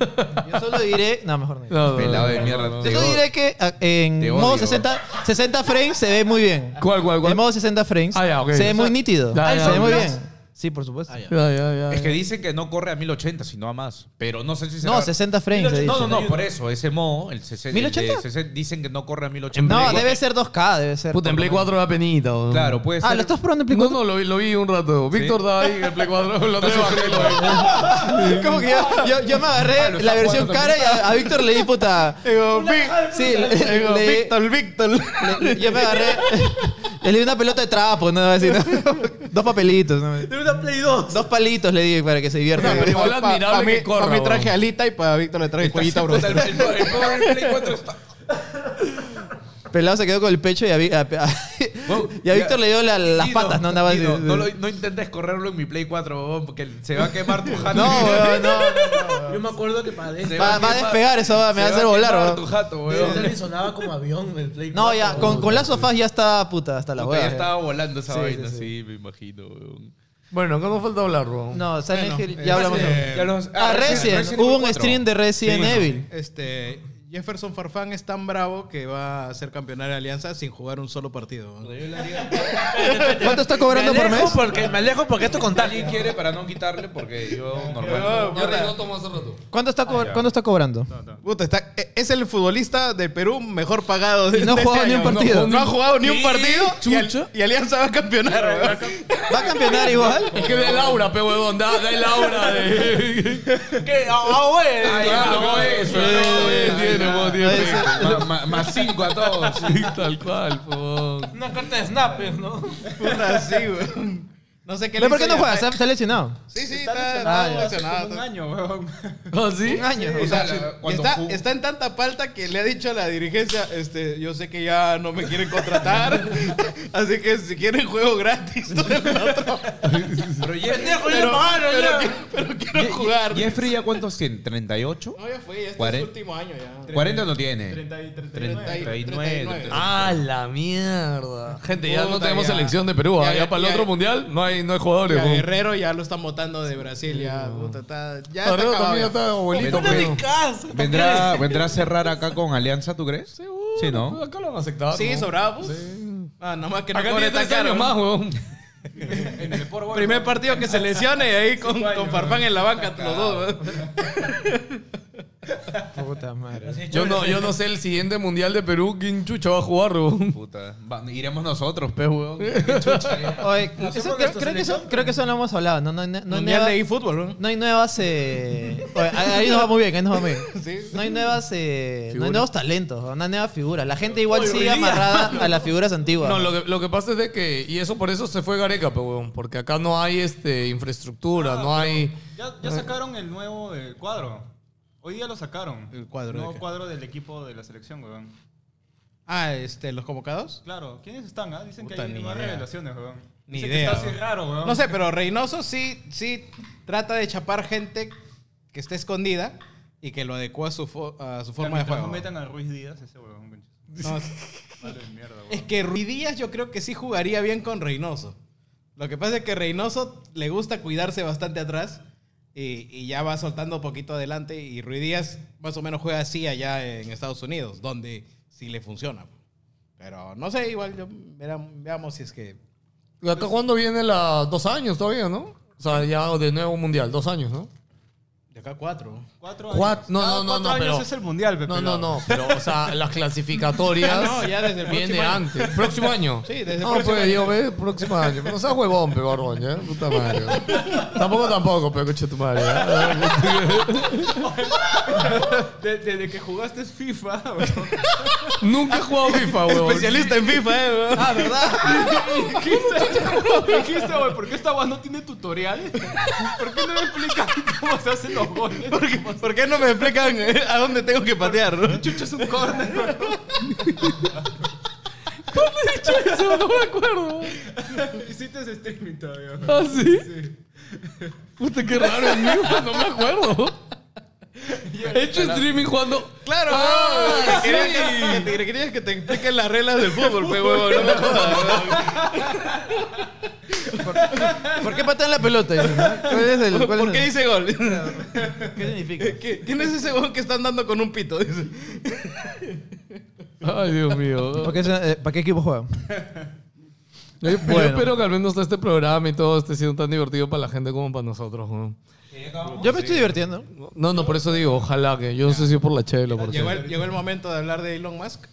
Yo solo diré. No, mejor no. No, no, Pelado de no, mierda. no, Yo Te solo odio. diré que ah, en Te modo odio. 60, 60 frames se ve muy bien. ¿Cuál, cuál, cuál? En modo 60 frames Ah, ya, ok. se ve O sea, muy nítido. ya, ya, se ve ya. muy bien. Sí, por supuesto. Ah, ya. Ya, ya, ya, Es que ya. dicen que no corre a 1080, sino a más. Pero no sé si será No, verdad. 60 frames. se No, dice. no, no, por eso. Ese modo, el 60. 1080. dicen que no corre a 1080. No, Digo, debe ser 2K, debe ser. Puta, en por Play lo menos. 4 da penita. weón. Claro, puede ser. Ah, ¿lo estás probando en Play 4? No, no, lo vi, lo vi un rato. Víctor estaba ahí en el Play 4. Lo tengo Como que yo, yo, yo me agarré Ah, la versión cara y a, a Víctor le di puta. Digo, Vic, Sí, le- digo, le- Víctor, Víctor. le- le- yo me agarré. Yo le di una pelota de trapo, no así, ¿no? Dos papelitos, ¿no? una Play 2. Dos palitos le di para que se divierta. pero igual admirable que corra, Para mí traje weón. alita y para Víctor le traje Está pollita, bro. puta, el- el- el- el- el Play 4 está- Pelado se quedó con el pecho y a, Vi- a- a- y a Víctor le dio la- las Guido, patas, ¿no? Nada más. Guido, de- no, lo- no intentes correrlo en mi Play 4, bobón, porque se va a quemar tu jato. No, weón, no. Yo me acuerdo que para Se Va, va a despegar eso, va, me va a se hacer va volar, quemar weón. tu jato, weón. Este sonaba como avión del Play 4. No, ya, con, con la las sofás ya está puta hasta la Puta, hueá. ya ya. estaba volando esa Sí, sí, vaina, sí. sí, me imagino, weón. Bueno, ¿qué nos falta hablar, bro? No, Silent Bueno, Hill, eh, ya hablamos. eh, Este, Ya los- Ah, Resident. Hubo un 4. stream de Resident Evil. Este, Jefferson Farfán es tan bravo que va a ser campeonato de Alianza sin jugar un solo partido. ¿no? ¿Cuánto está cobrando por mes? Porque, me alejo porque esto Alguien contagia. quiere para no quitarle porque yo normal. Yo arregló tomo hace rato. ¿Cuánto está, cobr- ¿cuánto está cobrando? Puta, está- e- es el futbolista del Perú mejor pagado. de- Y no ha de jugado este ni un año. No, partido. No, ha jugado ni un partido y, al- Chucha. y Alianza va a campeonar. weón. ¿Va a campeonar igual? Es que de Laura, pe huevón, da, da el aura de. ¿Qué? Ah, ah, güey. Ay, Claro, no, eso, eso, no, eh, no, tiene, no. po, tiene. Ma- ma- Más 5 a todos. Tal cual, huevón. Una carta de snappers, ¿no? Puta, sí, weón. No sé qué ¿Pero por qué hizo no ya. juega? ¿Está, está lesionado? Sí, sí, está, lesionado, está ya. lesionado, Un está- año, weón. ¿Ah, sí? Un año. O sea, O sea, la- y cuando está, jugó- está en tanta falta que le ha dicho a la dirigencia, este, yo sé que ya no me quieren contratar, así que si quieren juego gratis, todo el otro. Pero Jeff- Pendejo, ya pagaron, ya. pero quiero jugar. Jeffrey, ¿ya cuántos tiene? ¿38? No, ya fue, ya está Cuaren- su último año ya. 40 no tiene. 39. 39. Ah, la mierda. Gente, ya no Puta, tenemos ya. selección de Perú. ¿ah? Ya, Ya, ya, para el ya. otro mundial no hay, no hay jugadores. Ya huevón. Guerrero ya lo están votando de Brasil, ya. puta, está- ya está Guerrero acabado también ya. está abuelito, Una pero. de casa. ¿Vendrá, ¿Vendrá a cerrar acá con Alianza, tú crees? Sí, ¿no? Acá lo han aceptado. Sí, ¿no? sobrado. pues. Ah, nomás que no Acá cobre tiene tres tan caro, años ¿no? más, huevón. Primer partido que se lesione y ahí con, con Farfán en la banca, los dos. ¿no? Puta madre. Yo no, yo no sé el siguiente mundial de Perú quién chucha va a jugar, huevón. Puta. Va- iremos nosotros, pe, weón. Qué chucha. Oye, ¿Hacemos eso- creo, creo nuestra que eso, selección? creo que eso lo hemos hablado. No, no, no, no hay Mundial nueva- de eFootball, ¿no? no hay nuevas. eh, oye, ahí ahí nos va muy bien, ahí nos va muy bien. No hay nuevas. eh, no hay nuevos talentos, no hay nuevas figuras. La gente igual Oye, sigue hoy día. amarrada a las figuras antiguas. No, lo que, lo que pasa es de que, y eso por eso se fue Gareca, pe, huevón, porque acá no hay este, infraestructura, Ah, no hay... Ya, ya sacaron el nuevo eh, cuadro. Hoy día lo sacaron. ¿El cuadro de Nuevo qué? cuadro del equipo de la selección, weón. Ah, este, los convocados. Claro, ¿quiénes están? ah? Dicen que Puta, hay ni más idea. revelaciones, weón. Ni Dicen idea, Que está así weón. raro, weón. No sé, pero Reynoso sí, sí trata de chapar gente que está escondida y que lo adecua a su, fo- a su forma de Mientras juego. No metan a Ruiz Díaz, ese weón. concha. No, es- Vale, mierda, weón. es que Ruiz Díaz yo creo que sí jugaría bien con Reynoso. Lo que pasa es que Reynoso le gusta cuidarse bastante atrás y, y ya va soltando poquito adelante y Ruiz Díaz más o menos juega así allá en Estados Unidos, donde sí le funciona. Pero no sé, igual yo- veram- veamos si es que ¿Acá cuándo viene la... dos años todavía, ¿no? O sea, ya de nuevo mundial, dos años, ¿no? de acá cuatro. Cuatro años. Cuat- no, Cada no, no, cuatro no, años pero- es el mundial, pe, No, no, pelado. no, pero o sea, las clasificatorias No, ya desde el viene próximo año. antes. Próximo año. Sí, desde el no, próximo pues, año. Digo, ve, próximo año. Pero no seas huevón, pe, barbón, ¿ya? Puta madre. tampoco, tampoco, pero coche tu madre. ¿ya? De- desde que jugaste es FIFA, weón. Nunca he jugado FIFA, huevón. Especialista en FIFA, eh, weón. Ah, ¿verdad? dijiste, güey, ¿por qué esta weón no tiene tutorial? ¿Por qué no me explican cómo se hacen los goles? ¿Por qué, por qué no me explican eh, a dónde tengo que patear? no? Chucho es un corner, weón. Eso no me acuerdo. Hiciste ese streaming todavía, ¿Ah, weón. sí? Puta, qué raro, amigo, no me acuerdo. He hecho streaming jugando. Claro, Ah, weón, que querías que- que te- querías pues, que te expliquen las reglas del fútbol, pe, huevón, no me jodas, weón. ¿Por qué patean la pelota? ¿Cuál es el, cuál ¿Por es qué el- dice gol? ¿Qué significa? ¿Qué- ¿Quién es ese gol que está andando con un pito? Dice. Ay, Dios mío. ¿Por qué, se- eh, ¿Para qué equipo juegan? Yo, yo Bueno. espero que al menos este programa y todo esté siendo tan divertido para la gente como para nosotros. ¿no? Yo me estoy divirtiendo. No, no, por eso digo, ojalá que. Yo no sé si por la chela o por qué. Llegó el, llegó el momento de hablar de Elon Musk.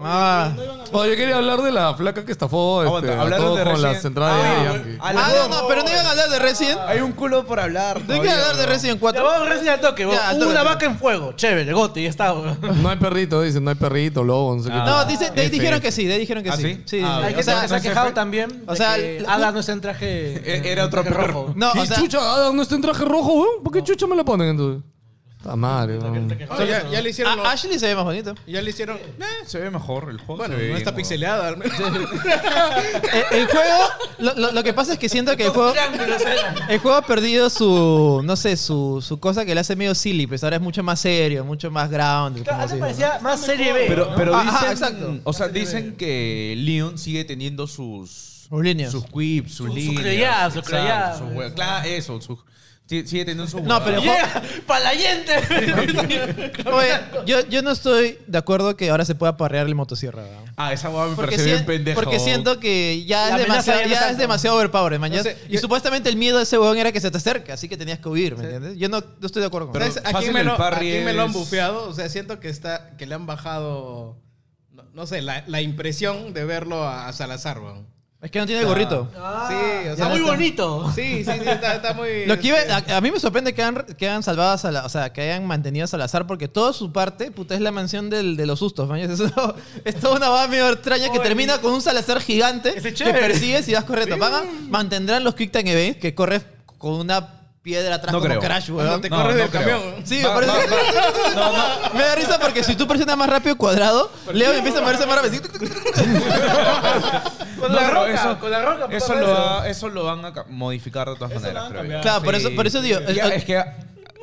Ah, Oh, yo quería hablar de la flaca que estafó este, Aguanta, a Ah, hablaron todos de con recién. las entradas de Ah, Yankee. a la- ah no, no, pero no iban a hablar de Resident. Hay un culo por hablar. ¿De qué todavía, hablar de bro. Resident Ya, 4? vamos, recién al toque, weón. Ya, al Hubo toque, una toque. vaca en fuego. Chévere, gote, ya está, weón. No hay perrito, dicen, no hay perrito, lobo, no sé qué. No, dice, de ahí F. dijeron que sí, de ahí dijeron que ¿Ah, sí. sí? Sí, Ah, sí. Hay ya. O gente sea, que se ha quejado también. o O sea, sea, la- Ada no está en traje. E- era en otro traje perro. no, ¿Qué o sea, chucha? Adam no está en traje rojo, weón. ¿Por qué chucha me la ponen entonces? Está madre, weón. Oh, ya, ya le hicieron. a- lo- Ashley se ve más bonito. ya le hicieron. Eh, Ah, Se ve mejor el juego. Bueno, se ve no bien, está weón. pixeleada. al menos. Eh, El, juego, lo, lo- lo que pasa es que siento que el juego, Triángulos eran. el juego ha perdido su, no sé, su, su cosa que le hace medio silly, pues ahora es mucho más serio, mucho más grounded. como Antes así, ¿no? parecía más serie B. Pero, pero Ajá, ah, dicen, exacto. o sea, dicen que Leon sigue teniendo sus Sus líneas. sus quips, sus sus líneas, creyadas, sus exacto, creyadas. sus hue- Claro, eso, sus- sí- sigue teniendo sus No, pero- huevadas. Llega para la gente. Oye, yo, yo no estoy de acuerdo que ahora se pueda parrear el motosierra. ¿verdad? ah, esa huevada me Porque, parece sien- bien pendejo. porque siento que ya La es amenaza demasiado, ya no ya está, es ¿no? demasiado overpowered, man. ya- No sé, y yo- supuestamente el miedo de ese huevón era que se te acerque, así que tenías que huir, ¿me entiendes? Yo no, no estoy de acuerdo con Pero- eso. ¿Sabes? ¿A fácil quién me, el lo, a parry quién me lo han es- bufeado? O sea, siento que está que le han bajado, no, no sé, la, la impresión de verlo a, a Salazar, weón. Es que no tiene el gorrito. sí, o Está muy bonito. Sí, sí, sí, está, está muy... Lo que iba- este, a, a mí me sorprende que hayan, que hayan salvado a Salazar, o sea, que hayan mantenido a Salazar, porque toda su parte, puta, es la mansión del- de los sustos, man. Es, eso- es toda una vaga medio extraña que termina con un Salazar gigante Ese es que chévere. persigues y vas corriendo. Van a- mantendrán los Quick Time Events que corres con una piedra atrás No como creo. Crash, cuando weón. te No, corres no del creo. camión. Sí, me parece. Me da risa porque si tú presionas más rápido cuadrado, Leo empieza a moverse más rápido. Con No, la pero roca, eso- con la roca. Eso papá, lo, va- eso lo van a ca- modificar de todas maneras. creo yo. Claro, por eso- por eso digo, Ya, el- es que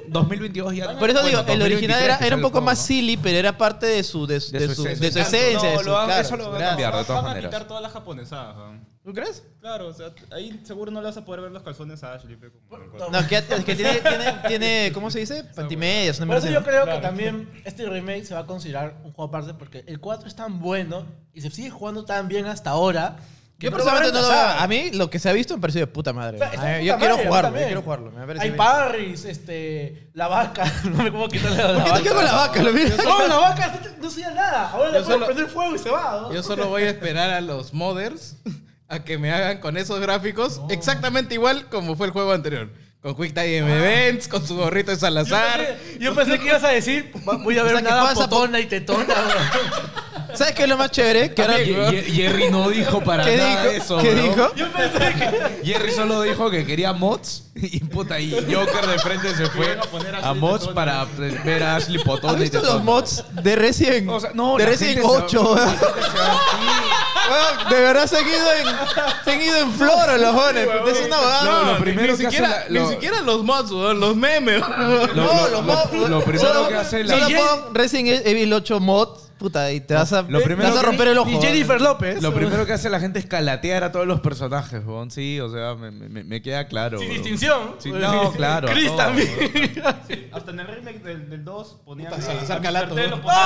2022 ya. Por eso bueno, digo, el 2023 original era, quizá era un el poco juego, más ¿no? silly, pero era parte de su, de su, de su, de su esencia. No, de su- lo van- claro, eso lo su van a gracia. cambiar de todas Van a maneras. quitar todas las japonesadas. ¿no? ¿Tú crees? Claro, o sea, ahí seguro no le vas a poder ver los calzones a Ashley. pe, como- No, que, es que tiene, tiene, tiene, ¿cómo se dice? Pantimedias. una Por eso mierda yo así. creo que también este remake se va a considerar un juego aparte porque el 4 es tan bueno y se sigue jugando tan bien hasta ahora. que Yo no lo van personalmente no lo reemplazar. veo. A mí lo que se ha visto me pareció de puta madre. O sea, está Ay, puta yo quiero madre, jugarlo, también. yo quiero jugarlo. Me parece Hay bien. parries, este, la vaca. No me puedo quitarle la, la ¿Por qué te quedas con la vaca? Lo mismo. No, la vaca no- no hacía nada. Ahora le Yo puedo solo- prender fuego y se va. ¿no? Yo solo voy a esperar a los modders a que me hagan con esos gráficos exactamente igual como fue el juego anterior. Con Quick Time Events, con su gorrito de Yo Salazar. pensé, yo pensé que ibas a decir, va- voy a ver O sea, que nada pasa por- potona y tetona. bro. ¿Sabes qué es lo más chévere? Que ahora, Ye- Ye- Jerry no dijo para ¿Qué nada dijo? eso. ¿Qué bro. dijo? Yo pensé que... Jerry solo dijo que quería mods y puta y Joker de frente se fue a, mods para ver a Ashley Potón. ¿Has visto los mods de Resident, O sea, no, de la Resident gente se va- 8? la weón? Weón, de verdad se han ido en, se han ido en flor los jóvenes. es una huevada. No, lo Ni- primero ni que hace siquiera, la- lo- ni siquiera los mods, weón, los memes. weón. Lo- lo- no, los lo- mods. lo primero solo- que hace la- Solo Y pon Resident Evil 8 mod, puta, y te vas a, Lo primero te vas a que- romper el ojo. eh. Y Jennifer López. Lo primero que hace la gente es calatear a todos los personajes, weón. Sí, o sea, me, me- me queda claro. Sin weón. distinción. Sí, no, claro. a Chris todos, también. weón. Hasta en el remake del, del 2 ponían. Puta, a- Salazar a Calato, Cartel ¿no? lo ponían-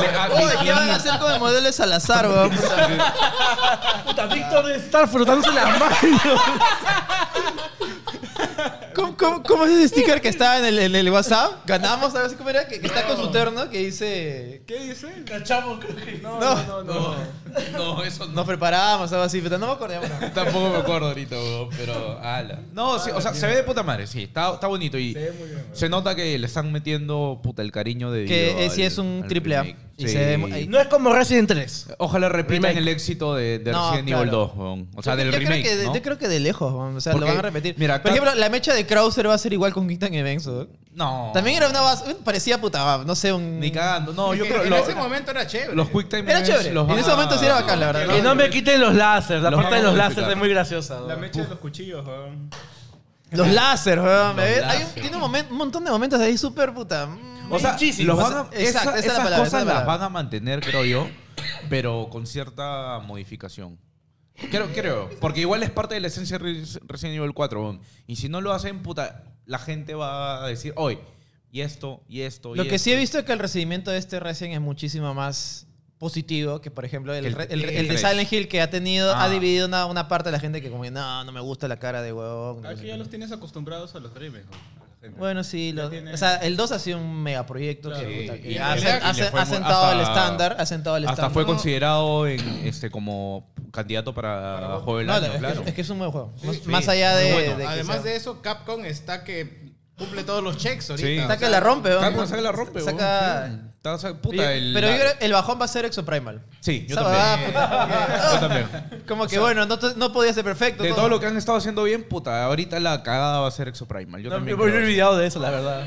Le- a- Oye, Bikini. Ah, ¿qué van a hacer con el modelo de Salazar, weón? Puta, Víctor debe estar frotándose las manos. ¿Cómo, cómo, cómo es ese sticker que estaba en el, en el WhatsApp? Ganamos, ¿sabes cómo era? Que, que está con su terno que dice... ¿Qué dice? Cachamos, creo que. No. No, No, eso no. nos preparamos, algo así, pero no me acuerdo. ya, bueno. Tampoco me acuerdo ahorita, weón, pero ala. No, sí, o sea, se ve de puta madre, sí, está, está bonito y se, nota que le están metiendo puta el cariño de Que Dios eh, sí al- es un al triple A. remake. Y Sí. se ve muy- ahí. No es como Resident 3. Ojalá repitan Remake. el éxito de, de No, Resident Evil claro. 2, weón. O sea, Yo- del yo remake, Creo que, de- ¿no? Yo creo que de lejos, vamos, o sea, lo Porque, van a repetir. mira, Por acá- ejemplo, la mecha de Krauser va a ser igual con Quick Time Events. ¿no? No. También era una base, parecía puta, no sé, un... Ni cagando. No, yo creo en lo- ese momento era chévere. los Quick Time Era Events chévere. los en van ese a- momento sí era bacán, la verdad. Que no me quiten los láseres. La Los parte de los vamos a modificar. láseres es muy graciosa. ¿no? La mecha de los cuchillos, weón. Los láser, weón. ¿me Los ves? Hay un- láser. tiene un, momen- un montón de momentos ahí súper puta. mm, O sea, Muchísimo. los O van sea, a- exacto, esa- esa es la esas palabra, esa es cosas la las palabra. van a mantener, creo yo, pero con cierta modificación. Creo, creo. Porque igual es parte de la esencia de Res- Resident Evil 4. weón. Y si no lo hacen, puta, la gente va a decir, hoy, y esto, y esto, y Lo que esto". sí he visto es que el recibimiento de este Resident es muchísimo más positivo que, por ejemplo, el, Que el- re- el- el el de tres. Silent Hill que ha tenido, Ah. ha dividido una, una parte de la gente que como que no, no me gusta la cara de huevón. Ah, Aquí ya los tienes acostumbrados a los remakes. ¿no? A la gente. Bueno, sí, lo- tiene- o sea, el 2 ha sido un megaproyecto Claro. que, puta, Sí, que y ha, le- sen- y ha le sen- fue ha muy- sentado el hasta- estándar, ha sentado el estándar. Hasta fue No, considerado en, este, como candidato para juego del no, año, es, que- claro. es que es un buen juego. Sí, más, sí. más allá de, Muy bueno. de que Además sea- de eso, Capcom está que cumple todos los checks ahorita. Sí. o Está que sea, la rompe, weón. Capcom saca la rompe, weón. Saca- Sí. Está- saca- puta, el- pero yo la- creo que el bajón va a ser Exoprimal. Sí, yo Esa también. huevada, puta, Yo también. Como que O sea, bueno, no, to- no podía ser perfecto. De todo lo que han estado haciendo bien, puta, ahorita la cagada va a ser Exoprimal. Yo No, me también. me he creo eso. olvidado de eso, la verdad.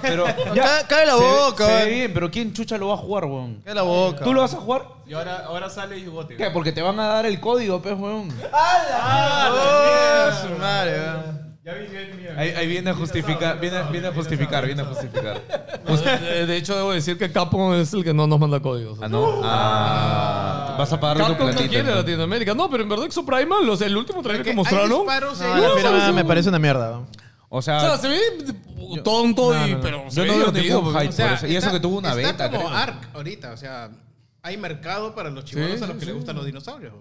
Pero Ca- cae la se ve- boca, se ve weón. bien, pero ¿quién chucha lo va a jugar, weón? Cae la boca. ¿Tú lo vas a jugar? Y ahora, ahora sale Yugote. ¿Qué? Porque te van a dar el código, pues, weón. ¡Ah, la mierda! su madre, weón. Ya vi, ya vi, mira. Ahí, ahí viene a justificar, viene, viene a justificar, viene a justificar. De de hecho, debo decir que Capcom es el que no nos manda códigos. Ah, no. Ah, vas a pagar tu Capcom no platita. quiere entonces. Latinoamérica. No, pero en verdad Exoprimal, o sea, el último trailer que hay mostraron. disparos No, en- la No, firma sí, sí. me parece una mierda. weón. O O sea, sea, se ve tonto, y, pero se yo ve no veo divertido, ningún pues. hype. por eso. Y eso que tuvo una está beta, como creo. Ark ahorita, o sea, hay mercado para los chibolos Sí, a los sí, que les gustan los dinosaurios.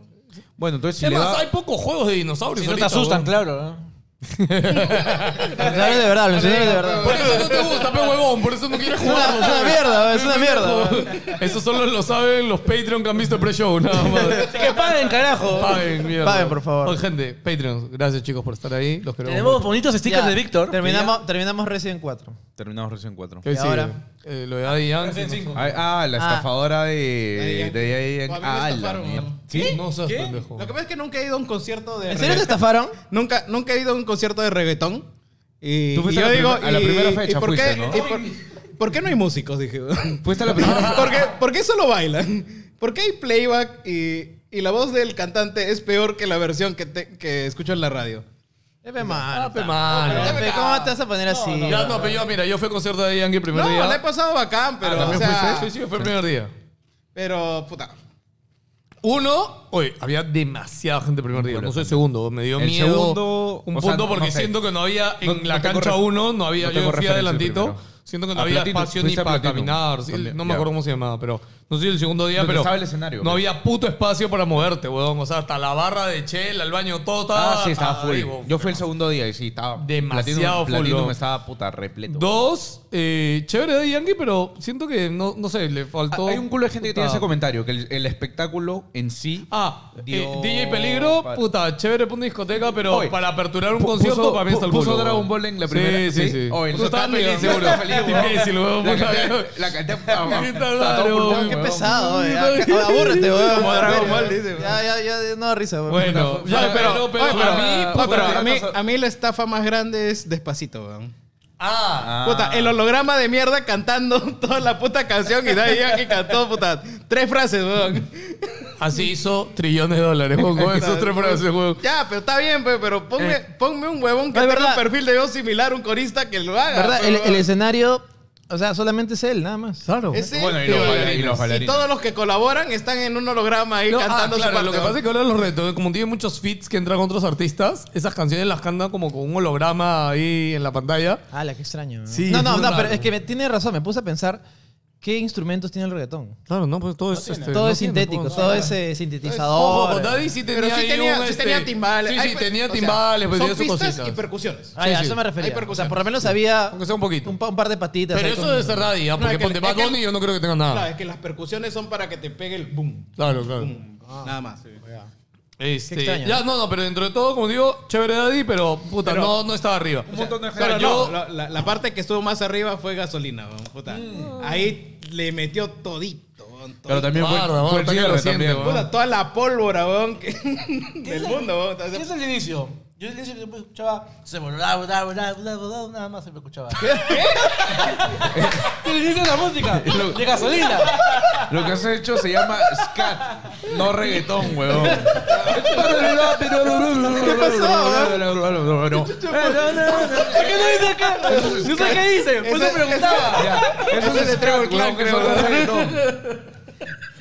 bueno, entonces si Es le más, da- hay pocos juegos de dinosaurios. Si no te ahorita, asustan, weón. claro. Claro, de verdad, lo enseñé de verdad. Por eso no te gusta, pe huevón, por eso no quieres Es una, jugar. es una mierda, es una mierda. weón. Eso solo lo saben los Patreon que han visto el pre-show, nada más. ¡Que paguen, carajo! Paguen, mierda. Paguen, por favor. Oye, gente, Patreon, gracias chicos por estar ahí. Los queremos. Tenemos mucho. bonitos stickers Ya, de Víctor. Terminamos, terminamos Resident 4. Terminamos recién 4. ¿Qué sigue? ahora? Eh, lo de Adi Yankee. Resident cinco. Ah, la estafadora Daddy Eh, de. Yankee. De O ahí. Pues a mí me Ah, la estafaron, mierda. weón. ¿Sí? No seas pendejo. Lo que pasa es que nunca he ido a un concierto de ¿En serio te reggaetón. estafaron? Nunca, nunca he ido a un concierto de reggaetón. Y, Tú fuiste y a yo la digo, primer- a la y- primera y fecha por qué- fuiste, ¿no? y por, por qué no hay músicos? Dije. Fuiste a la primera. ¿Por qué, por qué solo bailan? ¿Por qué hay playback y, y la voz del cantante es peor que la versión que, te- que escucho en la radio? Pepe mano. Ah, pe, mano. Pepe, ¿Cómo te vas a poner así? Ya Ah, no, pero yo, mira, yo fui al concierto de Daddy Yankee el primer No, día. Ah, la he pasado bacán, Ah, pero. o ¿También sea, fuiste? Sí, sí, fue el primer día. Pero, puta. Uno, oye, había demasiada gente el primer día. No soy segundo, me dio El miedo. segundo, un o sea, punto no- porque no sé. siento que no había en No- la no tengo cancha refer- uno, no había no yo fui tengo referencia del adelantito. primero. Siento que no A había Platito, espacio ni fuiste a para Platito. caminar. sí, También, no me ya. acuerdo cómo se llamaba, pero no sé si el segundo día, Donde pero estaba el escenario, no pues. había puto espacio para moverte, weón. O sea, hasta la barra de chela, el baño, todo estaba. Ah, sí, estaba full. ahí, weón. Yo fui el segundo día y sí, estaba. Demasiado Platinum- full, Platinum weón. estaba puta repleto. Dos, eh, chévere de Yankee, pero siento que no, no sé, le faltó. Ah, Hay un culo de gente que puta. tiene ese comentario, que el, el espectáculo en sí. Ah, eh, dio- DJ Peligro, pa- puta, chévere punto discoteca, pero Oye, para aperturar un pu- concierto puso- para mí está el pu- culo. puso Dragon weón. Ball en la Sí, primera- sí, ¿sí? Oh, sí. Oye, Tú no estabas está feliz, feliz, seguro. no está feliz, weón. Imbécil, weón. La puta. canté- la canté- Qué está todo raro, pulmón, Qué weón. pesado, eh. Abúrrete, weón. Como Dragon Ball, dice, weón. Ya, ya, ya, no da risa, weón. Bueno, ya, pero, pero, Oye, pero- a mí, oye, puta, pero a, a mí, a mí la estafa más grande es Despacito, weón. Ah, Puta, el holograma de mierda cantando toda la puta canción y Daddy Yankee cantó, puta, tres frases, weón. así hizo trillones de dólares, weón, con esos tres frases, weón. Eh. Ya, pero está bien, pe, pero ponme, ponme un huevón que No, es tenga verdad. un perfil de voz similar, un corista que lo haga. ¿Verdad? pe, El, huevón. el escenario, o sea, solamente es él, nada más. Claro. Es él, Bueno, y pe, los huevón. baila- y los Y bailarines. todos los que colaboran están en un holograma ahí No, ah, cantando su claro, parte, lo que pasa es huevón. que ahora los retos, como tiene muchos feats que entran con otros artistas, esas canciones las cantan como con un holograma ahí en la pantalla. Ah, la que extraño. Sí, no, no, es no, raro. pero es que me, tiene razón. Me puse a pensar qué instrumentos tiene el reggaetón. Claro, no, pues todo es este, todo no es tiene, sintético, pues. todo es eh, Ojo, sintetizador. con Daddy sí tenía, Pero sí ahí tenía, un, sí este, tenía timbales. Sí, Hay sí, pe- tenía o sea, timbales, pues son tenía sus pistas cositas. y percusiones. Ah, Sí, ya, sí. eso me Hay refería. O sea, percusiones. por lo menos había Aunque sea un poquito. un, pa- un par de patitas. Pero ahí eso con- debe ser Daddy, ¿ah? No, porque es que- ponte es que- Bad Bunny yo no creo que tenga Claro, nada. es que las percusiones son para que te pegue el boom. Claro, claro. boom. Ah, Nada más. Este, Qué extraño, ya, no, no, pero dentro de todo, como digo, chévere Daddy, pero puta, no, no estaba arriba. Un montón de Pero yo, no, la- la, la parte que estuvo más arriba fue gasolina, weón, puta. Mm. Ahí le metió todito, weón, todito. Pero también fue, Guarda, fue vamos, el está que cierre lo siente, también. weón. Puta, toda la pólvora, weón, que- del mundo, weón. ¿Qué es el inicio? Yo el inicio siempre escuchaba. Se volaba, volaba, volaba, volaba, volaba, nada más siempre escuchaba. ¿Qué? el inicio de la música? De gasolina. Lo que has hecho se llama scat, no reggaetón, weón. ¿Qué pasó? ¿Por qué no dice acá? No sé qué dice. Por eso preguntaba. Eso es de Trevor Clan, creo.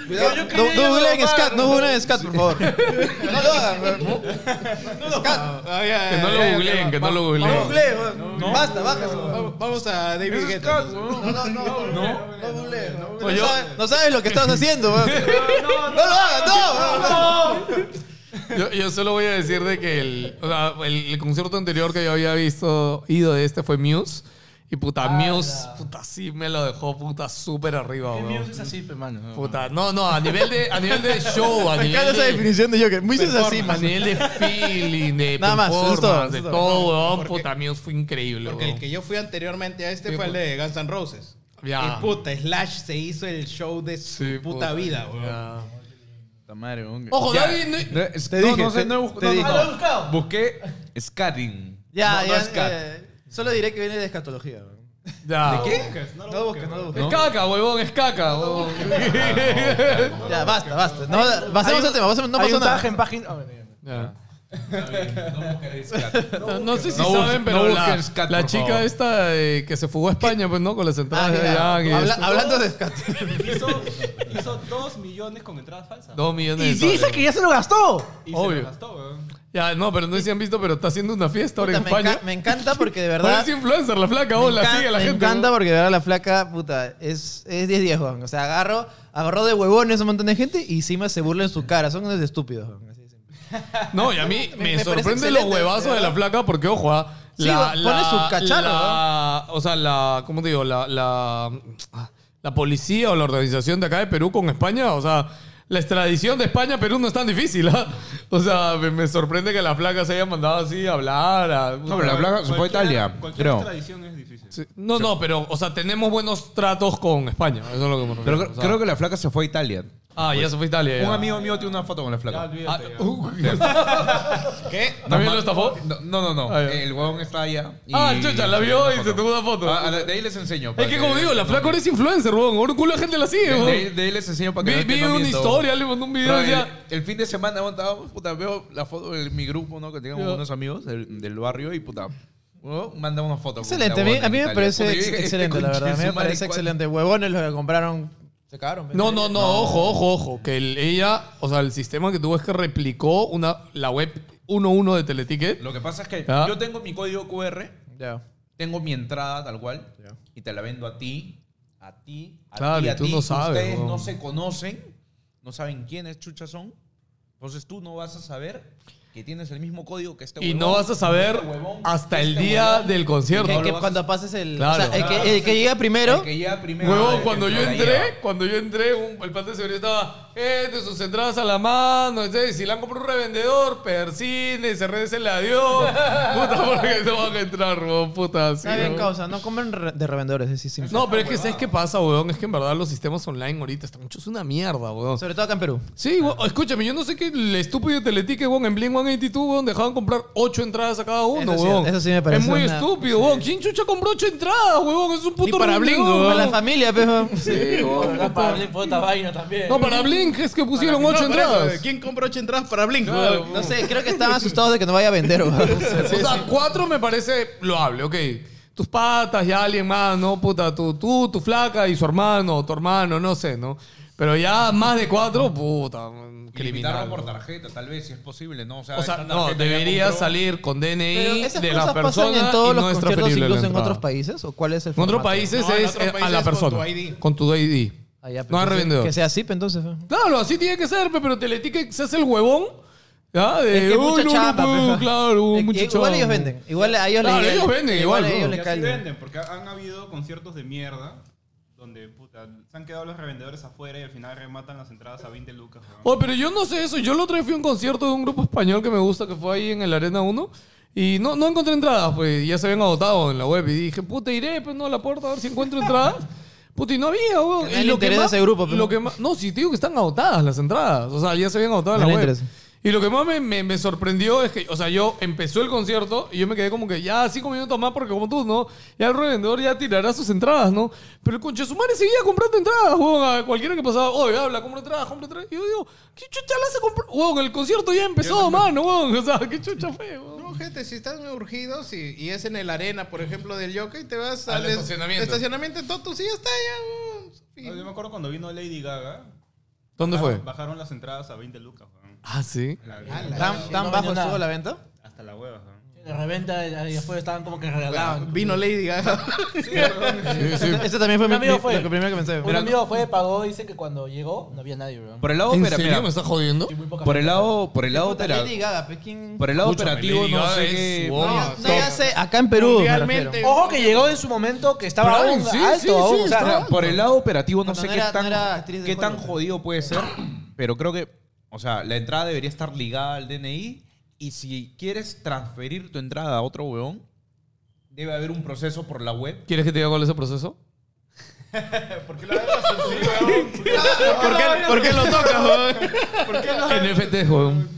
Cuidado, yo quería No googleen Scat, no googleen Scat, por favor. No lo hagan. Scat. Que no Eh, lo googleen, que no lo googleen. No googleen, weón. Basta, baja eso. Vamos a David Guetta. No, no, no. No, no googleen. No Oye, yo- sabes- No sabes lo que estás haciendo, weón. No lo hagas, no. weón. Yo, yo solo voy a decir de que el, o sea, el, el concierto anterior que yo había visto, ido de este, fue Muse. Y puta, Muse, puta, sí me lo dejó, puta, súper arriba, El weón. Muse es así, pe, mano. Puta, no, no, a nivel de, a nivel de show, a Me nivel encanta esa de... definición de Joker. Muy es así, A man. nivel de feeling, de Nada más, eso es todo, performance, eso de es todo. todo, weón. Porque- puta, Muse fue increíble, Porque el weón. que yo fui anteriormente a este fue el de Guns N' Roses. Ya. Y puta, Slash se hizo el show de su Sí, puta, vida, weón. ya. Puta madre, weón. Ojo, Ya. David, no- No, es- Te no, dije, no sé, te- no he buscado. te no, dije. no. Ah, lo he buscado. Busqué scatting. Ya, no, ya. No scat. eh, Solo diré que viene de escatología. weón. Ya. ¿De qué? busques, no No lo busques, no lo busques. Es caca, huevón, es caca, huevón. Ya, basta, basta. No, pasemos al tema. pasemos- No Hay pasó un nada. tag en página. ah, bueno, ya. Ya. Scat. No, no sé si No busques- saben, no pero la, busques scat, la por chica favor. esta eh, que se fugó a España, pues, ¿no? Con las entradas Ah, de ya. Yang y Habla- eso. hablando de scat. Hizo, hizo dos millones con entradas falsas. Dos millones Y de soles. dice que ya se lo gastó. Y se Obvio. lo gastó, weón. Ya, no, pero no sé si han visto, pero está haciendo una fiesta ahora Puta, en me, España. enca- me encanta porque de verdad. Parece influencer, la flaca, me oh, la encan- sigue la me gente. encanta weón. porque de verdad la flaca, puta, es, es 10 días, Juan. O sea, agarro, agarró de huevones a un montón de gente y encima se burla en su cara. Son unos estúpidos, Juan. Así de simple. No, y a mí Me- me, me parece sorprende los excelente, huevazos de la ¿verdad? flaca porque, ojo, ah, Sí, la, pone la- su cacharro, la- o sea, la, ¿cómo te digo? La, la, la policía o la organización de acá de Perú con España, o sea, la extradición de España a Perú no es tan difícil, ¿ah? O sea, me, me sorprende que la flaca se haya mandado así a hablar. a- No, pero la placa se fue a Italia, Cualquier creo. tradición es difícil. Sí. No, no, pero, o sea, tenemos buenos tratos con España, eso es lo que me Pero refiero, creo, o sea. creo que la flaca se fue a Italia. Ah, ya se fue a Italia. ya. Un amigo mío tiene una foto con la flaca. Ah, uh, ¿Qué? ¿También lo estafó? No, no, no. no. Ah, ya. el huevón está allá. y- Ah, chucha, la vio y se tomó una foto. Ah, ah, de ahí les enseño. Es para que como digo, la flaca ahora es influencer, weón. Ahora un culo de gente la sigue, De, weón. de- de ahí les enseño para que vi vean que vi no una miento. historia, le mandó un video Pero y el, ya. el fin de semana weón, estábamos, puta, veo la foto de mi grupo, ¿no? Que teníamos Ya. unos amigos del, del barrio y puta. weón, manda una foto. con Excelente, la a mí, huevona a mí en me Italia. parece Puta, yo ex- dije, este excelente, la conche verdad. A mí su me madre, parece ¿cuál- excelente. Huevones los que compraron. Se cagaron. pe. No, no, no, ojo, ojo, ojo. Que el- ella, o sea, el sistema que tuvo es que replicó una, la web 1.1 de Teleticket. Lo que pasa es que Ya. yo tengo mi código QR, Ya. tengo mi entrada tal cual, y te la vendo a ti, a ti, a Claro, ti, y a tú ti. no sabes, Ustedes weón. no se conocen, no saben quiénes chuchas son, entonces tú no vas a saber que tienes el mismo código que este Y huevón, no vas a saber este huevón, hasta el este día huevón. del concierto. Que- No lo que vas a- cuando pases el. Claro. o sea, el que, el que llega primero. El que llega primero. Huevón, el cuando que yo se la entré, lleva. cuando yo entré, un- el pata de seguridad estaba, eh, de sus entradas a la mano, etc. Si la han comprado un revendedor, persine, se re- se la dio. Puta, porque no van a entrar, huevón, puta. sí, Está bien, huevón. causa. No compren re- de revendedores, es decir, simple. No, pero es que ¿sabes qué pasa, weón? Es que en verdad los sistemas online ahorita están muchos una mierda, weón. Sobre todo acá en Perú. Sí, weón, escúchame, yo no sé qué el estúpido de Teletique, weón, en Blink 182, weón, dejaban comprar ocho entradas a cada uno, Eso sí, weón. eso sí me parece Es muy una- estúpido, weón. ¿Quién chucha compró ocho entradas, weón? Es un puto revendedor, Para la weón. familia, pejo. Sí, weón, Ah, puta. para darle puta vaina también. No, para Blink es que pusieron ocho No, por eso, entradas. ¿Quién compra ocho entradas para Blink? Claro. weón? No sé, creo que estaban asustados de que no vaya a vender, weón. o sea, cuatro me parece loable, ok. Tus patas y alguien más, ¿no? Puta, tú, tú, tu flaca y su hermano, o tu hermano, no sé, ¿no? Pero ya más de cuatro, puta, Y limitarlo criminal. por ¿no? tarjeta, tal vez, si es posible, ¿no? O sea, O sea, esta no, tarjeta ya debería compró- salir con Pero DNI esas de cosas la persona pasan en todos y los no es conciertos, transferible la incluso en entrada. otros países. ¿O cuál es el En otros formato? países No, en es otros eh, a países la con persona. tu ID. Con tu ID. Ah, No Eh, hay ya, pues, que sea- revendedor. Que sea así, pues, entonces. weón. Claro, así tiene que ser, pe, pero Teletique se hace el huevón. ¿ya? De, Es que hay "Uy, no, mucha no chamba, puedo", pues. Claro, Eh, mucha Igual chamba. ellos venden. Igual a ellos Claro, les ellos venden igual, a ellos weón. Y les así calma. venden, porque han habido conciertos de mierda donde puta, se han quedado los revendedores afuera y al final rematan las entradas a 20 lucas. weón. Oh, pero yo no sé eso. Yo lo otra vez fui a un concierto de un grupo español que me gusta, que fue ahí en el Arena 1. Y no, no encontré entradas, pues ya se habían agotado en la web. Y dije, puta, iré, pues no, a la puerta a ver si encuentro entradas. Puta, y no había, weón. Que Y nadie le interesa más- a ese grupo, pero- lo que más- No, sí, te digo que están agotadas las entradas. O sea, ya se habían agotado en la No le web. interesa. Y lo que más me, me- me sorprendió es que, o sea, yo empezó el concierto y yo me quedé como que ya cinco minutos más porque como tú, ¿no? Ya el revendedor ya tirará sus entradas, ¿no? Pero el conche su madre seguía comprando entradas, huevón. A cualquiera que pasaba, oye, habla, compra entradas, compra entradas. Y yo digo, ¿qué chucha la hace comprar? Huevón, el concierto ya empezó, mano, huevón. O sea, ¿qué chucha fue, huevón? No, gente, si están urgidos y, y es en el arena, por ejemplo, del Jockey, te vas Al estacionamiento. estacionamiento, todo tu silla está allá. No, weón. Yo me acuerdo cuando vino Lady Gaga. ¿Dónde Bajaron- fue? Bajaron las entradas a 20 lucas. weón. Ah, sí. La- ¿Tan, tan bajo No vendió nada. estuvo la venta? Hasta la hueva. weón. De reventa y después estaban como que regalaban. Ah, Vino Lady Gaga. Sí, sí. Este también fue, Un mi, amigo mi- fue. lo que primero que pensé. Un amigo fue, pagó, dice que cuando llegó no había nadie, bro. Por el lado, ¿En opera- serio mira, me estás jodiendo? Y muy poca por el gente. lado, por el lado, Puta, opera- Lady Gaga, pues, ¿quién- por el lado Escúchame, operativo Lady no Gaga sé es qué. su bomba. No, ya sé, acá en Perú. me Realmente. refiero. Oh, Ojo que llegó en su momento que estaba Claro, aún sí, alto. sí, aún, sí, o sea, estaba- Por el lado operativo no Cuando sé no qué era- tan, no era actriz de qué tan Hollywood. jodido puede ser, pero creo que, o sea, la entrada debería estar ligada al DNI y si quieres transferir tu entrada a otro huevón, debe haber un proceso por la web. ¿Quieres que te diga cuál es el proceso? ¿Por qué, por qué lo tocas, weón? NFT, joven.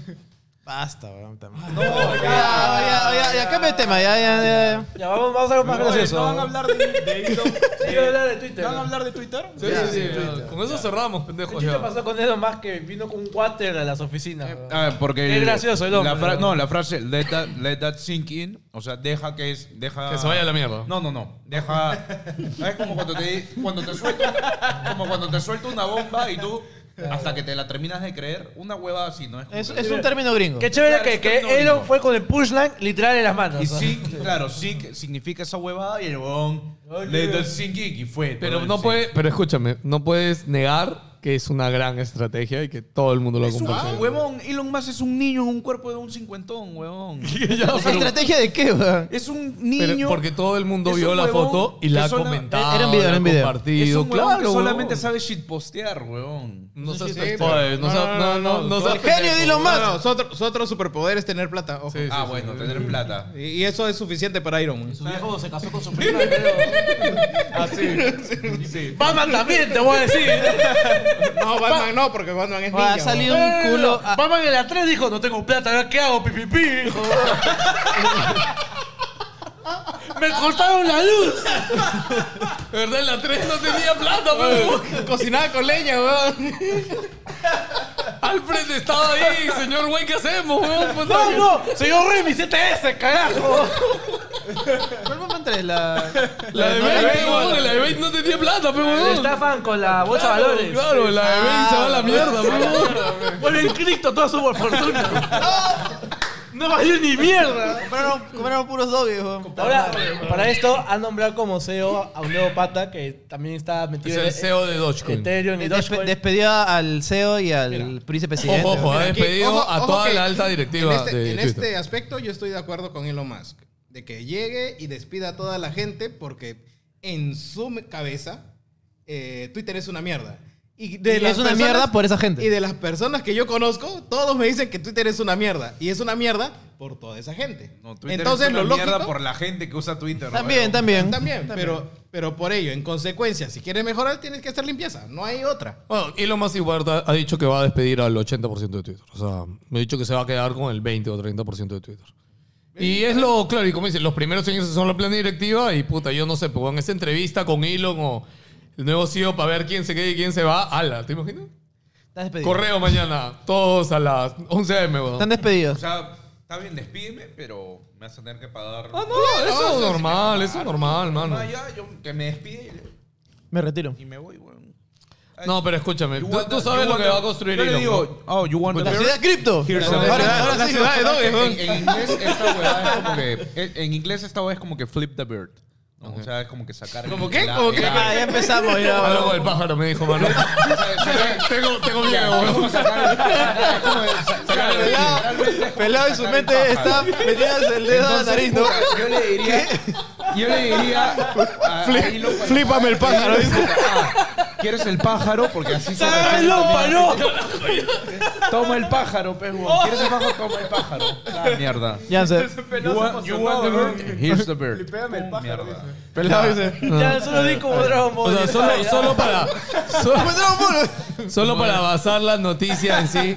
Basta, weón. también. ya, Ah, ya, ya, ya, cambia el tema, ya, ya, ya. Ya, vamos, vamos a algo más gracioso. ¿No van a hablar de, de Elon- Sí, voy a hablar de ¿No Twitter. van a hablar de Twitter? Sí, sí, sí, ya. Con eso cerramos, pendejo. ¿Qué ya. pasó con Elon Musk que vino con un water a las oficinas? Eh, bro? a ver, porque Qué gracioso el hombre, la fra- ¿no? no, la frase let that, let that sink in, o sea, deja que es deja Que se vaya a la mierda. No, no, no. Deja es como cuando te cuando te suelto como cuando te suelto una bomba y tú hasta que te la terminas de creer, una hueva así, no es. como Es, que- es un término gringo. Qué chévere Claro, que, está que enorme. Elon fue con el punchline literal en las manos. Y ¿no? sí, claro, sí significa esa huevada y el huevón Oye. le da el sin gig y fue. Pero todo no el puede, pero escúchame, no puedes negar que es una gran estrategia y que todo el mundo lo ha sin- Es un ah, compartido. huevón, Elon Musk es un niño en un cuerpo de un cincuentón, huevón. ¿La ¿Estrategia de qué, weón? Es un Pero niño. porque todo el mundo Es vio un la huevón foto y que la ha sola- comentado, Era en video, la era ha en video. es compartido. un huevón claro, que solamente huevón. sabe shitpostear, huevón. No seas Sí, pero- spoiler, pues, no seas- no, no, no seas El genio pendejo. de Elon Musk. No, no, su, otro, su otro superpoder es tener plata. ojo. Sí, sí, Ah, sí. bueno, tener plata. Y, y eso es suficiente para Iron Man. Su viejo se casó con su prima, pero... Sí. Batman también, te voy a decir. No, Batman no, porque Batman es Oye, ninja. ha salido No, un no, no, culo. no. ah, Batman en la 3 dijo, no tengo plata, ahora ¿qué hago? Pipipi, dijo. Me cortaron la luz. De verdad, en la 3 no tenía plata, pues. huevón. Eh, weón. Cocinada con leña, weón. Alfred estaba ahí, señor güey, ¿qué hacemos, huevón? Pues, No, no, ¡Oh, señor Rey, mi CTS, carajo. ¿Cuál Batman 3? La. La de Bane, huevón, la de Bane no tenía plata, pero Le huevón. estafan con la bolsa de valores. Claro, la de Bane se va a la mierda, pues, huevón. Vuelven cripto toda su fortuna. No valió ni mierda. Compraron, compraron puros dobles, weón. Ahora, para esto han nombrado como CEO a un nuevo pata que también está Es metido el en CEO de Dogecoin. Ethereum y Despe- Dogecoin. despedió al CEO y al príncipe presidente. Ojo, ojo, weón. ha Aquí, despedido ojo, a ojo toda que la alta directiva En, este, de en Twitter. este aspecto yo estoy de acuerdo con Elon Musk. De que llegue y despida a toda la gente porque en su me- cabeza eh, Twitter es una mierda. Y, Y es las una mierda por esa gente. Y de las personas que yo conozco, todos me dicen que Twitter es una mierda. Y es una mierda por toda esa gente. No, Twitter Entonces, es una lo lógico... mierda por la gente que usa Twitter. También, huevón. también. También, pero, pero por ello, en consecuencia, si quieres mejorar, tienes que hacer limpieza. No hay otra. Bueno, Elon Musk igual ha ha dicho que va a despedir al 80% de Twitter. O sea, me ha dicho que se va a quedar con el 20 o 30% de Twitter. Y es lo, claro, y como dicen, los primeros años son la plana directiva y puta, yo no sé, pues en esa entrevista con Elon o el nuevo CEO para ver quién se queda y quién se va, ala, ¿te imaginas? Estás despedido. Correo mañana, todos a las 11 am, weón. Están despedidos. O sea, está bien, despídeme, pero me vas a tener que pagar. Ah, no, eso es normal, eso es normal, mano. Ah, ya, yo que me despide Me retiro. y me voy, weón. No, pero escúchame, You tú, want tú the- sabes you lo want que the- va a construir Yo le Elon. digo, oh, you want the La beer? ciudad cripto. Here's some Ahora- beer. ahora sí, la ciudad de dobles, En, en inglés esta huevada es como que en- en inglés esta huevada es como que flip the bird. ¿no? O sea, es como que sacar ¿Cómo qué? ¿Cómo qué? Ah, ya empezamos. Ya, Hablo weón. con el pájaro, me dijo, mano. tengo, tengo miedo, weón. Pelado, pelado en su mente está metidas el dedo a la nariz, ¿no? Yo le diría. Yo le diría. a- a Elon cuando- flípame el pájaro, dice. Ah, ¿Quieres el pájaro? Porque así se. ¡Sácalo, palo! Toma el pájaro, pez, weón. ¿Quieres el pájaro? Toma el pájaro. Ah, mierda. Oh. Ya sé. You want, you want the bird? Here's the bird. el pájaro. Pelado dice. Ya, solo di como Dragon O Ball. sea, Ya solo, está, solo ya. para. Solo, solo para basar la noticia en sí.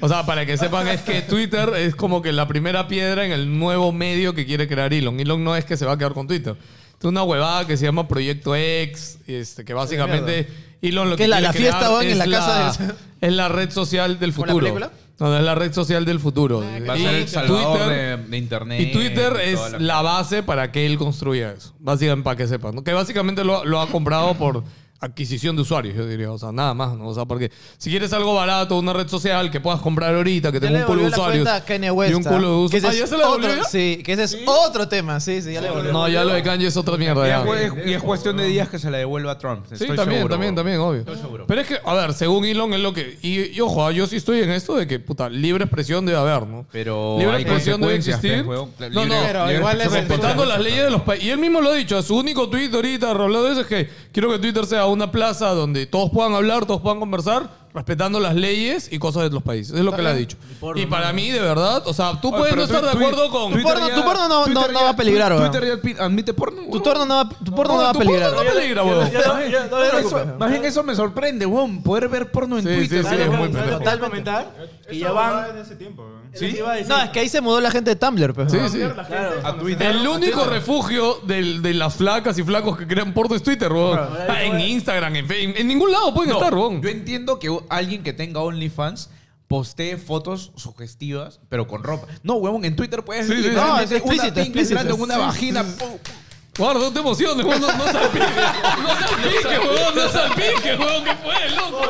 O sea, para que sepan, es que Twitter es como que la primera piedra en el nuevo medio que quiere crear Elon. Elon no es que se va a quedar con Twitter. Es una huevada que se llama Proyecto X, este, que básicamente Elon lo ¿Qué que es la- quiere la fiesta, crear van, en es la casa es la red social del ¿Como la futuro. película? No, es la red social del futuro. Va a Y ser el salvador Twitter- de, de internet. y Twitter y toda es la base para que él construya eso. Básicamente, para que sepan. ¿no? Que básicamente lo, lo ha comprado por adquisición de usuarios, yo diría. O sea, nada más, ¿no? O sea, porque si quieres algo barato, una red social que puedas comprar ahorita, que Ya tenga le un culo de devolvió la usuarios. cuenta a Kanye West. y un culo de ¿ah? usuarios. Que ese Ah, es ya se la devolvió. otro- Sí, que ese es otro tema. Sí, sí, ya le devolvió. No, ya lo de Kanye es otra mierda. ya. Y es cuestión de días que se la devuelva a Trump. Sí, estoy también, seguro, también, bro. también, obvio. Estoy seguro. Pero es que, a ver, según Elon es lo que... Y, y ojo, ah, yo sí estoy en esto de que, puta, libre expresión debe haber, ¿no? Pero libre hay expresión debe consecuencias, existir. pues, huevón. La- no, no, libre- libre expresión respetando puta. las leyes de los países. Y él mismo lo ha dicho, su único tweet ahorita, hablado de eso, es que quiero que Twitter sea una plaza donde todos puedan hablar, todos puedan conversar, respetando las leyes y cosas de los países. Es lo que él ha dicho. Y para mí, de verdad, o sea, tú Oye, puedes pero no estar de Twitter- acuerdo con... Twitter porno- ya- tu porno no- Twitter no- no ya- va a peligrar, huevón. Twitter ya pi- admite porno. Tu porno no va, tu porno no va a tu porno peligrar. no peligra, huevón. Eso- Más bien eso me sorprende, weón. Poder ver porno en Sí, Twitter. sí, sí, es muy weón. pendejo. Tal comentar que ya van desde ese tiempo. ¿no? ¿Sí? No, es que ahí se mudó la gente de Tumblr, pues. Sí, sí. La gente A cuando Twitter. El único refugio del- de las flacas y flacos que crean porno es Twitter, weón. Ah, en Instagram, en Facebook, en ningún lado pueden No, estar, weón. Yo entiendo que alguien que tenga OnlyFans postee fotos sugestivas, pero con ropa. No, huevón, en Twitter puedes Sí, sí, sí. literalmente No, es explícito, una pinga explícito. entrando en una Sí, vagina. pum. Guarda, no te emociones, weón. No, no salpique. No salpique, weón. No salpique, weón. ¿Qué fue, loco?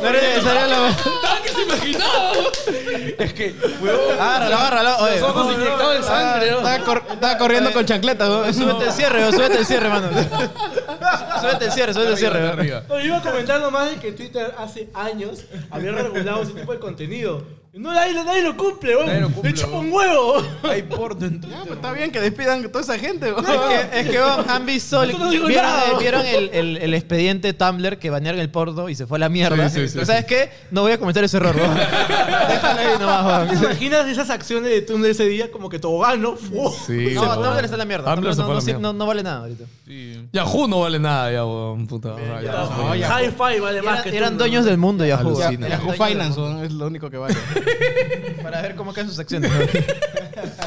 No era necesaria la. Nada que se imaginaba, weón. Es que, huevón, Agárralo, agárralo. Oye. los ojos inyectados en sangre. ¿no? Estaba, cor- estaba corriendo con chancletas, weón. Súbete el cierre, weón. Súbete el cierre, mano. Súbete el cierre, súbete el cierre, weón. No, iba a comentar nomás de que Twitter hace años había regulado ese tipo de contenido. No, nadie, lo- nadie lo cumple, Nadie lo weón. cumple, Le chupa weón. un huevo. Hay porno en Twitter. Está bien que despidan a toda esa gente, weón. Es que, es que weón, han visto. el- Eso no digo ¿Vieron, nada. eh, vieron el, el, el expediente Tumblr que banearon el porno y se fue a la mierda? Sí, sí, sí, ¿Sabes qué? No voy a cometer ese error, weón. Déjalo ahí nomás, ¿Te weón. imaginas esas acciones de Tumblr ese día? Como que tobogán, ¿no? Fu- Sí, No, Tumblr está en la mierda. Tumblr se no, fue a no la sir- mierda. no- no vale nada ahorita. Yahoo no vale nada, ya, weón. Puta. ya, ya. Hi-Fi vale más Eran- que eran Tumblr. dueños del mundo, Yahoo. Alucina. Eran Yahoo dueños del Finance, mundo. weón, es lo único que vale. Para ver cómo caen sus acciones. Pues weón.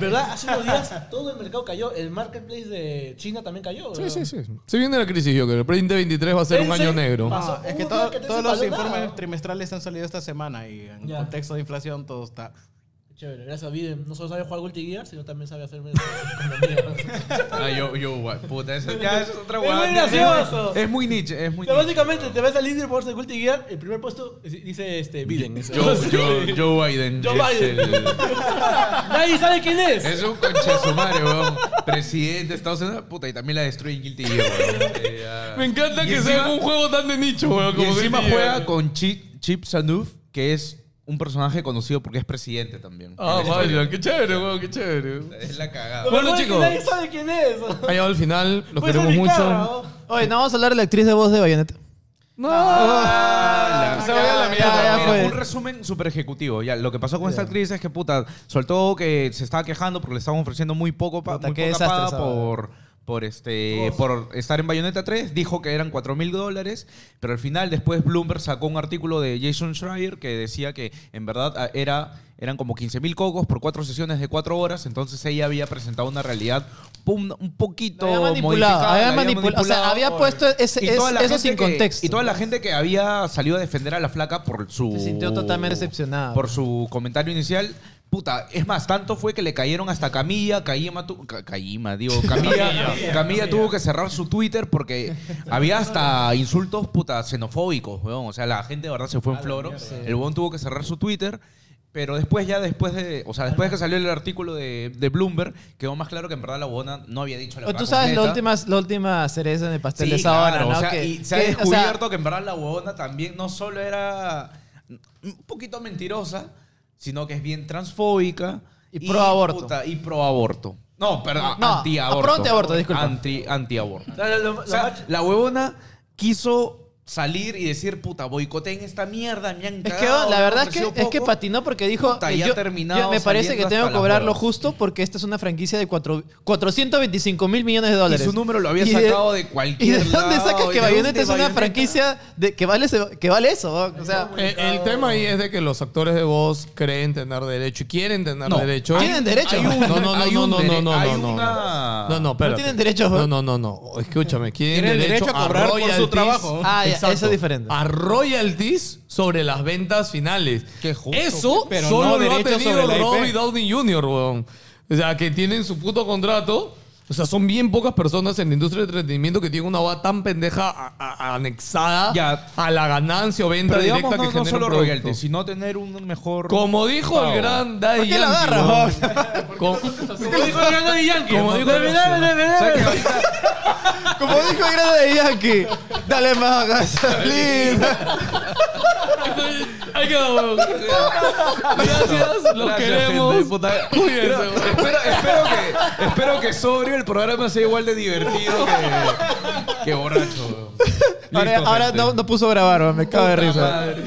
¿Verdad? Hace unos días todo el mercado cayó. El marketplace de China también cayó. Sí, sí, sí. Se viene la crisis, yo creo. El 2023 va a ser un año Ah. negro. Pasó es que un todo- día que te todos separó los informes nada. trimestrales han salido esta semana y en Ya. contexto de inflación todo está. Chévere, gracias a Biden. No solo sabe jugar Guilty Gear, sino también sabe hacerme economía. Ah, yo, yo, guay, puta, eso ya es otra Es guay. muy gracioso. Es, muy niche, es muy O sea, niche. básicamente te ves al líder por de Guilty Gear, el primer puesto es- dice este, Biden. Eso. Joe, Joe, Joe Biden. Joe es Biden. el- Nadie sabe quién es. Es un conchesumario, weón. Presidente de Estados Unidos, puta, y también la destruye en Guilty Gear, weón. Eh, ya. Me encanta Y que encima- sea un juego tan de nicho, weón. Y como Ah, encima Guilty Gear. juega con Chi- Chip Sanuf, que es un personaje conocido porque es presidente también. Ah, En la historia. vaya, qué chévere, weón, qué chévere. Es la cagada. Lo mejor Bueno, es que chicos. Nadie sabe quién es. Ha llegado el final, los Puede ser queremos mi mucho. cara, ¿no? Oye, no vamos a hablar de la actriz de voz de Bayonetta. Ah, la- Se vaya a la mierda, ya, ya Mira, fue. un resumen super ejecutivo. Ya, lo que pasó con esta actriz es que puta, soltó que se estaba quejando porque le estaban ofreciendo muy poco pa- Puta, muy qué poca desastre paga esa por por este por estar en Bayonetta 3, dijo que eran 4 mil dólares, pero al final después Bloomberg sacó un artículo de Jason Schreier que decía que en verdad ah, era eran como 15 mil cocos por cuatro sesiones de cuatro horas, entonces ella había presentado una realidad un, un poquito La había manipulado, modificada, había la manipulado, o sea, había puesto ese- Y toda es- la eso gente sin que- contexto. Y toda la gente que había salido a defender a la flaca por su... Se sintió totalmente decepcionada. Por su comentario inicial. Puta, es más, tanto fue que le cayeron hasta Camilla, Kayima, tu- Ca- Kayima, digo, Camilla, Camilla tuvo que cerrar su Twitter porque había hasta insultos, puta, xenofóbicos, weón. O sea, la gente de verdad se fue en floro. El weón tuvo que cerrar su Twitter. Pero después ya, después de, o sea, después de que salió el artículo de, de Bloomberg, quedó más claro que en verdad la huevona no había dicho la Tú verdad sabes la completa. última, la última cereza en el pastel de Sí, esa hora, claro, ¿no? o sea, Que- y se ha que- o sea, descubierto que en verdad la huevona también no solo era un poquito mentirosa, sino que es bien transfóbica. Y pro-aborto. puta, Y pro aborto. No, perdón, No, ah, antiaborto. pro- antiaborto, disculpa. Anti, antiaborto. O sea, lo- lo- O sea, lo más- la huevona quiso salir y decir, puta, boicoteen esta mierda, me han Es que cagado, la me verdad han es que, ofrecido es que poco". patinó porque dijo Puta, eh, ya yo- ha terminado yo me parece saliendo que tengo hasta que las cobrar lo huevas. justo porque esta es una franquicia de cuatro- 425 mil millones de dólares. Y su número lo había de- sacado de cualquier ¿Y de dónde lado, sacas ¿y que de Bayonetta dónde es una Bayonetta? franquicia de, que, vale ese- que vale eso? ¿no? O sea, Eh, El, Eh, el tema ahí es de que los actores de voz creen tener derecho y quieren tener No. derecho. Tienen derecho. Hay un- No, no, no, hay no, un no, dere- no, no, hay no, no. una- No, no, espérate. No tienen derecho, No, ¿no? no, no, no. Escúchame, tienen, Tienen derecho, derecho a a cobrar por su royalties. trabajo. Ah, ya, eso es diferente. A royalties sobre las ventas finales. Qué justo, Eso pero solo no lo ha derecho tenido sobre la IP. Robbie Downey Jr., weón. O sea, que tienen su puto contrato O sea, son bien pocas personas en la industria del entretenimiento que tienen una OA tan pendeja a- a- anexada Ya. a la ganancia o venta Pero digamos, directa no, que genera no un solo producto. royalties, sino tener un mejor. Como dijo el pago. gran Daddy ¿Por qué la Yankee, agarras, weón. Como- Como dijo el gran Daddy Como dijo el grado de Yankee, dale más gasolina. Yankee. Ahí quedó, weón. Gracias, los Gracias, queremos. gente, puta. Cuídense, Espero, weón. espero- espero que, espero que sobrio el programa sea igual de divertido que, que borracho. weón. Ahora, Listo, ahora gente. no, no puso grabar, weón, me cago de Puta risa. madre.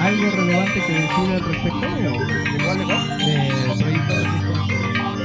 ¿Algo relevante que decir al respecto? ¿De cuál, de cuál? De proyecto